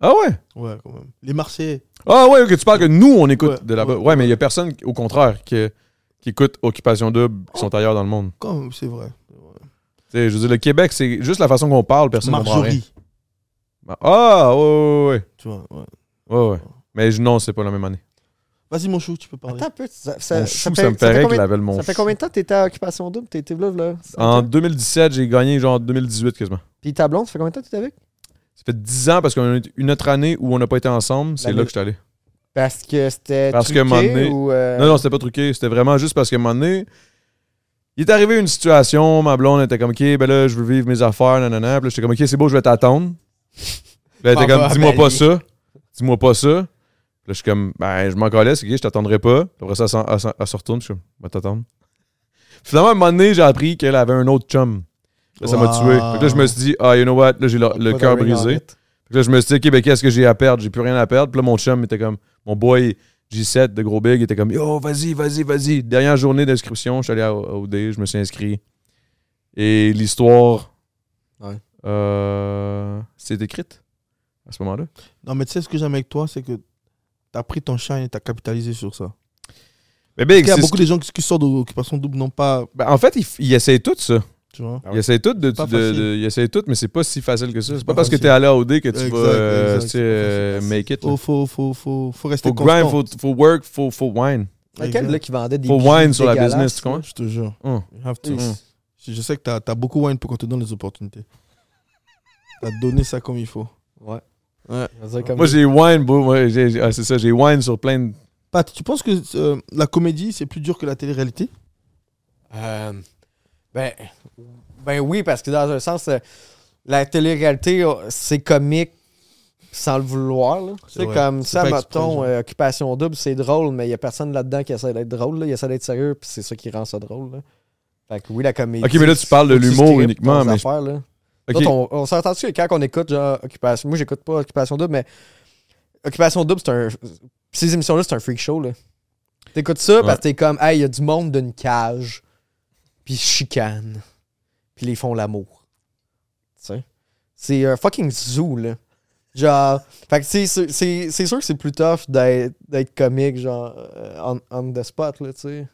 Ah ouais? Ouais, quand même. Les Marseillais. Ah ouais, que tu parles que nous, on écoute Ouais, de là-bas. Ouais, ouais, mais il y a personne, au contraire, qui, qui écoute Occupation Double, qui sont ailleurs dans le monde. Quand même, c'est vrai. Tu sais, je veux dire, le Québec, c'est juste la façon qu'on parle, personne ne comprend rien. Marjorie. Ah, ouais, ouais, ouais. Tu vois, ouais. ouais, ouais. Mais je- non, c'est pas la même année. Vas-y, mon chou, tu peux parler. Attends un peu. Ça, Ça, mon chou, ça, ça fait, ça me ça fait paraît qu'il combien, avait le mon ça fait chou. combien de temps que t'étais à Occupation Double? T'étais là, là? cinq En ans? 2017, j'ai gagné genre 2018 quasiment. Puis ta blonde, ça fait combien de temps que t'étais avec? Ça fait 10 ans parce qu'on a eu une autre année où on n'a pas été ensemble, c'est L'année- là que je suis allé. Parce que c'était Parce que, truqué un moment donné- ou... euh, Non, non, c'était pas truqué. C'était vraiment juste parce qu'à un moment donné, il est arrivé une situation, ma blonde était comme, OK, ben là, je veux vivre mes affaires, nanana. Puis là, j'étais comme, OK, c'est beau, je vais t'attendre. Puis là, elle M'en était comme, va à dis-moi pas Bali. ça. Dis-moi pas ça. Puis là, je suis comme, ben, je m'en calais, c'est OK, je t'attendrai pas. Puis Après ça, elle s'en- elle s'en- elle se retourne, puis je suis comme, va t'attendre. Finalement, à un moment donné, j'ai appris qu'elle avait un autre chum. Là, ça m'a Wow. tué. Fait que là, je me suis dit, ah, you know what, là, j'ai le, le pas cœur de ring on brisé. it. Fait que là, je me suis dit, OK, ben, qu'est-ce que j'ai à perdre? J'ai plus rien à perdre. Puis là, mon chum était comme, mon boy J7 de Gros Big était comme, yo, vas-y, vas-y, vas-y. Dernière journée d'inscription, je suis allé à O- OD, je me suis inscrit. Et l'histoire, Ouais. euh, c'est écrite à ce moment-là. Non, mais tu sais, ce que j'aime avec toi, c'est que t'as pris ton shine et t'as capitalisé sur ça. Mais Il Big, y a c'est- beaucoup de gens qui, qui sortent d'occupation double, non pas. ben, en fait, ils f- ils essayent tout ça. Tu vois Ils essayent tout, de, pas de- de- facile. ils essayent tout, mais c'est pas si facile que ça. C'est pas, pas parce que facile. t'es allé à OD que tu Exact, vas euh, exact, tu sais, c'est pas euh, facile. make it. là. Faut, faut, faut, faut, faut rester Faut constant. grind, faut, faut work, faut, faut wine. Lequel, là, qui vendait des Faut bijoux wine sur la dégueulasses, business, tu comprends? Je te jure. Hum. You have to. là? Mm. Je je sais que t'as as beaucoup wine pour qu'on te donne les opportunités. T'as donné ça comme il faut. Ouais. Ouais. Je veux dire, comme- Moi, j'ai wine, bro. Ouais, j'ai- j'ai- ah, c'est ça, j'ai wine sur plein de. Pat, tu penses que euh, la comédie, c'est plus dur que la télé-réalité Euh, ben, ben oui, parce que dans un sens, euh, la télé-réalité, euh, c'est comique sans le vouloir. là. C'est C'est vrai. comme C'est ça, pas exprès, mettons, genre. euh, Occupation Double, c'est drôle, mais il n'y a personne là-dedans qui essaie d'être drôle. là. Il essaie d'être sérieux, puis c'est ça qui rend ça drôle. là. Fait que oui, la comédie. Ok, mais là, tu parles de c'est- l'humour c'est script, uniquement, ton mais- affaire, là. Ok. D'autres, on, on s'entend-tu que quand on écoute, genre, Occupation. Moi, j'écoute pas Occupation Double, mais Occupation Double, c'est un. Ces émissions-là, c'est un freak show, là. T'écoutes ça parce que t'es comme, hey, il y a du monde d'une cage, puis ils se chicanent, puis ils font l'amour. Tu sais? C'est un fucking zoo, là. Genre, fait que c'est- c'est c'est- c'est sûr que c'est plus tough d'être d'être comique, genre, euh, on, on the spot, là, tu sais.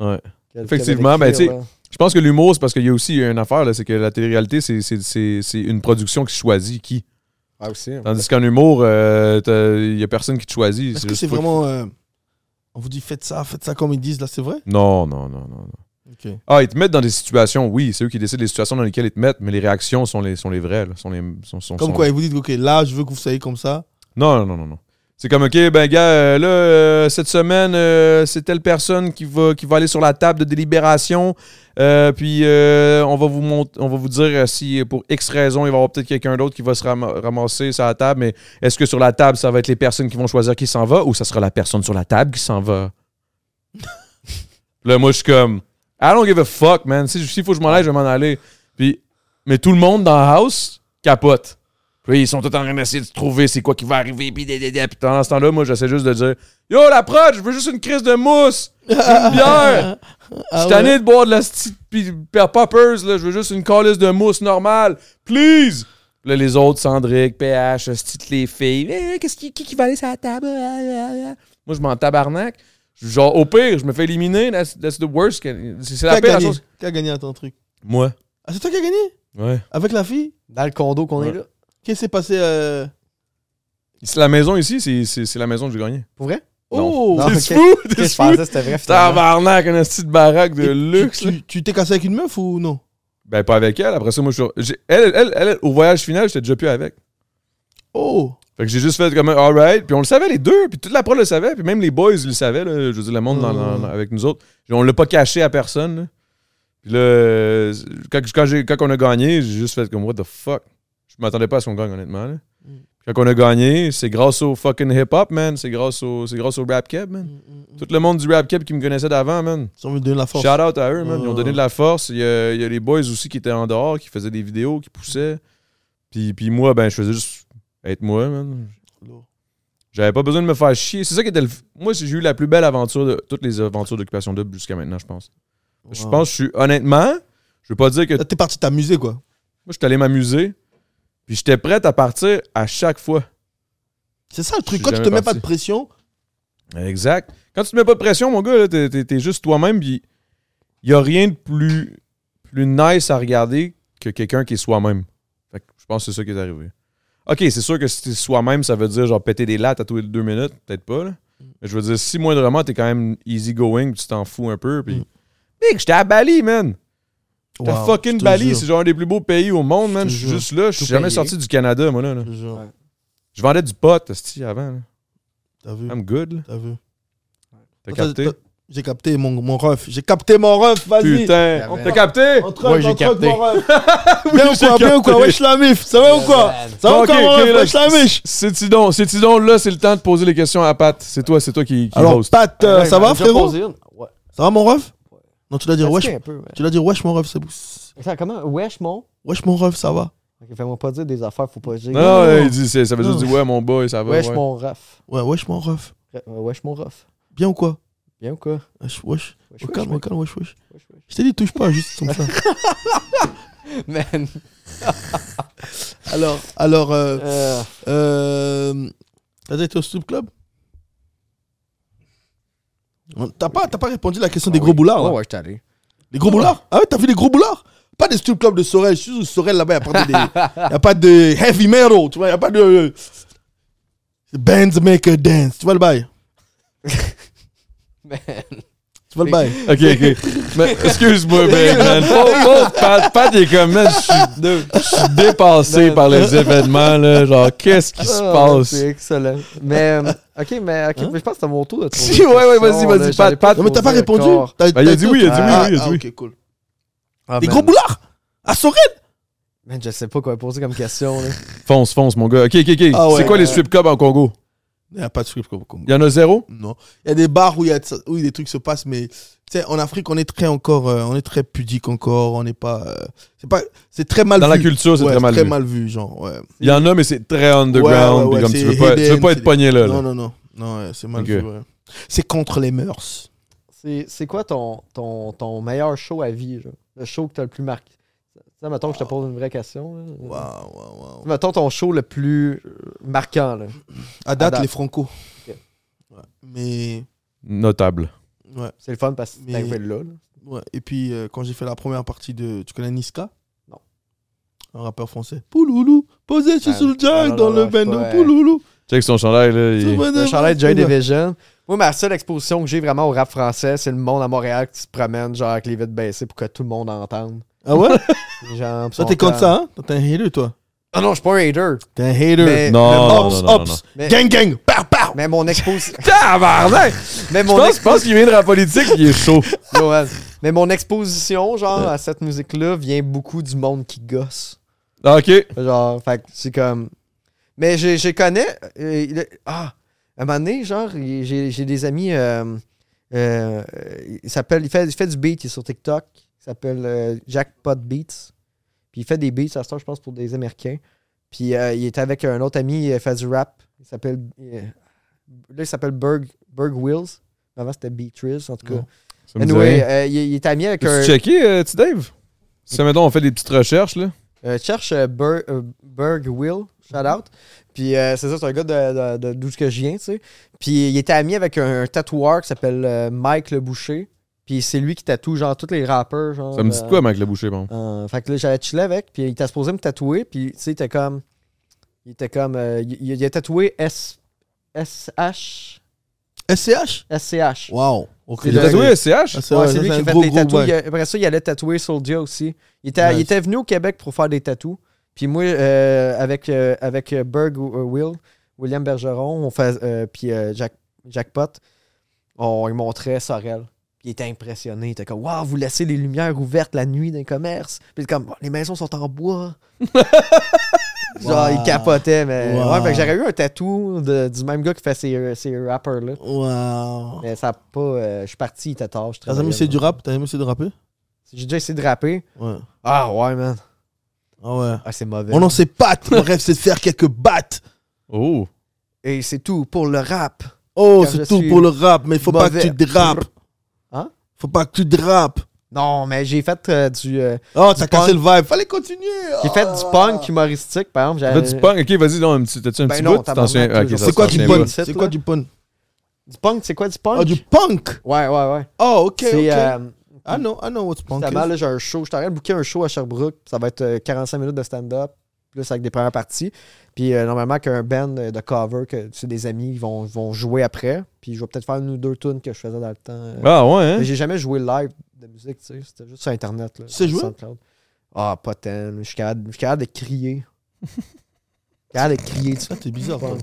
Ouais. Que- que Effectivement, ben, d'écrire, tu sais, là. Je pense que l'humour, c'est parce qu'il y a aussi une affaire, là, c'est que la télé-réalité, c'est, c'est, c'est, c'est une production qui choisit qui. Ah, aussi. hein. Tandis qu'en humour, euh, t'as- il y a personne qui te choisit. Est-ce c'est que juste c'est toi qui- vraiment. euh, on vous dit faites ça, faites ça comme ils disent, là, c'est vrai Non, non, non, non. non. Ok. Ah, ils te mettent dans des situations, oui, c'est eux qui décident les situations dans lesquelles ils te mettent, mais les réactions sont les, sont les vraies. là, sont les, sont, sont- Comme sont- quoi, ils vous disent, ok, là, je veux que vous soyez comme ça. Non, non, non, non. C'est comme, OK, ben, gars, euh, là, euh, cette semaine, euh, c'est telle personne qui va, qui va aller sur la table de délibération. Euh, puis, euh, on, va vous mont- on va vous dire euh, si, euh, pour X raison, il va y avoir peut-être quelqu'un d'autre qui va se ram- ramasser sur la table. Mais est-ce que sur la table, ça va être les personnes qui vont choisir qui s'en va ou ça sera la personne sur la table qui s'en va? là, moi, je suis comme, I don't give a fuck, man. Si- S'il faut que je m'en aille, je vais m'en aller. Puis, mais tout le monde dans la house capote. Puis ils sont tout en train d'essayer de trouver c'est quoi qui va arriver. Puis, des, des, des. puis pendant ce temps-là, moi, j'essaie juste de dire Yo, la prod, je veux juste une crise de mousse, une Ah bière. Je Ah suis tanné de boire de la petite poppers, là. Je veux juste une calice de mousse normale. Please! Là, les autres, Cendric, PH, Stit, les filles. Eh, qu'est-ce qui, qui, qui va aller sur la table? Ah, ah, ah. Moi, je m'en tabarnak. Genre, au pire, je me fais éliminer. That's, that's the worst. can- C'est c'est Qui la a pire la gagné chose. Qui a gagné à ton truc Moi. Ah, c'est toi qui as gagné Ouais. Avec la fille Dans le condo qu'on Ouais. est là. Qu'est-ce qui s'est passé euh, C'est la maison ici, c'est- c'est c'est la maison que j'ai gagnée. Pour vrai? Oh Non. C'est ok. fou! Qu'est-ce que C'est je fou! pensais que c'était vrai finalement. Tabarnak, un petit de baraque de Et luxe. tu- là. tu- Tu t'es cassé avec une meuf ou non Ben, pas avec elle. Après ça, moi, je suis. j'ai- Elle, elle, elle, elle, au voyage final, j'étais déjà plus avec. Oh Fait que j'ai juste fait comme un alright. Puis on le savait, les deux. Puis toute la prod le savait. Puis même les boys le savaient. Là, je veux dire, le monde dans- dans- dans- avec nous autres. On l'a pas caché à personne. là. Puis là, euh, quand, quand, j'ai- quand on a gagné, j'ai juste fait comme what the fuck. Je m'attendais pas à ce qu'on gagne, honnêtement. là. Quand on a gagné, c'est grâce au fucking hip-hop, man. C'est grâce au, c'est grâce au rap cap, man. Mm. Tout le monde du rap cap qui me connaissait d'avant, man. Ils ont me donner la force. Shout out à eux, man. Ils ont Ouais. donné de la force. Il y, a, il y a les boys aussi qui étaient en dehors, qui faisaient des vidéos, qui poussaient. Puis, puis moi, ben, je faisais juste être moi, man. Lourd. J'avais pas besoin de me faire chier. C'est ça qui était le. Moi, j'ai eu la plus belle aventure de toutes les aventures d'occupation double jusqu'à maintenant, je pense. Je Wow. pense, que je suis honnêtement, je veux pas dire que. Là, T'es parti t'amuser quoi. Moi, je suis allé m'amuser. Puis j'étais prêt à partir à chaque fois. C'est ça le truc. suis Quand tu te jamais mets pas parti. de pression, Exact. Quand tu te mets pas de pression, mon gars, là, t'es, t'es- t'es juste toi-même. Puis il y a rien de plus, plus nice à regarder que quelqu'un qui est soi-même. Fait que je pense que c'est ça qui est arrivé. Ok, c'est sûr que si t'es soi-même, ça veut dire genre péter des lattes à tous les deux minutes. Peut-être pas, là. Mais je veux dire, si moindrement, t'es quand même easy going, tu t'en fous un peu. Puis. Mm. Big, j'étais à Bali, man. J'étais à Wow, je fucking te Bali. jure. C'est genre un des plus beaux pays au monde, man. te Je suis jure. juste là. Je suis Tout jamais payé. sorti du Canada, moi, là. là. Je te jure. Ouais. Je vendais du pot, hostie, avant. là. T'as vu I'm good, là. T'as vu T'as Mm. T'as- capté? t'as- J'ai capté mon, mon ref. J'ai capté mon ref, vas-y. Putain, Carrément. t'as capté? On truc, Ouais, j'ai on truc, capté. mon ref. Bien ou j'ai quoi, bien ou quoi capté. Wesh la mif, ça va ou quoi Ça va ou Ok, quoi, mon ok, ref là, Wesh la mif C'est Tidon, c'est Tidon, là, c'est le temps de poser les questions à Pat. C'est toi, c'est toi qui, qui Alors, host. Pat, euh, Ouais, ça il va, m'a déjà frérot posé une. Ouais. Ça va, mon ref Non, tu dois dire wesh. Fatigué un peu, mais- Tu dois dire wesh, mon ref, c'est bon. Attends, comment? Wesh, mon? Wesh, mon ref, ça va. Ok, fais-moi pas dire des affaires, faut pas dire. Non, non, non, il non. dit, c'est- ça veut juste Non. dire, ouais, mon boy, ça va. Wesh, ouais. mon ref. Ouais, wesh, mon ref. Re- euh, Wesh, mon ref. Bien ou quoi Bien ou quoi? Wesh, wesh. Wesh, Au wesh, calme, au calme, wesh, wesh. wesh, wesh, Je t'ai dit, touche pas, juste comme ça. wesh. Man. Alors, alors, euh, euh, euh, t'as déjà été au strip club T'as pas, t'as pas répondu à la question des ah gros oui. boulards, là. Ouais, ouais, je t'allais. Les gros boulards Ah ouais, t'as vu les gros boulards Pas des strip clubs de Sorel. Je suis où Sorel là-bas, y'a pas, de- des- y a pas de heavy metal, tu vois, y'a pas de. Bands make a dance, tu vois le bail Man. Tu vois le bail Ok, ok. Mais, excuse-moi, ben, man. Pauvre- pauvre Pat, Pat, il est comme, man, je suis- je suis dépassé par les événements, là. Genre, qu'est-ce qui se Ah, passe? C'est excellent. Mais, euh, ok, mais ok, mais je pense que c'est mon tour de trouver. Si, ouais, ouais, vas-y, Question, vas-y, là, Pat, j'allais Pat. Non, mais t'as pas poser répondu encore. T'as- Bah, il a t'as dit été oui, il a au- dit oui, Ah, oui, il a ah, dit oui. ok, cool. Ah, Les man. gros boulards À Sorel Man, je sais pas quoi poser comme question. Là. Fonce, fonce, mon gars. Ok, ok, ok. Ah ouais. c'est quoi les strip clubs en Congo? Il n'y a pas de strip club comme Il y en a zéro? Non. Il y a des bars où, il y a de ça- où des trucs se passent, mais tu sais, en Afrique, on est très encore, euh, on est très pudique encore, on n'est pas, euh, c'est pas, c'est très mal Dans la vu. culture, c'est Ouais, très mal vu. genre. ouais. Il y en a, mais c'est très underground. Ouais, ouais, puis ouais, comme tu c'est veux pas, tu veux hidden, pas être c'est- pogné là. là. Non, non, non, non, ouais, c'est mal Ok. vu. ouais. C'est contre les mœurs. C'est c'est quoi ton, ton, ton meilleur show à vie? genre? Le show que t'as le plus marqué? Tu sais, mettons que je te pose une vraie question. là. Waouh, waouh, waouh. Mettons ton show le plus euh, marquant. Là. À date, date. les Franco. Ok. Ouais. Mais Notable. ouais, C'est le fun parce que t'es Mais- arrivé là. là. ouais. Et puis euh, quand j'ai fait la première partie de, tu connais Niska Non. Un rappeur français. Pouloulou, posé Ah, sur le non, jack non, non, dans le je sais bendo. pas, ouais. Pouloulou. Check son chandail, là. il- hein, Le Charlotte Joy Division. Moi, ma seule exposition que j'ai vraiment au rap français, c'est le monde à Montréal qui se promène genre avec les vitres baissées pour que tout le monde entende. Ah ouais Les gens Toi, sont t'es contre comme- ça, hein Toi, T'es un hater, toi. Ah non, je suis pas un hater. T'es un hater. Mais- Non, Mais Oh, non, Ben, ops, non, non, ops. non. Mais- Gang, gang. Par, par. Mais mon exposition. Tabarnak! mais Je mon pense, je pense qu'il vient de la politique il est chaud. ex- Joël. Mais mon exposition, genre, à cette musique-là, vient beaucoup du monde qui gosse. Ah, OK. Genre, fait que c'est comme. Mais j'ai j'ai connais. euh, le- ah, à un moment donné, genre, il- j'ai j'ai des amis. euh, euh, il s'appelle. Il fait, il fait du beat, il est sur TikTok. Il s'appelle euh, Jackpot Beats. Puis il fait des beats à ce temps, je pense, pour des Américains. Puis euh, il était avec un autre ami, il fait du rap. Il s'appelle. euh, là, il s'appelle Berg, Berg Wills. Avant, c'était Beatrice, en tout cas. Non, Ça me dit Anyway, rien. euh, il, il était ami avec un. Peux-tu checker, euh, petit Dave? Si, mettons, on fait des petites recherches, là. Euh, cherche euh, Ber- euh, Berg Will, shout out. Puis euh, c'est ça, c'est un gars de- de- de- d'où ce que je viens, tu sais. Puis il était ami avec un, un tatoueur qui s'appelle euh, Mike Le Boucher. Puis c'est lui qui tatoue, genre, tous les rappeurs. Genre, Ça me dit euh, de quoi, Mike Le Boucher, bon? euh, fait que là, j'avais chillé avec, puis il était supposé me tatouer, puis tu sais, il était comme. Il était comme. euh, il, il- il a tatoué S. SH. SCH SCH. Waouh. Ok. Il a le- tatoué SCH? Ah, c'est Ouais, vrai, c'est ça, lui qui un a fait gros, les gros tatous. bail. Il a- Après ça, il allait tatouer Soldier aussi. Il était, il Nice. était venu au Québec pour faire des tatous. Puis moi, euh, avec, euh, avec euh, Berg euh, Will, William Bergeron, on fait, euh, puis euh, Jack, Jackpot, on lui montrait Sorel. Puis Il était impressionné. Il était comme, waouh, vous laissez les lumières ouvertes la nuit dans les commerces. Puis il était comme, Oh, les maisons sont en bois. Genre, il Wow. capotait. Mais Wow. ouais, fait que j'aurais eu un tatou de- du même gars qui fait ces, ces rappers-là. Waouh. Mais ça a pas. euh, je suis parti, il était tard. je T'as jamais travaillais, essayé du rap T'as jamais essayé de rapper j'ai déjà essayé de rapper. Ouais. Ah ouais, man. Ah ouais. Ah, c'est mauvais. On en sait pas. Mon rêve, c'est de faire quelques battes. Oh! Et c'est tout pour le rap. Oh, Car je c'est tout suis pour le rap, mais faut pas que mauvais. tu drapes. Hein Faut pas que tu drapes. Non, mais j'ai fait euh, du. euh, Oh, t'as Du cassé punk. le vibe. Fallait continuer. Ah. j'ai fait du punk humoristique, par exemple. T'as j'avais- du punk? OK, vas-y, donc, un petit- t'as-tu un euh, Ben petit non, bout? Tu t'en tabarnak, souviens? toujours. Ok, ça, C'est quoi ça, je du m'en punk souviens C'est quoi du punk Du punk, c'est quoi du punk? Oh, du punk Ouais, ouais, ouais. Oh, ok, c'est. ok. euh, Ah non, ah non, what's punk justement, là, j'ai un show. Je t'arrête de booker un show à Sherbrooke. Ça va être euh, 45 minutes de stand-up. Plus avec des premières parties. Puis euh, normalement, qu'un band euh, de cover, que c'est des amis, ils vont, vont jouer après. Puis je vais peut-être faire une ou deux tunes que je faisais dans le temps. euh, Ah ouais, hein? Mais j'ai jamais joué live de musique, tu sais. C'était juste sur Internet. Là, Tu sais sur jouer? SoundCloud. Ah, pas tant. Je suis capable, je suis capable de crier. Je suis capable de crier. Tu Ça, t'es bizarre, toi.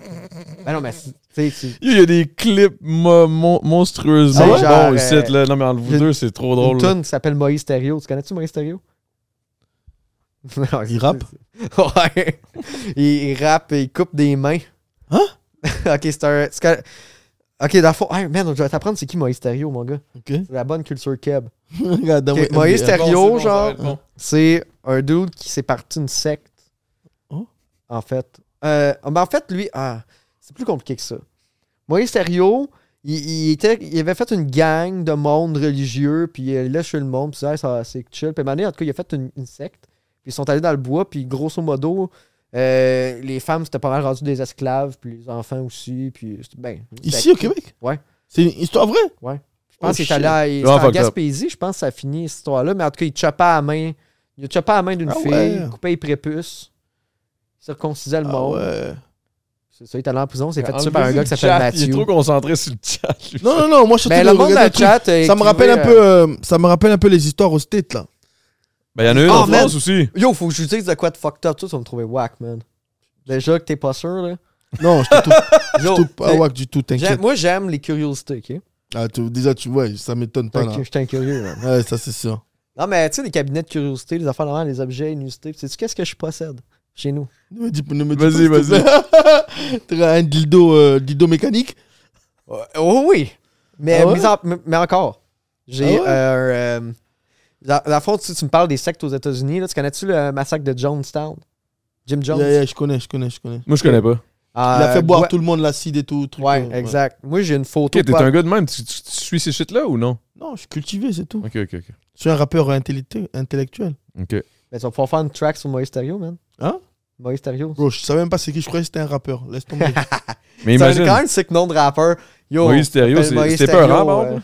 Ben non, mais tu sais, tu- Il y a des clips mo- mon- monstrueusement Ah bons ouais? Genre, ici, euh, là. Non, mais entre vous une- deux, c'est trop une drôle. là. tune qui s'appelle Moïse Stereo. Tu connais-tu Moïse Stereo? Non, Il rappe? Ouais. Il, il rappe et il coupe des mains. Hein? ok, c'est un. c'est que- Ok, dans le fond, hey, man, je vais t'apprendre c'est qui Moïse Stereo, mon gars. Ok. C'est la bonne culture keb. Regarde, Ok, ouais, Moïse NBA. Stereo, Bon, c'est bon, ça va genre. être bon. C'est un dude qui s'est parti d'une secte. Oh. En fait. Euh, mais en fait, lui, ah, c'est plus compliqué que ça. Moïse Thériault, il, il était, il avait fait une gang de monde religieux, puis euh, là, je suis le monde, puis ça, ça, c'est chill. Puis à un moment donné, en tout cas, il a fait une, une secte, puis ils sont allés dans le bois, puis grosso modo, euh, les femmes, c'était pas mal rendu des esclaves, puis les enfants aussi, puis c'était- ben, une Ici, secte. au Québec Ouais. C'est une histoire vraie Je pense Oh, qu'il est shit. allé à- il- Ah, c'était en fucked up. Gaspésie, je pense que ça finit cette histoire-là. Mais en tout cas, il choppa à la main. Il a choppa à la main d'une Ah fille, ouais. il coupait les prépuces, il circoncisait le Ah monde. ouais. C'est ça, il est allé en prison, c'est fait Enlevez tuer par un gars le qui s'appelle chat, Il est Mathieu. trop concentré sur le chat. lui. Non, non, non, moi, je suis Mais le monde dans le chat. euh, Ça me rappelle un écrivait, peu, euh, ça me rappelle un peu les histoires aux States, là. Ben, il y en a une Oh, en man. France aussi. euh, Yo, faut que je vous dise de quoi de fucked up, tout ça va me trouver whack, man. Déjà que t'es pas sûr, là. Non, je te touche Yo, je te touche pas t'es- wack du tout, j'aime- t'inquiète. moi, j'aime les curiosités, ok? Ah, tu- déjà, tu ouais, ça m'étonne pas, là. Je suis un curieux, man. Ouais, ça, c'est sûr. Non, mais tu sais, les cabinets de curiosité, les affaires normales, les objets inusités, sais-tu qu'est-ce que je possède chez nous? Ne me dis, ne me dis Vas-y, pas, s'il te plaît. T'as un dildo, euh, dildo mécanique Oh oui. Mais, Ah ouais? mis en- mais- mais encore, j'ai Ah ouais? euh, un, euh, dans, dans le fond, tu, tu me parles des sectes aux États-Unis. là. Tu connais-tu le massacre de Jonestown? Jim Jones? Yeah, yeah, je connais, je connais, je connais. Moi, je connais pas. Il a fait boire Euh, ouais, tout le monde l'acide et tout. Truc, Ouais, euh, exact. Moi, j'ai une photo. Ok, t'es pas- un gars de même. Tu, tu- tu suis ces shit-là ou non? Non, je suis cultivé, c'est tout. Ok, ok, ok. Je suis un rappeur intellectuel. intellectuel. Ok. Mais Ben, tu vas pouvoir faire une track sur Moïse Thériault, man. Hein? Moïse Thériault. Bro, je savais même pas c'est qui, je croyais que c'était un rappeur. Laisse tomber. Mais C'est un- imagine, quand même sick nom de rappeur. Yo, Moïse Thériault, t'appelles c'est- Moïse c'était pas un Thériault, rap, euh, hein?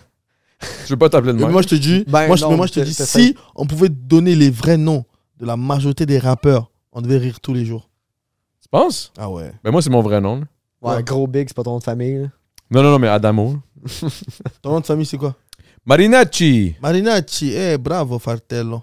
Je veux pas t'appeler de Mais même. moi, je te dis, Ben moi, je, non, mais moi, je te t'es- dis t'es si on pouvait donner les vrais noms de la majorité des rappeurs, on devait rire tous les jours. Tu penses? Ah ouais. Ben, moi, c'est mon vrai nom. là. Ouais, gros big, c'est pas ton nom de famille. là. Non, non, non, mais Adamo. Ton nom de famille, c'est quoi Marinacci! Marinacci. Eh, bravo, Fartello.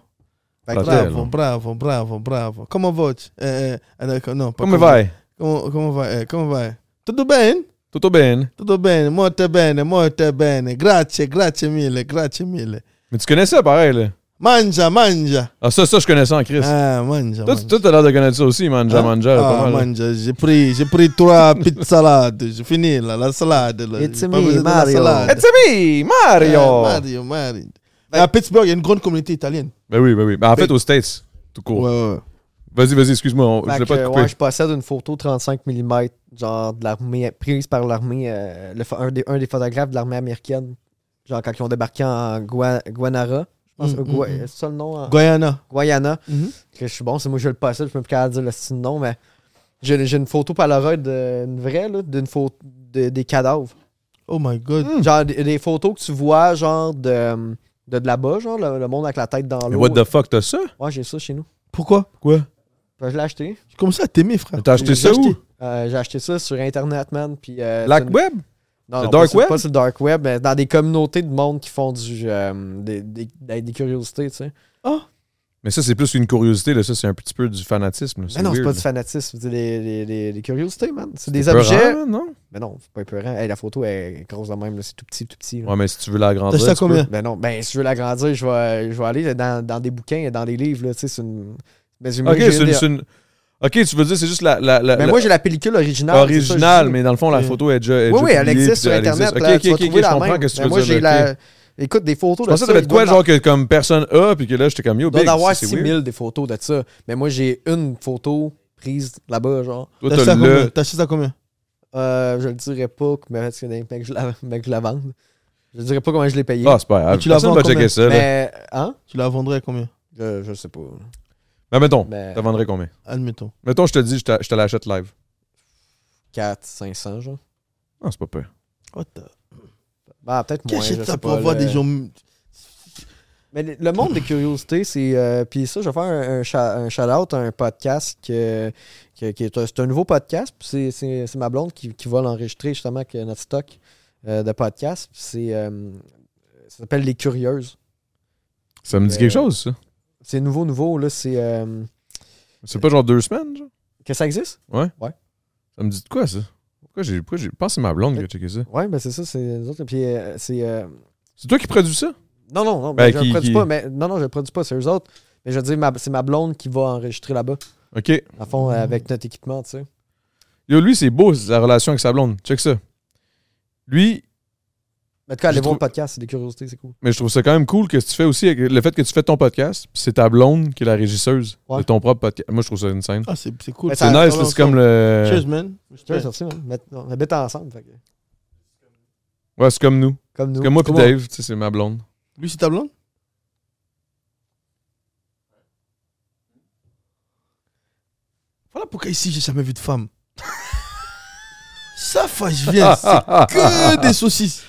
Fait que Bravo. bravo. Bravo, bravo, bravo, bravo. Comment vas-tu Eh, eh, eh, non, pas Comment va? Comment, comment va eh, Comment va Tout bien Toto Ben. Tutto bene, molto bene, molto bene. Grazie, grazie mille, grazie mille. Mais tu connais ça, pareil, là. Mangia, mangia. Ah, ça, ça, je connais ça en Christ. Ah, mangia. Toi, mangia. tu- toi, t'as l'air de connaître ça aussi, Manja Hein? Manja. Ah, pas mal, là. mangia. J'ai pris, j'ai pris trois petites salades. J'ai fini là, la salade. Là. It's J'ai me, pas besoin de la Mario. salade. It's me, Mario! Ah, Mario, Mario. À Pittsburgh, il y a une grande communauté italienne. Ben oui, ben oui. Ben, en fait, aux States, tout court. ouais. Vas-y, vas-y, excuse-moi, on- je Fait voulais pas que, te couper. ouais, je possède une photo 35 mm, genre de l'armée, prise par l'armée, euh, le pho- un, des, un des photographes de l'armée américaine, genre quand ils ont débarqué en Gua- Guanara. Je pense Mm, euh, Gua- mm, mm. c'est ça le nom en- Guyana. Guayana. Mhm. Que je suis bon, c'est moi je le possède, je me plus capable de dire le style de nom, mais j'ai j'ai une photo Polaroid, euh, une vraie, là, d'une photo de- des cadavres. Oh my god. Mm. Genre des, des photos que tu vois, genre de, de, de là-bas, genre le, le monde avec la tête dans Mais l'eau. what the fuck, t'as ça? Ouais, j'ai ça chez nous. Pourquoi Quoi? Fait que je l'ai acheté. J'ai commencé à t'aimer, frère. T'as acheté J'ai ça où? Euh, j'ai Ah, acheté ça sur Internet, man. Puis, euh, Black c'est une- Web? Non, Le non, dark pas sur- web? Pas sur le dark web, mais dans des communautés de monde qui font du, euh, des, des, des- des curiosités, tu sais. Mais ça, c'est plus une curiosité, là. Ça, c'est un petit peu du fanatisme. là. Mais non, weird, c'est hein. pas du là. fanatisme, c'est des, des, des- des curiosités, man. C'est des Peurant, objets. là, non? Mais non, c'est pas épeurant. Hey, la photo est grosse de même, là, c'est tout petit, tout petit. là. Ouais, mais si tu veux l'agrandir. T'as acheté à tu peux. combien? Ben non, ben si je veux l'agrandir, je vais, je vais aller dans, dans des bouquins et dans des livres, là, tu sais, c'est une... Mais j'ai- Ok, j'ai c'est une, des- c'est une- Ok, tu veux dire, c'est juste la. la, la- Mais la- moi, j'ai la pellicule originale. c'est ça que je originale, dis. mais dans le fond, la Oui. photo est déjà. est Oui, déjà oui, elle publiée, existe sur puis elle existe. Internet. Ok, là, ok, tu vas ok, trouver je la comprends même. que ce que Mais tu moi, veux j'ai dire. ok. la... Écoute, des photos Je de pensais que ça, t'avais de quoi, il doit genre, que comme personne a, puis que là, j'étais comme yo, Il doit big. y en avoir c'est 6000 weird. des photos de ça. Mais moi, j'ai une photo prise là-bas, genre. Toi, acheté t'as à combien le. T'as acheté ça à combien Euh, je le dirais pas, que- mais parce que, mais que je la, mais que je la vende. Je le dirais pas comment je l'ai payé. Ah, c'est pas grave. Et tu la Personne vends va combien? checker ça, là. mais, hein? Tu la vendrais à combien Je, je sais pas. Mais Ben, mettons, Mais t'as vendrais combien? Admettons. Mettons, je te dis, je te- je te l'achète live. 4, 500, genre. Ah, c'est pas peur. What the- Bah, peut-être moins. je Qu'est-ce que sais ça pas, pour avoir là. des gens. Mais le- le monde des curiosités, c'est. euh, Puis ça, je vais faire un, un cha- un shout-out à un podcast que, que- qui est un, c'est un nouveau podcast. Puis c'est, c'est- c'est ma blonde qui, qui va l'enregistrer justement avec notre stock euh, de podcasts. Puis c'est. euh, ça s'appelle Les Curieuses. Ça me dit Euh, quelque chose, ça. C'est nouveau, nouveau, là. C'est. euh, C'est pas genre deux semaines, genre? que ça existe? Ça me dit de quoi, ça? Pourquoi j'ai. Pourquoi j'ai. Je pense que c'est ma blonde qui a checké ça. Ouais, ben c'est ça, c'est nous autres. Puis euh, c'est. euh, C'est toi qui produis ça? non, non, non, Ben, mais je qui- le produis qui- pas. Mais, non, non, je le produis pas, c'est eux autres. Mais je veux dire, ma- c'est ma blonde qui va enregistrer là-bas, Ok. à fond, Mm. avec notre équipement, tu sais. Yo, lui, c'est beau, la relation avec sa blonde. Check ça. Lui, Mais En tout cas, allez J'ai voir le trouvé- podcast, c'est des curiosités, c'est cool. mais je trouve ça quand même cool que ce que tu fais aussi avec le fait que tu fais ton podcast, puis c'est ta blonde qui est la régisseuse de Ouais. ton propre podcast. Moi, je trouve ça une scène. Ah, c'est c'est cool. Mais ça- C'est Ah, nice, là, c'est comme le. Cheers, man. Ouais, c'est ça, man. Mais hein. on habite ensemble, fait que, Ouais, c'est comme nous. comme nous. C'est comme moi puis Comment- Dave, tu sais, c'est ma blonde. Lui, c'est ta blonde Voilà pourquoi ici, j'ai jamais vu de femme. Ça, fa- je viens, c'est que des saucisses.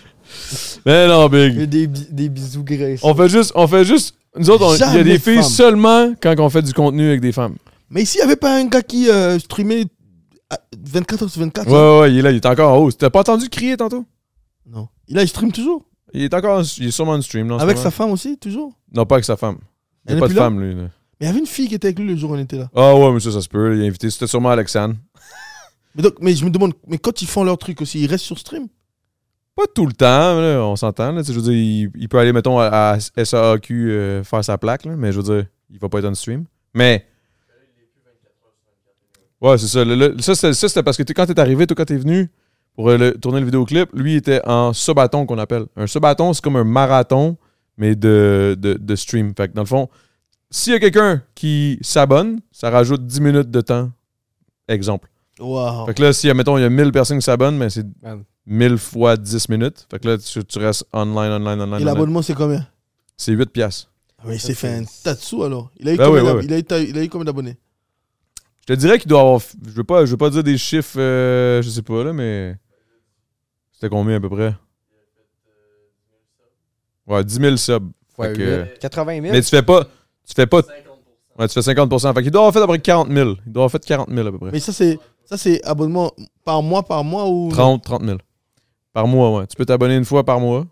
Mais non, Il y a Big. Des, bi- des bisous graissés. On fait juste. On fait juste. Nous autres, on- il y a Jamais des de filles femmes. seulement quand on fait du contenu avec des femmes. Mais ici, il n'y avait pas un gars qui euh, streamait à 24 heures sur hein? 24 Ouais, ouais, ouais, il est là, il est encore en haut. T'as pas entendu crier tantôt? Non. Il a, il stream toujours. Il est encore. en- Il est sûrement en stream, non? avec sa femme aussi, toujours. Non, pas avec sa femme. Il Elle a est pas de plus là femme, lui. là. Mais il y avait une fille qui était avec lui le jour où on était là. Ah ouais, mais ça, ça se peut. Il a invité. C'était sûrement Alexandre. Mais, donc, mais je me demande, mais quand ils font leur truc aussi, ils restent sur stream Pas tout le temps, là, on s'entend. là. Tu sais, Je veux dire, il, il peut aller, mettons, à, à SAAQ euh, faire sa plaque, là, mais je veux dire, il va pas être en stream. Mais. Ouais, c'est ça. Le- le- ça, c'est- ça, c'était parce que t'es- quand t'es arrivé, toi, quand t'es venu pour euh, le- tourner le vidéoclip, lui, il était en subathon qu'on appelle. Un subathon, c'est comme un marathon, mais de, de, de stream. Fait que dans le fond, s'il y a quelqu'un qui s'abonne, ça rajoute 10 minutes de temps. Exemple. Waouh. Fait que là, si, mettons, il y a 1000 personnes qui s'abonnent, mais c'est Man. 1000 fois 10 minutes. Fait que là, tu, tu restes online, online, online. Et online. l'abonnement, c'est combien C'est 8 piastres. Ah, Mais il s'est fait c'est- un tas de sous alors. Il a eu Ben combien ouais, ouais, d'ab- ouais. il a eu ta- il a eu combien d'abonnés Je te dirais qu'il doit avoir. Je veux pas, je veux pas dire des chiffres, euh, je sais pas, là, mais. C'était combien à peu près? Ouais, 10 000 subs. Fois Fait que- euh, huit. 80 000. Mais tu fais pas. Tu fais pas. Ouais, tu fais 50 Fait qu'il doit avoir fait à peu près 40 000. Il doit avoir fait 40 000 à peu près. Mais ça, c'est ça c'est abonnement par mois, par mois ou. 30, 30 000. Par mois, ouais. Tu peux t'abonner une fois par mois.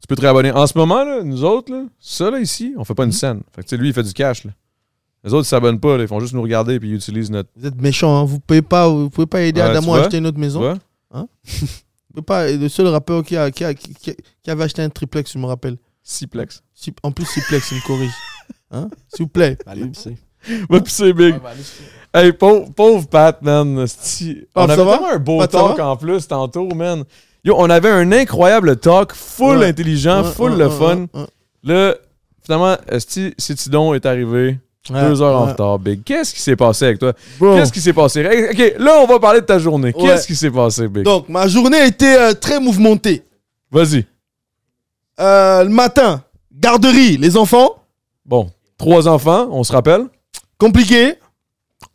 Tu peux te réabonner. En ce moment, là, nous autres, là, ça, là, ici, on fait Hmm. pas une scène. Fait que, tu sais, lui, il fait du cash, là. Les autres, ils s'abonnent pas, là. Ils font juste nous regarder puis ils utilisent notre. Vous êtes méchants, hein. vous pouvez pas, vous pouvez pas aider Ouais, tu Adamo vois? à acheter une autre Tu maison. vois? Mais pas le seul rappeur qui, a, qui, a- qui, qui- qui avait acheté un triplex, je me rappelle. Siplex. Si- En plus, Siplex, il me corrige. Hein S'il vous plaît. Oh. Va pisser, ben, Big. Hey, pauvre, pauvre Pat, man. sti- On Ah, ça avait va? vraiment un beau Pat, ça talk va? en plus tantôt, man. Yo, on avait un incroyable talk, full Ouais. intelligent, Ouais, full ouais, le ouais, fun. ouais, ouais. Là, finalement, Sti, Citidon est arrivé deux Ouais, heures en ouais. retard, Big. Qu'est-ce qui s'est passé avec toi? Bro. Qu'est-ce qui s'est passé? Hey, OK, là, on va parler de ta journée. Oh. Ouais. Qu'est-ce qui s'est passé, Big? Donc, ma journée était euh, très mouvementée. Vas-y. Euh, le matin, garderie, les enfants, Bon, trois enfants, on se rappelle. compliqué.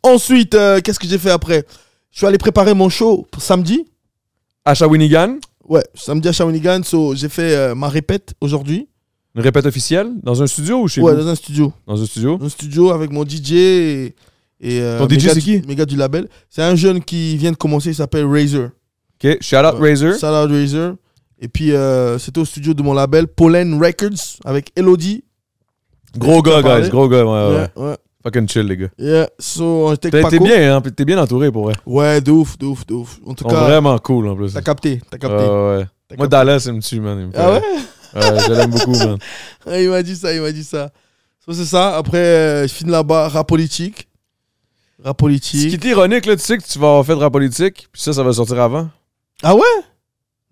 Ensuite, euh, qu'est-ce que j'ai fait après Je suis allé préparer mon show pour samedi. À Shawinigan, Ouais, samedi à Shawinigan, so j'ai fait euh, ma répète aujourd'hui. une répète officielle, dans un studio ou chez Ouais, vous? dans un studio. Dans un studio. Dans un studio avec mon DJ et, et, euh, Ton DJ, mes gars c'est du- qui Mes gars du label. C'est un jeune qui vient de commencer, il s'appelle Razor. OK, shout-out Ouais. Razor. Shout out Razor. Et puis, euh, c'était au studio de mon label, Pollen Records, avec Elodie. Gros T'as gars, parlé guys. Gros gars, ouais, Ah ouais. ouais. Fucking chill, les gars. Yeah. So, on était avec T'es t'es Paco. bien, hein? puis T'es bien entouré pour vrai. Ouais, de ouf, de ouf, de ouf. En tout Ils sont cas, vraiment cool en plus. t'as capté, t'as capté. Ouais, ouais. t'as Moi, capté. Dallas, il me tue, man. il me fait Ah rire. Ouais, je l'aime beaucoup, man. ouais Il m'a dit ça, il m'a dit ça. So, c'est ça. Après, euh, je finis là-bas, rap politique. Ce Rap qui politique. est ironique, là, tu sais que tu vas avoir fait de la politique, puis ça, ça va sortir avant. Ah ouais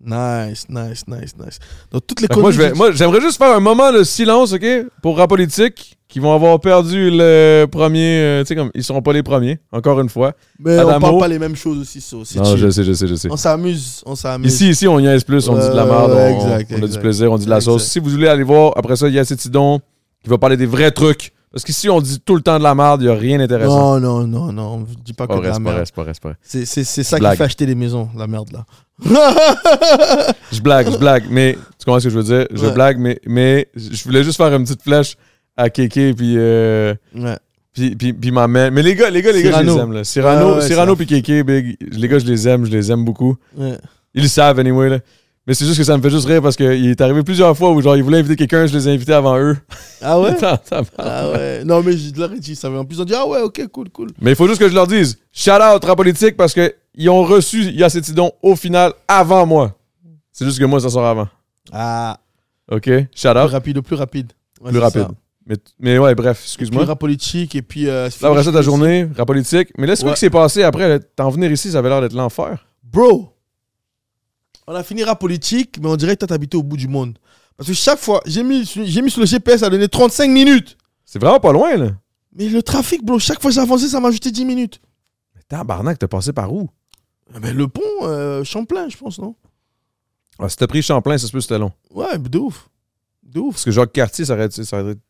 Nice, nice, nice, nice. Dans toutes les Fait que moi, je vais- conneries, moi, j'aimerais juste faire un moment de silence, OK, pour rap politique, qui vont avoir perdu le premier. euh, tu sais, comme ils seront pas les premiers, encore une fois. Mais on Adamo. parle pas les mêmes choses aussi, so, c'est Non, chill. je sais, je sais, je sais. On s'amuse, on s'amuse. Ici, ici, on niaise plus, on dit de la Ouais, merde, ouais, on, exact, on a du exact. plaisir, on dit de la sauce. Exact. Si vous voulez aller voir, après ça, il y a Cétidon qui va parler des vrais trucs. Parce qu'ici, on dit tout le temps de la merde, il n'y a rien d'intéressant. Non, non, non, non, on dit pas C'est pas que de vrai, la c'est pas vrai, merde. c'est pas vrai, c'est pas vrai. C'est c'est- c'est ça Blague. qui fait acheter les maisons, la merde là. Je blague, je blague, mais tu comprends ce que je veux dire? Je Ouais. blague, mais, mais je voulais juste faire une petite flèche à Kéké puis, euh, Ouais. puis, puis, puis ma mère. Mais les gars, les gars, les gars, je Cyrano. les aime. Là. Cyrano, Ouais, ouais, Cyrano Cyrano. puis Kéké, big, les gars, je les aime, je les aime beaucoup. ouais. Ils le savent, anyway. Là. Mais c'est juste que ça me fait juste rire parce qu'il est arrivé plusieurs fois où genre ils voulaient inviter quelqu'un, je les ai invités avant eux. Ah ouais Attends, attends. Ah ouais. Non, mais je leur ai dit, ça va. En plus, on dit, ah ouais, ok, cool, cool. Mais il faut juste que je leur dise shout out à politique parce que ils ont reçu Yacétidon au final avant moi. C'est juste que moi ça sort avant. Ah. OK, shout Plus out. rapide, le plus rapide. Ouais, Ah. Plus c'est rapide. ça. Mais, mais ouais, bref, Plus excuse-moi. rap politique et puis. euh, Là, après ça, ta finish- journée, rap politique. Mais là, c'est quoi Ouais. qui s'est passé après? là? T'en venir ici, ça avait l'air d'être l'enfer. Bro, on a fini rap politique, mais on dirait que toi, t'habitais au bout du monde. Parce que chaque fois, j'ai mis, sur- j'ai mis sur le GPS, ça a donné 35 minutes. C'est vraiment pas loin, là. Mais le trafic, bro, chaque fois que j'avançais, ça m'ajoutait 10 minutes. Mais tabarnak, t'as passé par où? Ah ben, le pont, euh, Champlain, je pense, non Ah, si t'as pris Champlain, ça se peut que c'était long. Ouais, de ouf. De ouf. Parce que Jacques Cartier, ça aurait été. ça aurait été-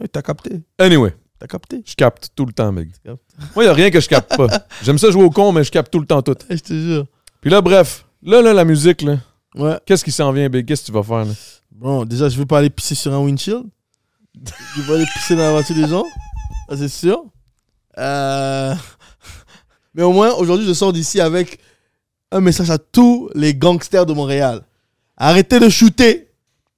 Ouais, t'as capté. Anyway, T'as capté. je capte tout le temps, mec. captes. Moi, y a rien que je capte pas. J'aime ça jouer au con, mais je capte tout le temps tout. Ouais, je te jure. Puis là, bref, là, là, la musique, là. Ouais. Qu'est-ce qui s'en vient, Big? Qu'est-ce que tu vas faire, là? Bon, déjà, je vais pas aller pisser sur un windshield. je vais pas aller pisser dans la voiture des gens. Ça, c'est sûr. Euh, Mais au moins, aujourd'hui, je sors d'ici avec un message à tous les gangsters de Montréal. Arrêtez de shooter.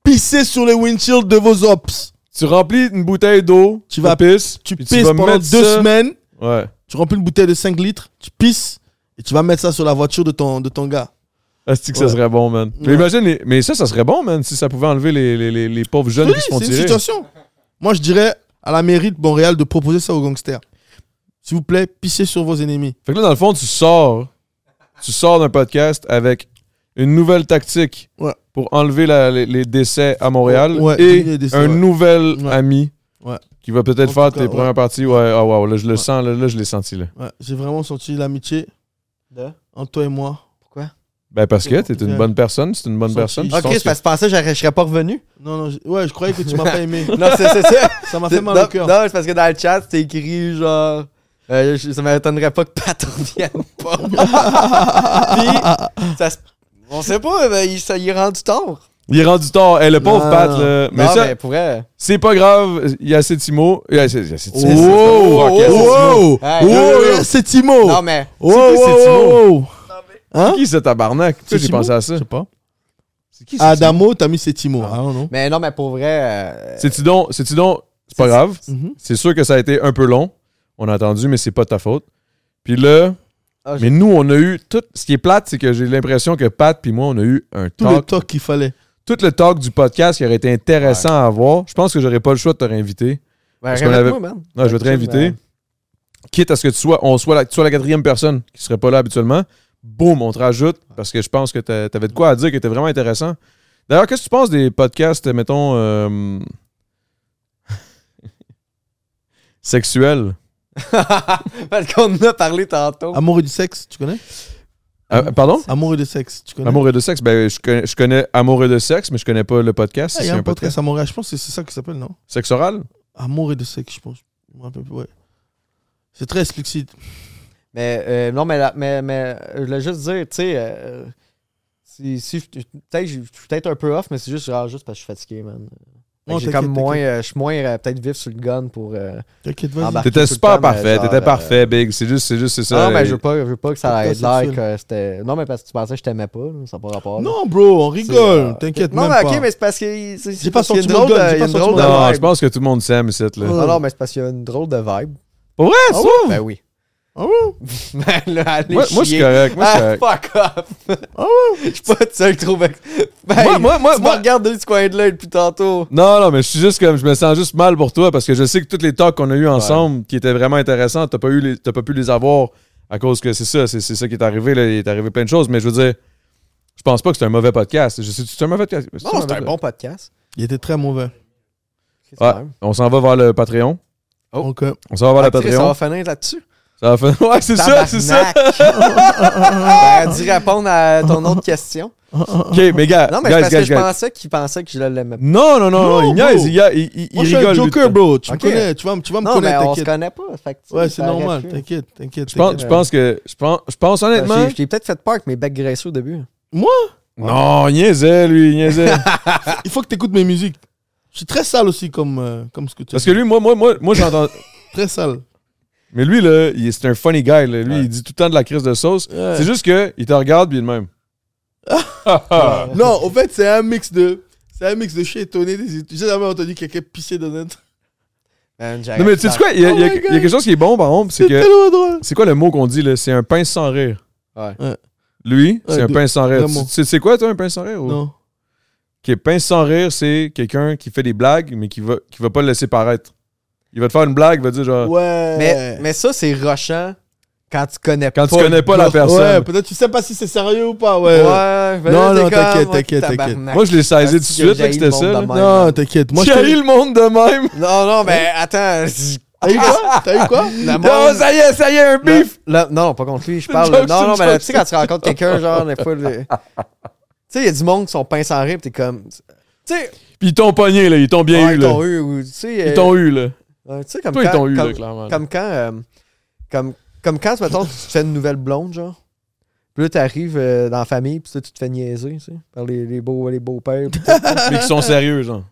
Pissez sur les windshields de vos ops. Tu remplis une bouteille d'eau, Tu vas- pisses, Tu puis pisses vas pendant deux mettre ça- semaines. Ouais. Tu remplis une bouteille de 5 litres. Tu pisses. Et tu vas mettre ça sur la voiture de ton, de ton gars. Asti que ça Ouais. serait bon, man. Mais Ouais. imagine, les- mais ça, ça serait bon, man, si ça pouvait enlever les, les, les, les pauvres jeunes Oui, qui se font c'est une tirer. situation. Moi, je dirais à la mairie de Montréal de proposer ça aux gangsters. S'il vous plaît, pissez sur vos ennemis. Fait que là, dans le fond, tu sors, tu sors d'un podcast avec une nouvelle tactique Ouais. pour enlever la- les, les décès à Montréal Ouais, et diminuer les décès, un ouais. nouvel Ouais. ami Ouais. qui va peut-être En faire tout tes cas, premières ouais. parties. Ouais, ah wow, là, je le Ouais. sens, là, là, je l'ai senti, là. Ouais, J'ai vraiment senti l'amitié entre toi et moi. Pourquoi? Ben, parce que Ouais. t'es une bonne personne, c'est une bonne Senti. personne. je Ok, pense c'est que- parce que je pensais que je serais pas revenu. Non, non, je- ouais, je croyais que tu m'as pas aimé. Non, c'est c'est ça. Ça m'a C'est- fait mal au non, cœur. non, c'est parce que dans le chat, c'était écrit genre. euh, je- ça m'étonnerait pas que Pat revienne pas. Puis, ça se- on sait pas, mais il, ça, il est rendu tard. Il est rendu tard. Eh, le pauvre Non, Pat, non. là. Mais non, ça, mais pour vrai. c'est pas grave. Il y a ces Timo. Il y a ces- il y a ces Timo. Oh, Fuck, il y a ces Timo. oh, oh, Hey, oh, yo, yo. yeah, c'est Timo. Non, mais. Oh, qui, oh, c'est Timo oh, oh. Hein? Qui ce tabarnak? Tu sais, j'ai Timo pensé à ça. Je sais pas. C'est qui Adamo, t'as mis c'est Timo. Ah non, non. Mais non, mais pour vrai. euh, C'est donc, c'est donc, c'est pas C'est- grave. Mhm. C'est sûr que ça a été un peu long. On a attendu, mais c'est pas de ta faute. Puis là, Ah, j'ai- Mais nous, on a eu tout. Ce qui est plate, c'est que j'ai l'impression que Pat puis moi, on a eu un Tout talk. le talk qu'il fallait. Tout le talk du podcast qui aurait été intéressant à voir. Je pense que j'aurais pas le choix de te réinviter. Ben, parce qu'on arrête-moi, avait- man. Non, je vais te réinviter. Ben, Quitte à ce que tu sois, on soit la, tu sois la quatrième personne qui serait pas là habituellement. Boum, on te rajoute parce que je pense que t'a- t'avais de quoi à dire qui était vraiment intéressant. D'ailleurs, qu'est-ce que tu penses des podcasts, mettons, euh, sexuels? Parce qu'on en a parlé tantôt. Amour et du sexe, tu connais Euh, pardon? Amour et du sexe, tu connais Amour et de sexe, ben, je, connais, je connais Amour et de sexe, mais je connais pas le podcast. Ah, Il c'est y a un un podcast podcast. Amour et je pense que c'est ça que ça s'appelle, non Sexe oral? Amour et de sexe, je pense. Je me rappelle plus, ouais. C'est très explicite. Mais euh, non, mais, la- mais, mais euh, je voulais juste dire, tu sais, euh, si, si, je- peut-être je je suis peut-être un peu off, mais c'est juste, genre, juste parce que je suis fatigué, man. Fait Non, que J'ai t'inquiète, comme moins, t'inquiète. euh, je suis moins euh, peut-être vif sur le gun pour. euh, T'inquiète, vas-y. Ah, bah. T'étais tout le super temps, mais parfait, genre, t'étais euh, parfait, Big. C'est juste, c'est juste, c'est ça. euh, non, mais je Et- veux pas, je veux pas que ça Pas ait l'air sexuel. que c'était. Non, mais parce que tu pensais que je t'aimais pas, là, ça n'a pas rapport. là. Non, bro, on C'est, rigole. euh, T'inquiète, Non, même mais pas. ok, mais c'est parce que. c'est- c'est pas parce qu'il y a sorti une mon drôle gun, de- il y j'ai a pas une sorti drôle mon de gun. Non, je vibe. pense que tout le monde s'aime, cette là. Ouais. Non, non, mais c'est parce qu'il y a une drôle de vibe. Ouais, Ah ça! ouais? Ben oui. Ah ouais? Ben là, allez, Moi, moi, je suis correct. Moi, je suis Ah, correct. fuck off! Ah Je suis pas le seul qui trouve. Ben, Moi, moi, moi, tu me moi- regardes du coin de l'œil depuis tantôt. Non, non, mais je suis juste comme, je me sens juste mal pour toi parce que je sais que tous les talks qu'on a eu ensemble qui étaient vraiment intéressants, t'as pas eu, les- t'as pas pu les avoir à cause que c'est ça, c'est c'est ça qui est arrivé. Là, il est arrivé plein de choses, mais je veux dire, je pense pas que c'est un mauvais podcast. Je sais, c'est un mauvais podcast. Non, c'est un bon podcast. Il était très mauvais. Ouais. On s'en va vers le Patreon. Oh. Donc, euh, On s'en va vers le Ah, tu sais, Ça Patreon. va finir là-dessus. Ça va faire- Ouais, c'est ça, c'est ça. ben, d'y répondre à ton autre question. ah, Ok, mais gars, Non, mais guys, c'est parce guys, que je guys. pensais qu'il pensait que je l'aimais pas. Non, non, non, non, Non, il niaise, bro. il, y a- il, il- il moi, je suis rigole. un lui, joker, tout le temps. bro. Tu Ok. me connais. Tu vas, me- tu vas me Non, mais connaître, on se t'inquiète. connaît pas. Fait que, tu sais, Ouais, c'est ça aurait normal. pu. T'inquiète, t'inquiète. Je pense, t'inquiète. je pense que, je pense, je pense Ben, honnêtement. j'ai- Je t'ai peut-être fait peur avec mes becs graisseux au début. Moi, Non, il niaisait, lui, il niaisait. il faut que t'écoutes mes musiques. Je suis très sale aussi, comme, euh, comme ce que tu as Parce que dit. lui, moi, moi, moi, moi j'entends. Très sale. Mais lui, là, il- c'est un funny guy. Là. Lui, Ouais. il dit tout le temps de la crise de sauce. Ouais. C'est juste que il te regarde puis il est de même. Non, en fait, c'est un mix de. C'est un mix de chier étonné. des- J'ai jamais entendu quelqu'un pisser dans un truc. Ben, Non, mais tu sais quoi? Il y, a, il y a- il y a quelque chose qui est bon, par contre, c'est Oh C'est que. tellement drôle. C'est quoi le mot qu'on dit, là? C'est un pince sans rire. Ouais. Ouais. Lui, c'est Ouais, un de- pince sans rire. vraiment. Tu- tu- C'est quoi, toi, un pince sans rire? ou- Non. Ok, pince sans rire, c'est quelqu'un qui fait des blagues, mais qui va, qui va pas le laisser paraître. Il va te faire une blague, il va te dire genre. Ouais. Mais, mais ça, c'est rochant quand tu connais Quand pas. tu connais le pas la gars. personne. Ouais, peut-être tu sais pas si c'est sérieux ou pas. Ouais, Ouais. ben là, Non, non, t'es t'inquiète, comme, t'inquiète, tabarnak. t'inquiète. Moi, je l'ai saisi tout de Parce que suite, là, que j'ai c'était le monde ça. de là. même. Non, t'inquiète. Moi, J'ai je t'ai- haï le monde de même. Non, non, mais Hein? attends. T'as eu quoi T'as eu quoi La Non, monde- Ah, ça y est, ça y est, un Le- bif. le- non, non, pas contre lui, je une parle. joke, c'est non, non, une mais là, joke, tu sais, quand tu rencontres quelqu'un, genre, des fois, le- tu sais, il y a du monde qui sont pinces en rire, pis t'es comme. Tu sais, Puis ils t'ont pogné, là. Ils t'ont bien ouais, eu, ils là. t'ont eu, ou tu sais. Ils euh, t'ont eu, là. ouais, Tu sais, comme Toi, ils quand. t'ont eu, là, comme, clairement. là. comme quand. euh, comme, comme quand, mettons, tu te fais une nouvelle blonde, genre. Puis là, t'arrives euh, dans la famille, puis là, tu te fais niaiser, tu sais, par les, les beaux, les beaux-pères. pis tout. Mais qui sont sérieux, genre.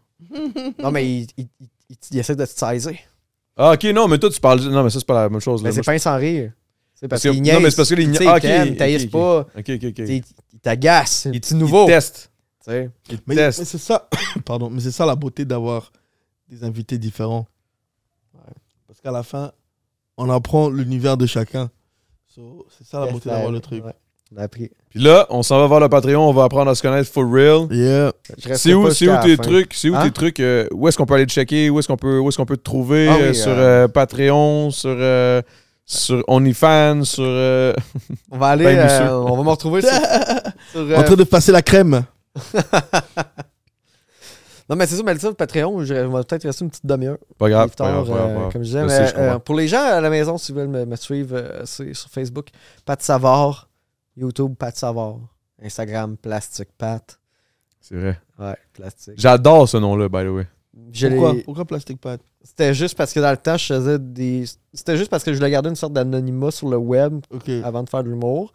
non, mais ils ils- ils- ils- ils essaient de te saisir. Ah, ok, non, mais toi, tu parles. Non, mais ça, c'est pas la même chose. Là. Mais c'est Moi, pince en rire. C'est parce Parce que- qu'ils non, niaisent. mais c'est parce que les Tu sais, nia- ah, Ils ok, t'aiment, ok, t'haïssent ok. pas. je- Ok, ok, ok. Ils ils t'agacent. C'est Ils- petit nouveau. Ils testent. tu sais. Ils Mais, mais testent. c'est ça, pardon, mais c'est ça la beauté d'avoir des invités différents. Parce qu'à la fin, on apprend l'univers de chacun. So, c'est ça la beauté d'avoir le truc. Ouais. On a appris. Puis là, on s'en va voir le Patreon, on va apprendre à se connaître for real. Yeah. Je resterai C'est où, pas c'est jusqu'à où la tes fin. trucs, c'est où Hein? tes trucs, euh, où est-ce qu'on peut aller te checker, où est-ce qu'on peut, où est-ce qu'on peut te trouver Ah oui, euh, sur euh, euh, Patreon, sur euh, sur OnlyFans, sur euh, On va aller, Ben, euh, monsieur. on va me retrouver sur. sur, euh, En train de passer la crème. Non, mais c'est ça, mais le Patreon, je, je vais peut-être rester une petite demi-heure. pas grave, plus pas tard, grave, pas grave, euh, pas grave. comme je disais. Je mais, sais, je comprends. euh, pour les gens à la maison, s'ils veulent me, me suivre, euh, c'est sur Facebook, Pat Savard, YouTube, Pat Savard, Instagram, Plastic Pat. C'est vrai. Ouais, plastique. J'adore ce nom-là, by the way. Je Pourquoi, l'ai- Pourquoi plastic pad C'était juste parce que dans le temps, je faisais des. C'était juste parce que je voulais garder une sorte d'anonymat sur le web Ok. avant de faire de l'humour.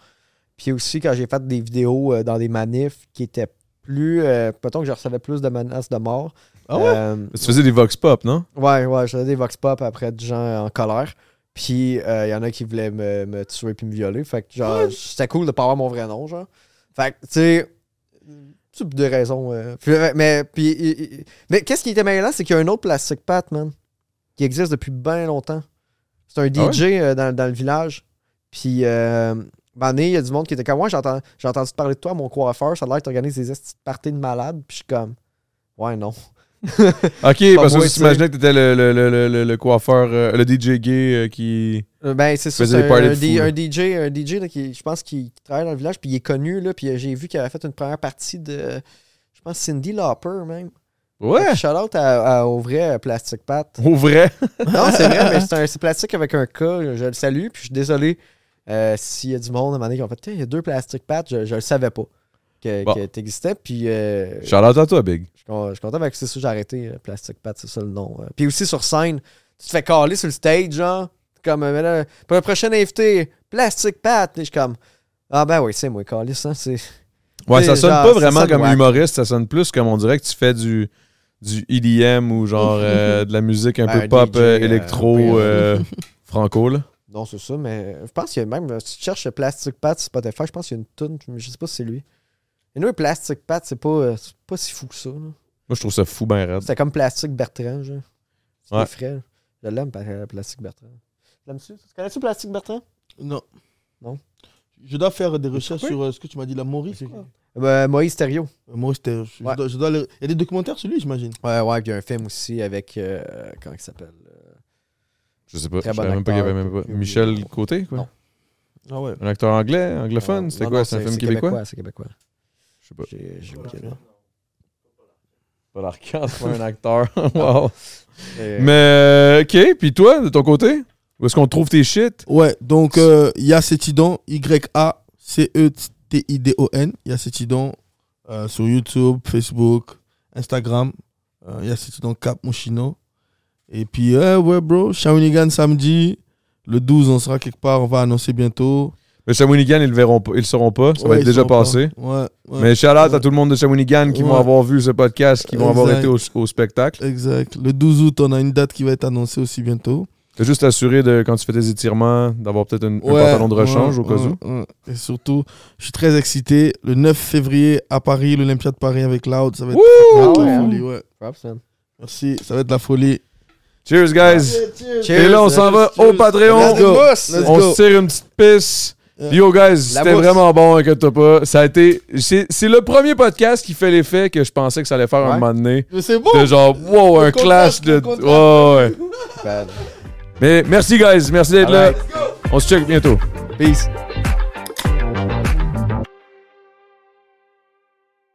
Puis aussi, quand j'ai fait des vidéos euh, dans des manifs qui étaient plus. euh, mettons que je recevais plus de menaces de mort. Ah ouais Euh, Tu faisais des vox pop, non ouais, ouais, je faisais des vox pop après des gens en colère. Puis euh, il y en a qui voulaient me, me tuer puis me violer. Fait que genre, c'était cool de pas avoir mon vrai nom, genre. Fait que, tu sais. tu- De raisons. euh, puis, euh, mais puis, il- il- mais qu'est-ce qui était mêlant, c'est qu'il y a un autre Plastic Pat, man, qui existe depuis bien longtemps. C'est un Ah ouais? DJ euh, dans, dans le village. Puis, euh, un moment donné, il y a du monde qui était comme, ouais, j'entends- j'ai entendu parler de toi, mon coiffeur, ça a l'air que t'organises des esti de parties de malades. Puis je suis comme, ouais, non. Ok, parce que moi, tu tu t'imaginais que t'étais le, le, le, le, le- le coiffeur, euh, le DJ gay euh, qui. Euh, Ben, c'est ça. Faisait C'est des un, parties de un fous, D- là. un DJ, un DJ là, qui, je pense, qui, qui travaille dans le village, puis il est connu, là, puis euh, j'ai vu qu'il avait fait une première partie de, je pense, Cindy Lauper, même. Ouais! Shout out à, à- au vrai euh, Plastic Pat. Au vrai! non, c'est vrai, mais c'est un- c'est Plastic avec un K, je le salue, puis je suis désolé euh, s'il y a du monde à un moment donné qui ont fait, Tiens, il y a deux Plastic Pat, je, je le savais pas que, Bon. que t'existais, puis euh, Shout out à toi, Big. je suis con- je suis content avec c'est ça, j'ai arrêté euh, Plastic Pat, c'est ça le nom. euh. Puis aussi sur scène, tu te fais caler sur le stage, genre, comme euh, mais là, pour le prochain invité, Plastic Pat. Et je suis comme Ah ben oui, c'est moi, caler ça, c'est. Ouais, ça C'est sonne genre- pas ça vraiment sonne comme whack. humoriste, ça sonne plus comme on dirait que tu fais du, du EDM ou genre euh, de la musique un Ben, peu pop DJ, euh, euh, électro oui, oui. euh, franco, là. Non, c'est ça, mais je pense qu'il y a même. euh, Si tu cherches Plastic Pat sur Spotify, je pense qu'il y a une toune, mais je sais pas si c'est lui. Et nous, Plastic Pat, c'est pas, euh, c'est pas si fou que ça. là. Moi, je trouve ça fou, ben raide. C'était comme Plastic Bertrand, genre. C'est Ouais. pas frais. là. Je l'aime, par- euh, Plastic Bertrand. L'aimes-tu? Tu connais-tu Plastic Bertrand? Non. Non. Je dois faire des recherches pourquoi sur euh, ce que tu m'as dit, la Maurice. quoi. Ben, Moïse Thériault. Euh, Maurice, t'es- je, je Ouais. dois, je dois aller- Il y a des documentaires sur lui, j'imagine. Ouais, ouais, puis il y a un film aussi avec. euh, comment il s'appelle euh, Je sais pas, Très je savais bon même pas qu'il y avait acteur, même pas. j'ai oublié. Michel Côté, quoi. Non. Ah ouais. Un acteur anglais, anglophone, non, c'était Euh, non, quoi? non, C'est un film québécois? C'est québécois. Je sais pas. J'ai j'ai oublié le nom. Pas l'arcade, pas un acteur. wow. Euh, Mais, ok, puis toi, de ton côté? Où est-ce qu'on trouve tes shit? Ouais, donc euh, Yacetidon, E Y-A-C-E-T-I-D-O-N, Yacetidon, euh, sur YouTube, Facebook, Instagram, euh, Yacetidon Cap Mouchino. Et puis, euh, ouais, bro, Shawinigan samedi, le 12, on sera quelque part, on va annoncer bientôt. Le Shawinigan, ils le verront pas, ils le sauront pas, ça va Ouais, être ils déjà sont pas- passé. Ouais, ouais. Mais shout out à tout le monde de Shawinigan qui vont Ouais. avoir vu ce podcast, qui vont avoir Exact. été au, au spectacle. Exact. Le 12 août, on a une date qui va être annoncée aussi bientôt. T'as juste assuré de quand tu fais tes étirements d'avoir peut-être une- un Ouais, pantalon de rechange ouais, au cas ouais, où. ouais. Et surtout, je suis très excité. Le 9 février à Paris, l'Olympia de Paris avec Loud, ça va être Ah la ouais, hein? folie, ouais. props, man. Merci, ça va être la folie. Cheers guys. Et Cheers, là on s'en va au Patreon. Let's go. Let's On go. se tire une petite pisse. Yeah. Yo guys, La c'était mousse. vraiment bon, inquiète pas. Ça a été c'est c'est le premier podcast qui fait l'effet que je pensais que ça allait faire un Ouais. moment donné. Mais c'est bon. De genre wow, un clash contraste, de le ouais, ouais. Ben, Mais merci guys, merci d'être là. alright. On se check bientôt. Peace.